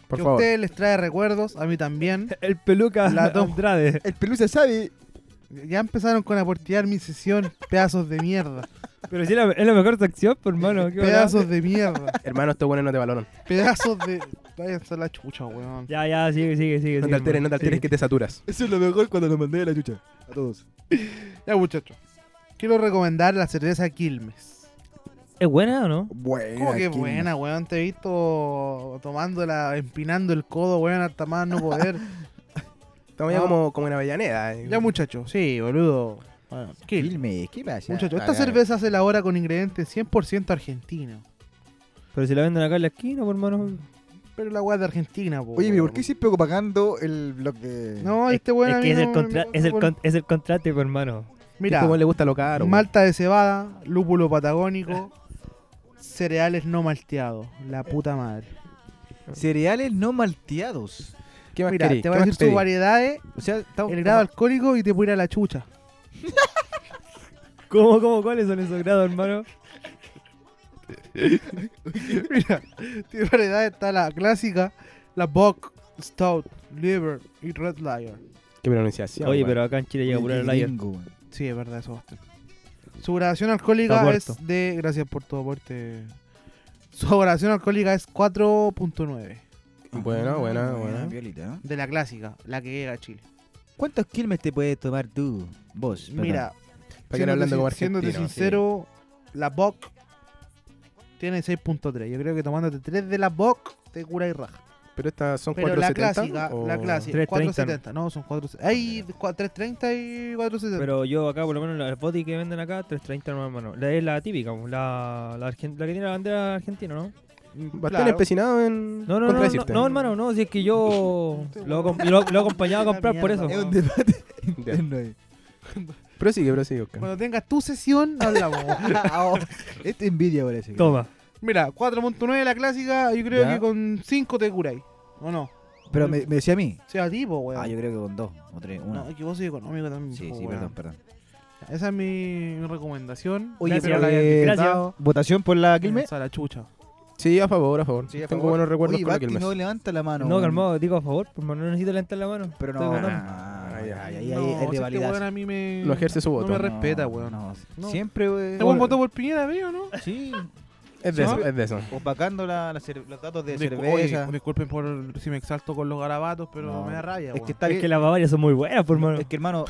Speaker 2: Por
Speaker 4: que a
Speaker 2: favor.
Speaker 4: ustedes les trae recuerdos, a mí también.
Speaker 5: El peluca
Speaker 4: La dos.
Speaker 5: Andrade.
Speaker 6: El pelusa sabe.
Speaker 4: Ya empezaron con aportear mi sesión, pedazos de mierda.
Speaker 5: Pero si es la, es la mejor sección, pues, hermano. qué bacán.
Speaker 4: Pedazos de mierda.
Speaker 2: Hermano, estos buenos no te valoran.
Speaker 4: Pedazos de. Váyanse a la chucha, weón.
Speaker 5: Ya, ya, sigue, sigue, sigue.
Speaker 2: No
Speaker 5: sigue,
Speaker 2: te alteres,
Speaker 5: hermano.
Speaker 2: no te alteres,
Speaker 5: Sí.
Speaker 2: que te saturas.
Speaker 6: Eso es lo mejor cuando lo mandé a la chucha. A todos.
Speaker 4: Ya, muchachos. Quiero recomendar la cerveza Quilmes.
Speaker 5: ¿Es buena o no?
Speaker 6: Buena.
Speaker 4: Como que
Speaker 6: Kim.
Speaker 4: Oh, buena, weón. Te he visto tomándola, empinando el codo, weón, hasta más no poder.
Speaker 2: Estamos ya
Speaker 4: Ah.
Speaker 2: como, como en Avellaneda. eh.
Speaker 4: ya, muchachos. Sí, boludo. Bueno, Quilmes.
Speaker 6: Filme, ¿qué pasa?
Speaker 4: Muchachos,
Speaker 6: Ah,
Speaker 4: esta
Speaker 6: ya,
Speaker 4: cerveza se elabora con ingredientes 100% argentinos.
Speaker 5: Pero si la venden acá en la esquina, por hermano.
Speaker 4: Pero la weá es de Argentina, po,
Speaker 6: Oye, pero ¿por
Speaker 4: weón.
Speaker 6: qué siempre pagando el blog de.
Speaker 4: No,
Speaker 5: Es-
Speaker 4: este weón
Speaker 5: es
Speaker 4: a mí
Speaker 5: que es
Speaker 4: no
Speaker 5: el,
Speaker 4: me-
Speaker 5: contra-
Speaker 4: me-
Speaker 5: es, el
Speaker 4: weón.
Speaker 5: con- es el contrato, pues, hermano.
Speaker 2: Mira,
Speaker 4: Mira,
Speaker 2: como le gusta lo caro.
Speaker 4: malta de cebada, lúpulo patagónico, cereales no malteados. La puta madre.
Speaker 6: Cereales no malteados.
Speaker 2: weón. ¿Qué más
Speaker 4: Mira,
Speaker 2: querís?
Speaker 4: te
Speaker 2: ¿Qué
Speaker 4: voy a
Speaker 2: más
Speaker 4: decir sus
Speaker 2: pedís?
Speaker 4: variedades,
Speaker 6: O sea, estamos.
Speaker 4: el grado alcohólico y te voy a ir a la chucha.
Speaker 5: ¿Cómo, cómo, cuáles son esos grados, hermano?
Speaker 4: Mira, tiene variedad está la clásica, la Bock, Stout, Liver y Red Lion.
Speaker 2: Qué pronunciación.
Speaker 5: Oye,
Speaker 2: weón.
Speaker 5: pero acá en Chile llega pura la
Speaker 6: Gringo, weón.
Speaker 4: Sí, es verdad, eso bastante. Su graduación alcohólica
Speaker 5: Está
Speaker 4: es
Speaker 5: muerto.
Speaker 4: de. Gracias por tu aporte. Su graduación alcohólica es 4.9
Speaker 2: Buena, buena, buena.
Speaker 6: Violita, ¿no?
Speaker 4: de la clásica, la que llega a Chile.
Speaker 6: ¿Cuántos kilmes te puedes tomar tú? Vos. perdón.
Speaker 4: Mira,
Speaker 2: ¿Para qué era hablando como
Speaker 4: siéndote
Speaker 2: argentino?
Speaker 4: sincero, la Bock tiene 6.3. Yo creo que tomándote 3 de la box te cura y raja.
Speaker 2: Pero estas son Oh.
Speaker 4: Pero la
Speaker 2: 470.
Speaker 4: clásica, la
Speaker 2: o-
Speaker 4: clásica,
Speaker 5: 3.30.
Speaker 4: 470. No, son 470. Hay 330 y 470.
Speaker 5: Pero yo acá, por lo menos, las botis que venden acá, 330 más mano. La, es la típica, po, la, la, argen- la que tiene la bandera argentina, ¿no?
Speaker 2: Bastante
Speaker 4: Claro.
Speaker 2: empecinado en
Speaker 5: No, no, no, no, no,
Speaker 2: contradecirte.
Speaker 5: no, hermano, no, si es que yo lo, he comp- lo- lo he acompañado a comprar por eso.
Speaker 4: Mierda, weón.
Speaker 2: Ya. Prosigue, prosigue, Oscar.
Speaker 4: Cuando tengas tu sesión, hablamos.
Speaker 6: Este envidia parece.
Speaker 5: Toma.
Speaker 4: Mira, 4.9 la clásica, yo creo
Speaker 6: Ya.
Speaker 4: que con 5 te curáis. ¿O no?
Speaker 6: Pero me, me decía a mí.
Speaker 4: O sea, tipo, weón.
Speaker 6: Ah, yo creo que con dos o tres, una.
Speaker 4: No, es que vos soy económico también.
Speaker 6: sí,
Speaker 4: po,
Speaker 6: sí,
Speaker 4: weón.
Speaker 6: perdón, perdón.
Speaker 4: Esa es mi, mi recomendación.
Speaker 6: Oye,
Speaker 4: Espero la
Speaker 6: pero,
Speaker 4: hayan
Speaker 6: eh,
Speaker 4: disfrutado.
Speaker 6: ¿Votación por la
Speaker 4: Bien,
Speaker 6: Quilmes?
Speaker 4: a la chucha.
Speaker 2: Sí, a favor, a favor.
Speaker 6: Sí, a
Speaker 2: Tengo
Speaker 6: favor.
Speaker 2: buenos recuerdos
Speaker 6: Oye,
Speaker 2: con la
Speaker 6: Basti
Speaker 2: Quilmes.
Speaker 6: no levanta la mano.
Speaker 5: No, calmado, digo a favor, por no necesito levantar la mano.
Speaker 6: Pero
Speaker 5: Estoy
Speaker 6: no,
Speaker 5: votando.
Speaker 6: ah,
Speaker 2: Ay, ay,
Speaker 6: ay, ay,
Speaker 4: No,
Speaker 6: ahí
Speaker 4: si
Speaker 6: es de
Speaker 4: este
Speaker 6: validar.
Speaker 4: weón a mí me...
Speaker 2: No ejerce su
Speaker 4: No me
Speaker 2: voto.
Speaker 4: respeta, weón.
Speaker 6: No,
Speaker 4: No.
Speaker 6: Siempre, weón.
Speaker 4: ¿Te buen voto por Piñera, veo, no?
Speaker 6: Sí,
Speaker 2: Es de
Speaker 4: ¿No?
Speaker 2: eso, es de eso.
Speaker 6: opacando la, la cer- los datos de
Speaker 4: Discul- oye,
Speaker 6: cerveza.
Speaker 4: disculpen por si me exalto con los garabatos, pero
Speaker 6: No.
Speaker 4: me da rabia,
Speaker 6: es
Speaker 4: weón.
Speaker 6: que está
Speaker 5: Es que
Speaker 6: bien.
Speaker 5: las Bavarias son muy buenas, por mano.
Speaker 6: Es que, hermano,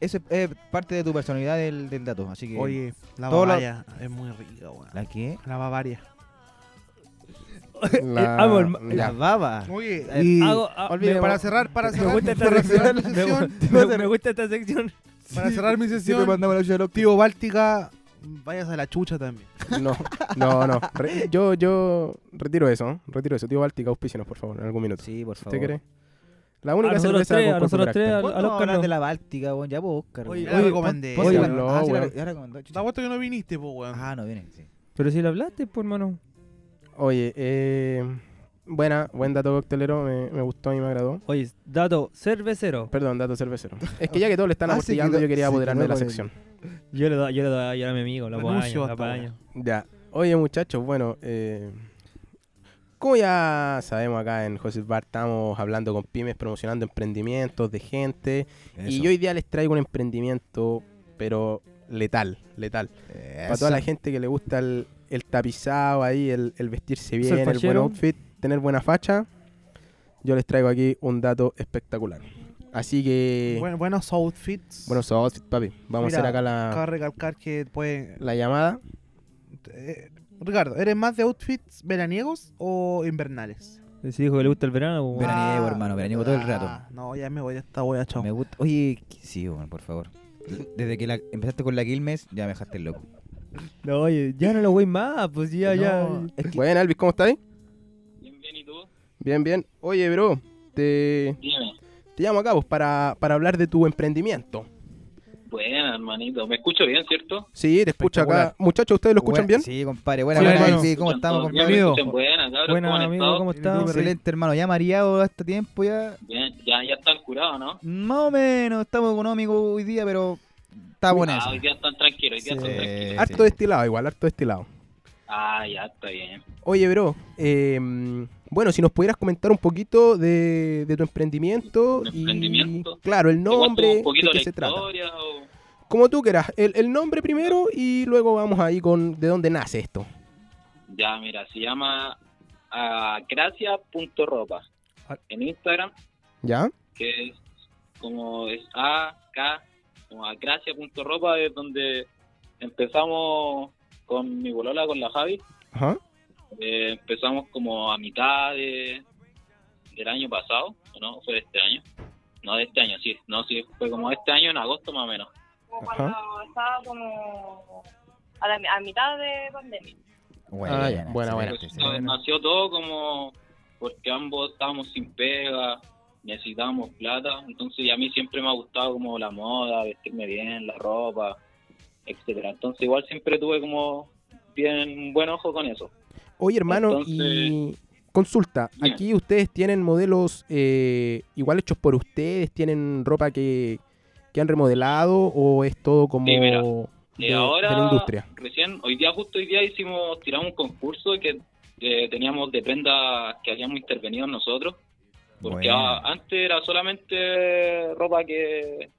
Speaker 6: eso es, es parte de tu personalidad del, del dato. Así que.
Speaker 4: Oye, la
Speaker 6: todo lo-
Speaker 4: Bavaria es muy rica, weón.
Speaker 6: ¿La qué?
Speaker 4: La Bavaria.
Speaker 2: La-
Speaker 5: Amo, herma-
Speaker 2: ya.
Speaker 6: La baba. Eh,
Speaker 4: Oye,
Speaker 6: y-
Speaker 5: Hago- ah,
Speaker 4: Olvide,
Speaker 5: me-
Speaker 4: para cerrar, para
Speaker 5: me
Speaker 4: cerrar,
Speaker 5: gusta esta
Speaker 4: para cerrar
Speaker 5: sección.
Speaker 4: mi
Speaker 5: me
Speaker 4: sesión,
Speaker 5: gu- me- Me gusta esta sección.
Speaker 4: para cerrar mi
Speaker 6: Siempre
Speaker 4: sesión,
Speaker 6: mandamos la olla de los
Speaker 4: tío Báltica, vayas a la chucha también.
Speaker 2: No, no, no. Re- yo, yo retiro eso, ¿eh? retiro eso. Tío Báltica, auspícenos, por favor, en algún minuto.
Speaker 6: Sí, por favor.
Speaker 2: ¿Usted cree? La
Speaker 5: A
Speaker 2: única
Speaker 5: nosotros
Speaker 2: cerveza
Speaker 5: tres, a
Speaker 2: con cuerpo
Speaker 5: nosotros
Speaker 2: de
Speaker 5: tres,
Speaker 2: carácter.
Speaker 5: al
Speaker 6: ¿Cuándo
Speaker 5: al
Speaker 6: vamos a
Speaker 5: Oscar
Speaker 6: hablar
Speaker 5: no.
Speaker 6: de la Báltica, weón? Ya, vos, Oscar.
Speaker 4: Oye,
Speaker 6: weón.
Speaker 4: la recomendé.
Speaker 6: pon- pónsela.
Speaker 2: Oye, no,
Speaker 6: ah, sí, la,
Speaker 2: weón.
Speaker 6: ya recomendó, chucha.
Speaker 4: La vuelta que no viniste, po, weón.
Speaker 6: Ah, no viene, sí.
Speaker 5: Pero si lo hablaste, por mano.
Speaker 2: Oye, eh, buena, buen dato coctelero, me, me gustó y me agradó.
Speaker 5: Oye, dato cervecero.
Speaker 2: Perdón, dato cervecero. Es que ya que todos le están
Speaker 6: Ah, se
Speaker 2: aportillando,
Speaker 6: quedó-
Speaker 2: yo quería
Speaker 6: se
Speaker 2: apoderarme de
Speaker 6: quedó
Speaker 2: la
Speaker 6: con el-
Speaker 2: sección.
Speaker 5: Yo le doy, yo le doy yo a mi amigo, la
Speaker 4: Renuncio
Speaker 5: paña,
Speaker 4: hasta
Speaker 5: la paña.
Speaker 2: Ya. Oye, muchachos, bueno, eh, como ya sabemos acá en José Bar, estamos hablando con pymes, promocionando emprendimientos de gente. Y
Speaker 6: Eso.
Speaker 2: yo hoy día les traigo un emprendimiento, pero letal, letal. Para toda la
Speaker 6: Eso.
Speaker 2: gente que le gusta el, el tapizado ahí, el, el vestirse
Speaker 5: Ser
Speaker 2: bien, el buen
Speaker 5: fachero.
Speaker 2: outfit, tener buena facha, yo les traigo aquí un dato espectacular. Así que,
Speaker 4: Buen- buenos outfits.
Speaker 2: buenos outfits, papi. Vamos
Speaker 4: Mira,
Speaker 2: a hacer acá
Speaker 4: Acabo
Speaker 6: ah.
Speaker 2: la,
Speaker 4: de recalcar que pueden...
Speaker 2: la llamada.
Speaker 4: eh, Ricardo, ¿eres más de outfits veraniegos o invernales?
Speaker 5: Si dijo que le gusta el verano, pues, bueno.
Speaker 6: Veraniego, hermano, veraniego todo el rato.
Speaker 4: Ah, No, ya me voy de esta wea, chao.
Speaker 6: Me gusta. Oye, qu- sí, weón, por favor. Desde que la- empezaste con la Quilmes, ya me dejaste loco.
Speaker 5: No, oye, ya no lo voy más, pues ya, ya.
Speaker 6: No, es que-
Speaker 2: Bueno, Elvis, ¿cómo estás? ahí?
Speaker 10: Bien, bien, ¿y tú?
Speaker 2: Bien, bien. Oye, bro, te,
Speaker 10: Dime.
Speaker 2: te llamo acá pues, para, para hablar de tu emprendimiento.
Speaker 10: Buena, hermanito. ¿Me escucho bien, cierto?
Speaker 2: Sí, te escucho acá. Muchachos, ¿ustedes lo escuchan bien?
Speaker 6: Bueno, Sí, compadre. Buena,
Speaker 4: Sí,
Speaker 6: buena,
Speaker 4: hermano.
Speaker 6: Elvi, ¿Cómo
Speaker 10: ¿Escuchan
Speaker 6: estamos,
Speaker 10: todos
Speaker 6: compadre?
Speaker 10: bien? ¿Me
Speaker 4: Bienvenido.
Speaker 10: escuchan? Buena, cabrón.
Speaker 5: Buenas,
Speaker 10: ¿cómo han
Speaker 5: amigo,
Speaker 10: estado?
Speaker 5: ¿cómo estás?
Speaker 6: Excelente, hermano. Ya mareado hasta tiempo, ya.
Speaker 10: Bien, ¿eh? ya, ya están curados, ¿no?
Speaker 6: Más o menos, estamos económicos hoy día, pero está buena
Speaker 10: Ah,
Speaker 6: esa.
Speaker 10: hoy día están tranquilos, hoy día están tranquilos.
Speaker 2: Harto destilado, igual, harto destilado.
Speaker 10: Ah, ya, está bien.
Speaker 2: Oye, bro, em, bueno, si nos pudieras comentar un poquito de, de tu emprendimiento,
Speaker 10: ¿Mi
Speaker 2: y
Speaker 10: emprendimiento?
Speaker 2: claro, el
Speaker 10: ¿Te cuento
Speaker 2: nombre,
Speaker 10: un poquito
Speaker 2: de qué
Speaker 10: la
Speaker 2: se trata.
Speaker 10: historia o...?
Speaker 2: Como tú quieras, el, el nombre primero y luego vamos ahí con de dónde nace esto.
Speaker 10: Ya, mira, se llama ah, gracia.ropa
Speaker 5: Ah.
Speaker 10: en Instagram,
Speaker 2: ¿Ya?
Speaker 10: que es como es A, K, como a gracia.ropa es donde empezamos con mi bolola, con la Javi.
Speaker 2: Ajá.
Speaker 10: Eh, empezamos como a mitad de, del año pasado, ¿o ¿no? Fue de este año. No, de este año, sí. No, sí, fue como de este año en agosto más o menos.
Speaker 11: como cuando estaba como a, la- a mitad de pandemia.
Speaker 6: Buena,
Speaker 2: Ah, ya, buena, buena.
Speaker 6: excelente,
Speaker 10: Pues,
Speaker 6: excelente.
Speaker 10: Nació todo como porque ambos estábamos sin pega, necesitábamos plata, entonces y a mí siempre me ha gustado como la moda, vestirme bien, la ropa, etcétera. Entonces igual siempre tuve como bien un buen ojo con eso.
Speaker 2: Oye, hermano, y consulta,
Speaker 10: Dime.
Speaker 2: aquí ustedes tienen modelos eh, igual hechos por ustedes, tienen ropa que, que han remodelado o es todo como
Speaker 10: Sí, mira,
Speaker 2: de,
Speaker 10: Y ahora,
Speaker 2: de la industria.
Speaker 10: recién, hoy día, justo hoy día hicimos, tiramos un concurso que eh, teníamos de prendas que habíamos intervenido nosotros. Porque
Speaker 6: Buena.
Speaker 10: a- antes era solamente ropa que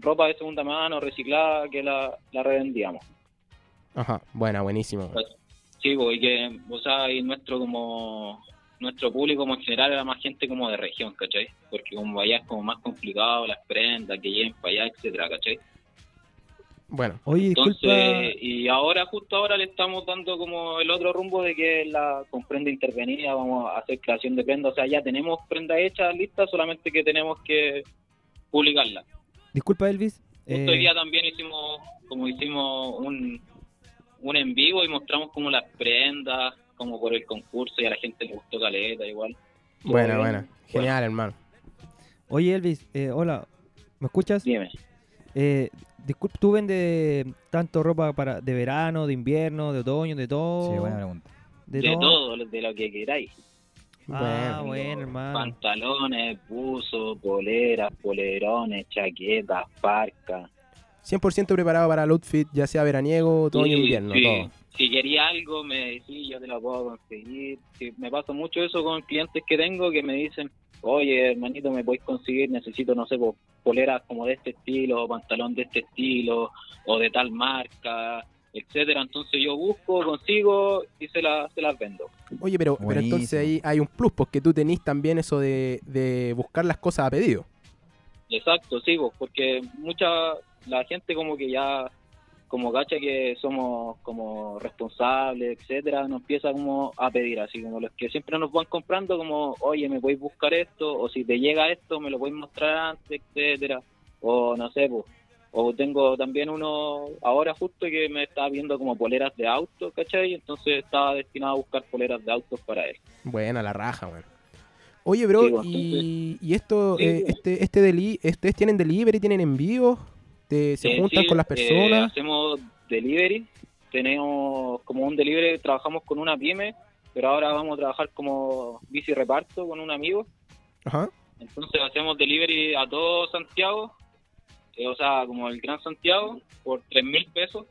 Speaker 10: ropa de segunda mano, reciclada, que la, la revendíamos.
Speaker 2: Ajá, buena, buenísimo.
Speaker 10: Sí, po, y que, o sea, y nuestro como nuestro público como en general era más gente como de región, ¿cachai? Porque como allá es como más complicado las prendas que lleven para allá, etcétera, ¿cachai?
Speaker 2: Bueno,
Speaker 5: Oye, disculpa.
Speaker 10: Entonces, y ahora, justo ahora, le estamos dando como el otro rumbo de que la con prenda intervenida vamos a hacer creación de prenda. O sea, ya tenemos prenda hecha, lista, solamente que tenemos que publicarla.
Speaker 5: Disculpa, Elvis.
Speaker 10: Justo
Speaker 5: eh,
Speaker 10: hoy día también hicimos, como hicimos un, un en vivo y mostramos como las prendas, como por el concurso y a la gente le gustó caleta igual.
Speaker 2: bueno,
Speaker 10: Todo
Speaker 2: bueno.
Speaker 10: bien.
Speaker 2: Genial, hermano.
Speaker 5: Oye, Elvis, eh, hola. ¿Me escuchas?
Speaker 10: Dime.
Speaker 5: Eh, disculpa, ¿tú vendes tanto ropa para de verano, de invierno, de otoño, de todo?
Speaker 6: Sí, buena pregunta.
Speaker 5: De,
Speaker 10: De, todo, de lo que queráis.
Speaker 5: Ah,
Speaker 2: Bueno.
Speaker 5: bueno, hermano.
Speaker 10: Pantalones, buzos, poleras, polerones, chaquetas, parcas.
Speaker 2: 100% preparado para el outfit, ya sea veraniego, otoño,
Speaker 10: Sí,
Speaker 2: invierno,
Speaker 10: sí.
Speaker 2: todo.
Speaker 10: Si quería algo, me decís, yo te lo puedo conseguir. Sí, me pasa mucho eso con clientes que tengo que me dicen, oye, hermanito, me podéis conseguir, necesito, no sé, po- poleras como de este estilo, o pantalón de este estilo, o de tal marca, etcétera. Entonces yo busco, consigo y se, la, se las vendo.
Speaker 2: Oye, pero, pero
Speaker 6: Buenísimo.
Speaker 2: entonces ahí hay un plus, porque tú tenés también eso de, de buscar las cosas a pedido.
Speaker 10: Exacto, sí, pues, porque mucha la gente como que ya como cacha que somos como responsables, etcétera, nos empieza como a pedir así como los que siempre nos van comprando como, "Oye, me podéis buscar esto o si te llega esto, me lo podéis mostrar antes, etcétera." O no sé, pues o tengo también uno ahora justo que me estaba viendo como poleras de auto, ¿cachai? Entonces estaba destinado a buscar poleras de autos para él.
Speaker 2: Buena la raja, weón. Oye, bro,
Speaker 10: Sí, bastante.
Speaker 2: y, y esto,
Speaker 10: Sí,
Speaker 2: eh,
Speaker 10: bueno.
Speaker 2: este, este deli ¿ustedes tienen delivery, tienen envíos? ¿Te- ¿Se
Speaker 10: Eh,
Speaker 2: juntan
Speaker 10: sí,
Speaker 2: con las
Speaker 10: eh,
Speaker 2: personas?
Speaker 10: hacemos delivery, tenemos como un delivery, trabajamos con una pyme, pero ahora vamos a trabajar como bici reparto con un amigo.
Speaker 2: Ajá.
Speaker 10: Entonces hacemos delivery a todo Santiago, eh, o sea, como el Gran Santiago, por tres mil pesos.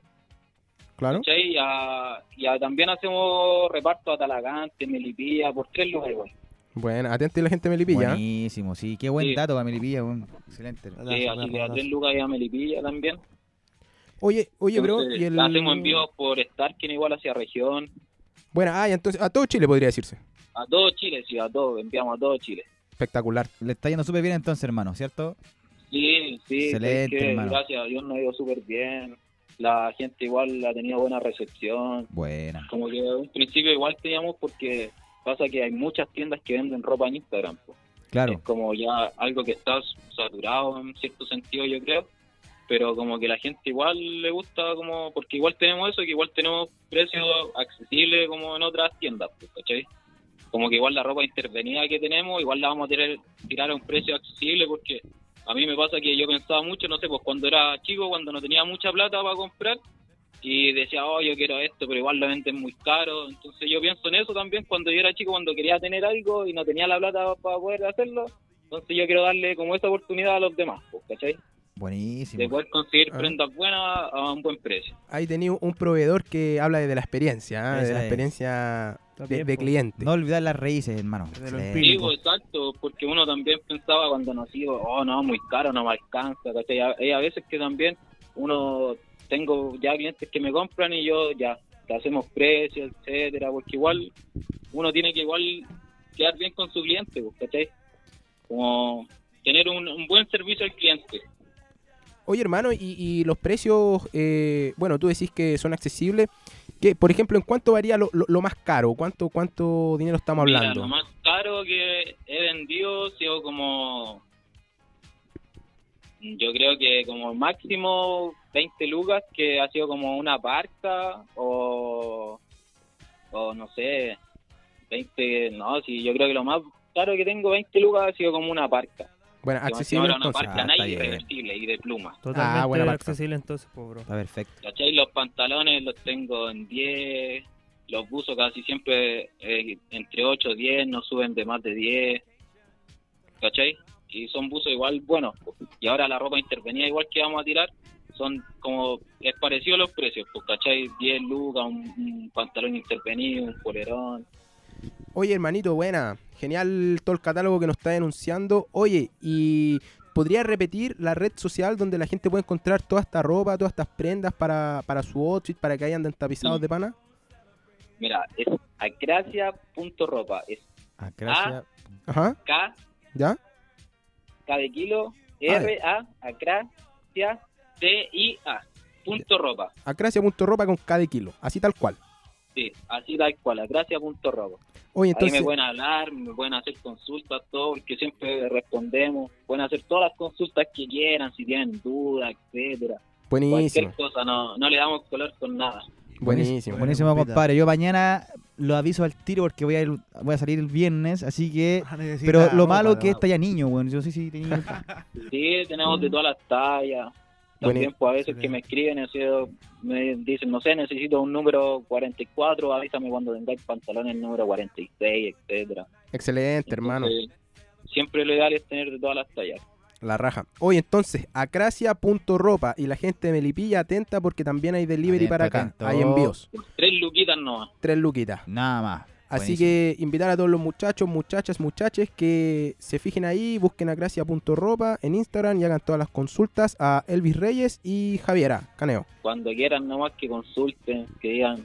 Speaker 2: Claro.
Speaker 10: ¿cachai? Y, a- y a- también hacemos reparto a Talagante, Melipilla, por tres lugares. güey.
Speaker 2: Bueno, atente la gente me Melipilla. ¿eh?
Speaker 6: Buenísimo, sí. Qué buen
Speaker 10: Sí.
Speaker 6: dato para Melipilla, weón. Excelente.
Speaker 10: Sí, así que a tres lugares a Melipilla también.
Speaker 2: Oye, oye, bro,
Speaker 10: Entonces,
Speaker 2: y el...
Speaker 10: Hacemos envíos por Starkin igual hacia región,
Speaker 2: Bueno, ah, y entonces a todo Chile podría decirse.
Speaker 10: a todo Chile, sí, a todo, enviamos a todo Chile.
Speaker 2: Espectacular.
Speaker 6: Le está yendo súper bien entonces, hermano, ¿cierto?
Speaker 10: Sí, sí,
Speaker 6: Excelente,
Speaker 10: es que
Speaker 6: hermano.
Speaker 10: gracias a Dios nos ha ido súper bien. La gente igual ha tenido buena recepción.
Speaker 6: Buena.
Speaker 10: Como que en principio igual teníamos porque pasa que hay muchas tiendas que venden ropa en Instagram. po.
Speaker 6: Claro.
Speaker 10: Es como ya algo que está saturado en cierto sentido, yo creo. Pero como que la gente igual le gusta, como porque igual tenemos eso, que igual tenemos precios accesibles como en otras tiendas, po, ¿cachai? Como que igual la ropa intervenida que tenemos, igual la vamos a tirar, tirar a un precio accesible porque a mí me pasa que yo pensaba mucho, no sé, pues cuando era chico, cuando no tenía mucha plata para comprar y decía, oh, yo quiero esto, pero igual lo venden muy caro. Entonces yo pienso en eso también cuando yo era chico, cuando quería tener algo y no tenía la plata para poder hacerlo. Entonces yo quiero darle como esa oportunidad a los demás, pues, ¿cachai?
Speaker 6: Buenísimo.
Speaker 10: De poder conseguir
Speaker 2: Ah.
Speaker 10: prendas buenas a un buen precio.
Speaker 2: Ahí tenía un proveedor que habla de la experiencia, ¿eh? de
Speaker 6: Esa
Speaker 2: la
Speaker 6: es.
Speaker 2: experiencia de,
Speaker 5: bien,
Speaker 2: de
Speaker 5: po.
Speaker 2: cliente.
Speaker 6: No olvidar las raíces, hermano.
Speaker 4: De lo
Speaker 6: Excelente.
Speaker 4: empírico.
Speaker 10: Sí, pues, exacto, porque uno también pensaba cuando nació, oh, no, muy caro, no me alcanza, ¿cachai? A- Y a veces que también uno, tengo ya clientes que me compran y yo ya, te hacemos precios, etcétera, porque igual uno tiene que igual quedar bien con su cliente, pues, ¿cachai? Como tener un, un buen servicio al cliente.
Speaker 2: Oye, hermano, y, y los precios, eh, bueno, tú decís que son accesibles. que por ejemplo, ¿en cuánto varía lo, lo- lo más caro? ¿Cuánto, ¿Cuánto dinero estamos
Speaker 10: Mira,
Speaker 2: hablando?
Speaker 10: lo más caro que he vendido ha sido como. Yo creo que como máximo 20 lucas, que ha sido como una barca o. O no sé. 20. No, sí, yo creo que lo más caro que tengo 20 lucas ha sido como una parca.
Speaker 2: bueno,
Speaker 10: Que
Speaker 2: accesible
Speaker 10: ahora una
Speaker 2: entonces.
Speaker 10: parca
Speaker 6: Ah, está
Speaker 10: Nike
Speaker 6: bien.
Speaker 10: irreversible y de pluma.
Speaker 5: Totalmente
Speaker 2: Ah, buena marca.
Speaker 5: accesible entonces, pobre.
Speaker 6: Está perfecto.
Speaker 10: ¿Cachai? Los pantalones los tengo en 10, los buzos casi siempre eh, entre 8 y 10, no suben de más de 10. ¿Cachai? Y son buzos igual buenos. po. Y ahora la ropa intervenida igual que vamos a tirar, son como, es parecido a los precios, pues, ¿cachai? 10 lucas, un, un pantalón intervenido, un polerón.
Speaker 2: Oye, hermanito, buena. Genial todo el catálogo que nos está denunciando. Oye, y ¿podrías repetir la red social donde la gente puede encontrar toda esta ropa, todas estas prendas para, para su outfit, para que hayan dentapizados
Speaker 10: Sí.
Speaker 2: de pana?
Speaker 10: Mira, es acracia.ropa, es
Speaker 6: Acracia.
Speaker 2: Ajá,
Speaker 10: K,
Speaker 2: ¿ya?
Speaker 10: K de kilo, R, A, acracia, T, I, A. Punto ropa.
Speaker 2: Acracia.ropa con cada kilo, así tal cual.
Speaker 10: Sí, así tal cual, gracias punto ropa.
Speaker 2: Oye,
Speaker 10: Ahí
Speaker 2: entonces,
Speaker 10: me pueden hablar, me pueden hacer consultas, todo, porque siempre respondemos. Pueden hacer todas las consultas que quieran, si tienen dudas, etcétera.
Speaker 2: buenísimo,
Speaker 10: Cualquier cosa, no, no le damos color con nada.
Speaker 2: buenísimo.
Speaker 6: Buenísimo, compadre. Yo mañana lo aviso al tiro porque voy a, ir- voy a salir el viernes, así que... Pero lo malo que está ya niño, weón. Yo no sé si tenía-
Speaker 10: Sí, tenemos de todas las tallas. También,
Speaker 2: Mm. Buenísimo.
Speaker 10: pues, a veces que me escriben, así, me dicen, no sé, necesito un número 44, avísame cuando tengáis pantalones número 46, etcétera.
Speaker 2: Excelente, hermano.
Speaker 10: Entonces, Siempre lo ideal es tener de todas las tallas.
Speaker 2: La raja. Oye, entonces, acracia.ropa y la gente de Melipilla atenta porque también hay delivery
Speaker 6: Atento,
Speaker 2: para acá.
Speaker 6: atento.
Speaker 2: Hay envíos.
Speaker 10: Tres luquitas nomás.
Speaker 2: Tres luquitas.
Speaker 6: Nada más.
Speaker 2: Así
Speaker 6: Buenísimo.
Speaker 2: que invitar a todos los muchachos, muchachas, muchaches que se fijen ahí, busquen acracia.ropa en Instagram y hagan todas las consultas a Elvis Reyes y Javiera Caneo.
Speaker 10: Cuando quieran nomás que consulten, que digan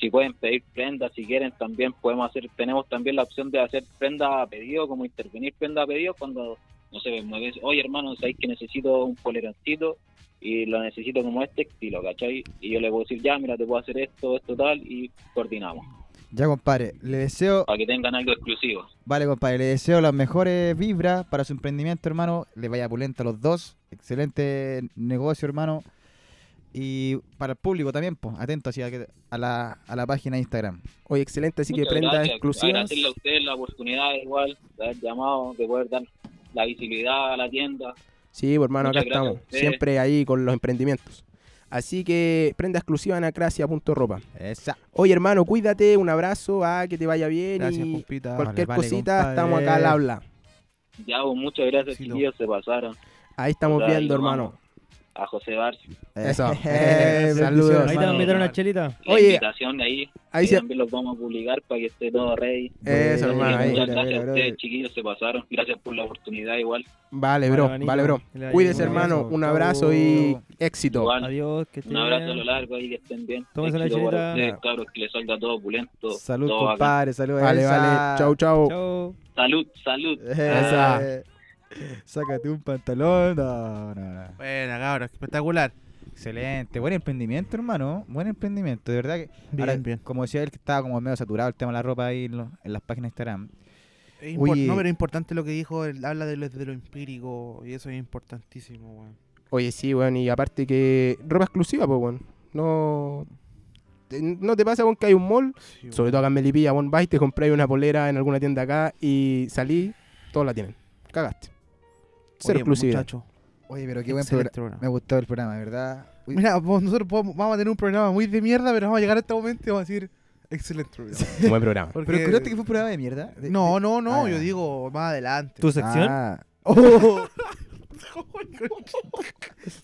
Speaker 10: si pueden pedir prendas, si quieren también podemos hacer, tenemos también la opción de hacer prenda a pedido, como intervenir prenda a pedido cuando, no sé, me dicen, oye hermano, sabéis que necesito un poleroncito y lo necesito como este estilo, ¿cachai? Y yo le puedo decir, ya, mira, te puedo hacer esto, esto, tal, y coordinamos,
Speaker 6: Ya, compadre. Le deseo...
Speaker 10: para que tengan algo exclusivo.
Speaker 6: Vale, compadre, le deseo las mejores vibras para su emprendimiento, hermano. Le vaya pulenta a los dos. Excelente negocio, hermano. Y para el público también, pues, atento así a, que- a la, a la página de Instagram.
Speaker 2: Oye, excelente, así
Speaker 10: Muchas
Speaker 2: que prendas
Speaker 10: gracias.
Speaker 2: exclusivas.
Speaker 10: Agradecerle a ustedes la oportunidad, igual, de haber llamado, de poder dar la visibilidad a la tienda.
Speaker 2: Sí, pues, hermano, acá
Speaker 10: Muchas gracias
Speaker 2: estamos.
Speaker 10: a ustedes.
Speaker 2: Siempre ahí con los emprendimientos. Así que prenda exclusiva en acracia.ropa.
Speaker 6: Esa.
Speaker 2: Oye, hermano, cuídate, un abrazo, ah, que te vaya bien
Speaker 4: Gracias,
Speaker 6: pues.
Speaker 2: y
Speaker 4: Pupita.
Speaker 2: cualquier
Speaker 6: Vale, vale,
Speaker 2: cosita
Speaker 6: compadre.
Speaker 2: estamos acá al habla.
Speaker 10: Ya, pues, muchas gracias,
Speaker 4: Sí, lo-
Speaker 10: chiquillos, se pasaron.
Speaker 2: Ahí estamos
Speaker 10: Ahí
Speaker 2: viendo,
Speaker 10: lo vamos.
Speaker 2: hermano.
Speaker 10: A José Barcio.
Speaker 2: Eso. Eh,
Speaker 6: Bendiciones,
Speaker 2: Saludos.
Speaker 5: Ahí te van a
Speaker 6: hermano.
Speaker 5: invitar una chelita.
Speaker 10: La
Speaker 2: Oye.
Speaker 10: invitación de ahí,
Speaker 2: Ahí
Speaker 10: y
Speaker 2: se...
Speaker 10: también los vamos a publicar para que esté todo ready.
Speaker 2: Eso, hermano, ahí.
Speaker 10: Muchas
Speaker 6: Vale,
Speaker 10: gracias
Speaker 6: vale,
Speaker 10: a ustedes,
Speaker 6: vale.
Speaker 10: chiquillos, se pasaron. Gracias por la oportunidad, igual.
Speaker 2: Vale, bro,
Speaker 5: Vale,
Speaker 2: vale, bro.
Speaker 5: manito.
Speaker 2: Cuídese,
Speaker 5: Un abrazo.
Speaker 2: hermano, un abrazo y éxito.
Speaker 10: Igual,
Speaker 5: Adiós, que
Speaker 10: un abrazo a
Speaker 5: bien.
Speaker 10: lo largo ahí, que estén bien.
Speaker 5: Tómese una
Speaker 10: Éxito para
Speaker 5: chelita.
Speaker 10: ustedes, cabros, que les salga todo opulento.
Speaker 6: Salud,
Speaker 10: todo bacán.
Speaker 6: compadre. Salud,
Speaker 2: Vale,
Speaker 6: Elsa.
Speaker 2: vale. Chau, chau.
Speaker 5: Chao.
Speaker 10: Salud, salud.
Speaker 6: Esa. Sácate un pantalón. No, no, no.
Speaker 4: Buena, cabros, espectacular.
Speaker 6: Excelente, buen emprendimiento, hermano. Buen emprendimiento, de verdad que.
Speaker 4: Bien,
Speaker 6: ahora,
Speaker 4: bien.
Speaker 6: Como decía él, que estaba como medio saturado el tema de la ropa ahí en, lo- en las páginas de Instagram.
Speaker 4: Es impor-
Speaker 6: Oye.
Speaker 4: No, pero es importante lo que dijo, él habla de lo, de lo empírico y eso es importantísimo, weón.
Speaker 2: Oye, sí, weón, y aparte que ropa exclusiva, pues, weón. No... te- No te pasa, weón, que hay un mall,
Speaker 4: Sí,
Speaker 2: sobre
Speaker 4: weón.
Speaker 2: todo acá en Melipilla, weón, vais, te compráis una polera en alguna tienda acá y salí, todos la tienen. Cagaste. Cero
Speaker 4: Oye,
Speaker 2: exclusividad.
Speaker 4: muchacho,
Speaker 6: Oye, pero qué buen
Speaker 4: excelente
Speaker 6: programa.
Speaker 4: programa.
Speaker 6: Me gustó el programa, de verdad. Uy,
Speaker 4: Mira, vos- nosotros podemos- vamos a tener un programa muy de mierda, pero vamos a llegar a este momento y vamos a decir, excelente programa.
Speaker 2: Buen programa.
Speaker 4: Porque-
Speaker 6: Pero creo que fue un programa de mierda. De-
Speaker 4: No, no, no,
Speaker 6: Ah,
Speaker 4: yo
Speaker 6: ya.
Speaker 4: digo más adelante.
Speaker 5: ¿Tu sección?
Speaker 6: Ah.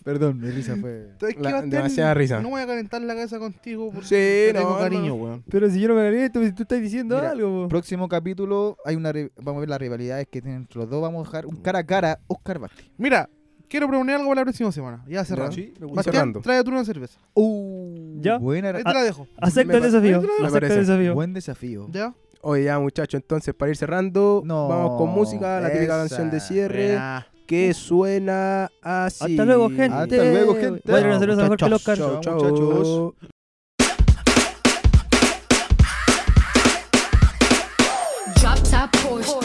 Speaker 6: Perdón, mi risa fue.
Speaker 4: Entonces, ¿qué
Speaker 2: La-
Speaker 4: va a tener?
Speaker 2: demasiada risa.
Speaker 4: No voy a calentar la cabeza contigo porque
Speaker 2: Sí,
Speaker 4: te
Speaker 2: no,
Speaker 4: tengo
Speaker 2: no.
Speaker 4: cariño, weón.
Speaker 5: Pero si yo no me gané esto, si tú estás diciendo
Speaker 6: Mira,
Speaker 5: algo. po.
Speaker 6: Próximo capítulo, hay una ri- vamos a ver las rivalidades que tienen entre los dos. Vamos a dejar un cara a cara, Oscar Vázquez.
Speaker 4: Mira, quiero proponer algo para la próxima semana. Ya cerrando.
Speaker 2: Sí, me gusta.
Speaker 4: Bastián,
Speaker 2: Cerrando. Ah.
Speaker 4: trae tú una cerveza.
Speaker 5: Ya.
Speaker 6: Buena,
Speaker 4: Ahí
Speaker 6: ra-
Speaker 4: te la dejo.
Speaker 5: Acepta el
Speaker 2: me
Speaker 5: desafío.
Speaker 2: me
Speaker 5: Acepta
Speaker 2: parece.
Speaker 5: el desafío.
Speaker 6: buen desafío.
Speaker 4: ¿Ya?
Speaker 2: Oye, ya muchachos, entonces para ir cerrando,
Speaker 6: No,
Speaker 2: vamos con música, la típica
Speaker 6: esa.
Speaker 2: canción de cierre
Speaker 4: Buena.
Speaker 2: que suena así.
Speaker 5: Hasta luego, gente.
Speaker 6: Hasta luego, gente.
Speaker 5: Vayan a cerveza mejor que el
Speaker 6: Chao,
Speaker 5: Oscar.
Speaker 2: Chao, chao.
Speaker 6: muchachos.
Speaker 8: Drop top Porsche.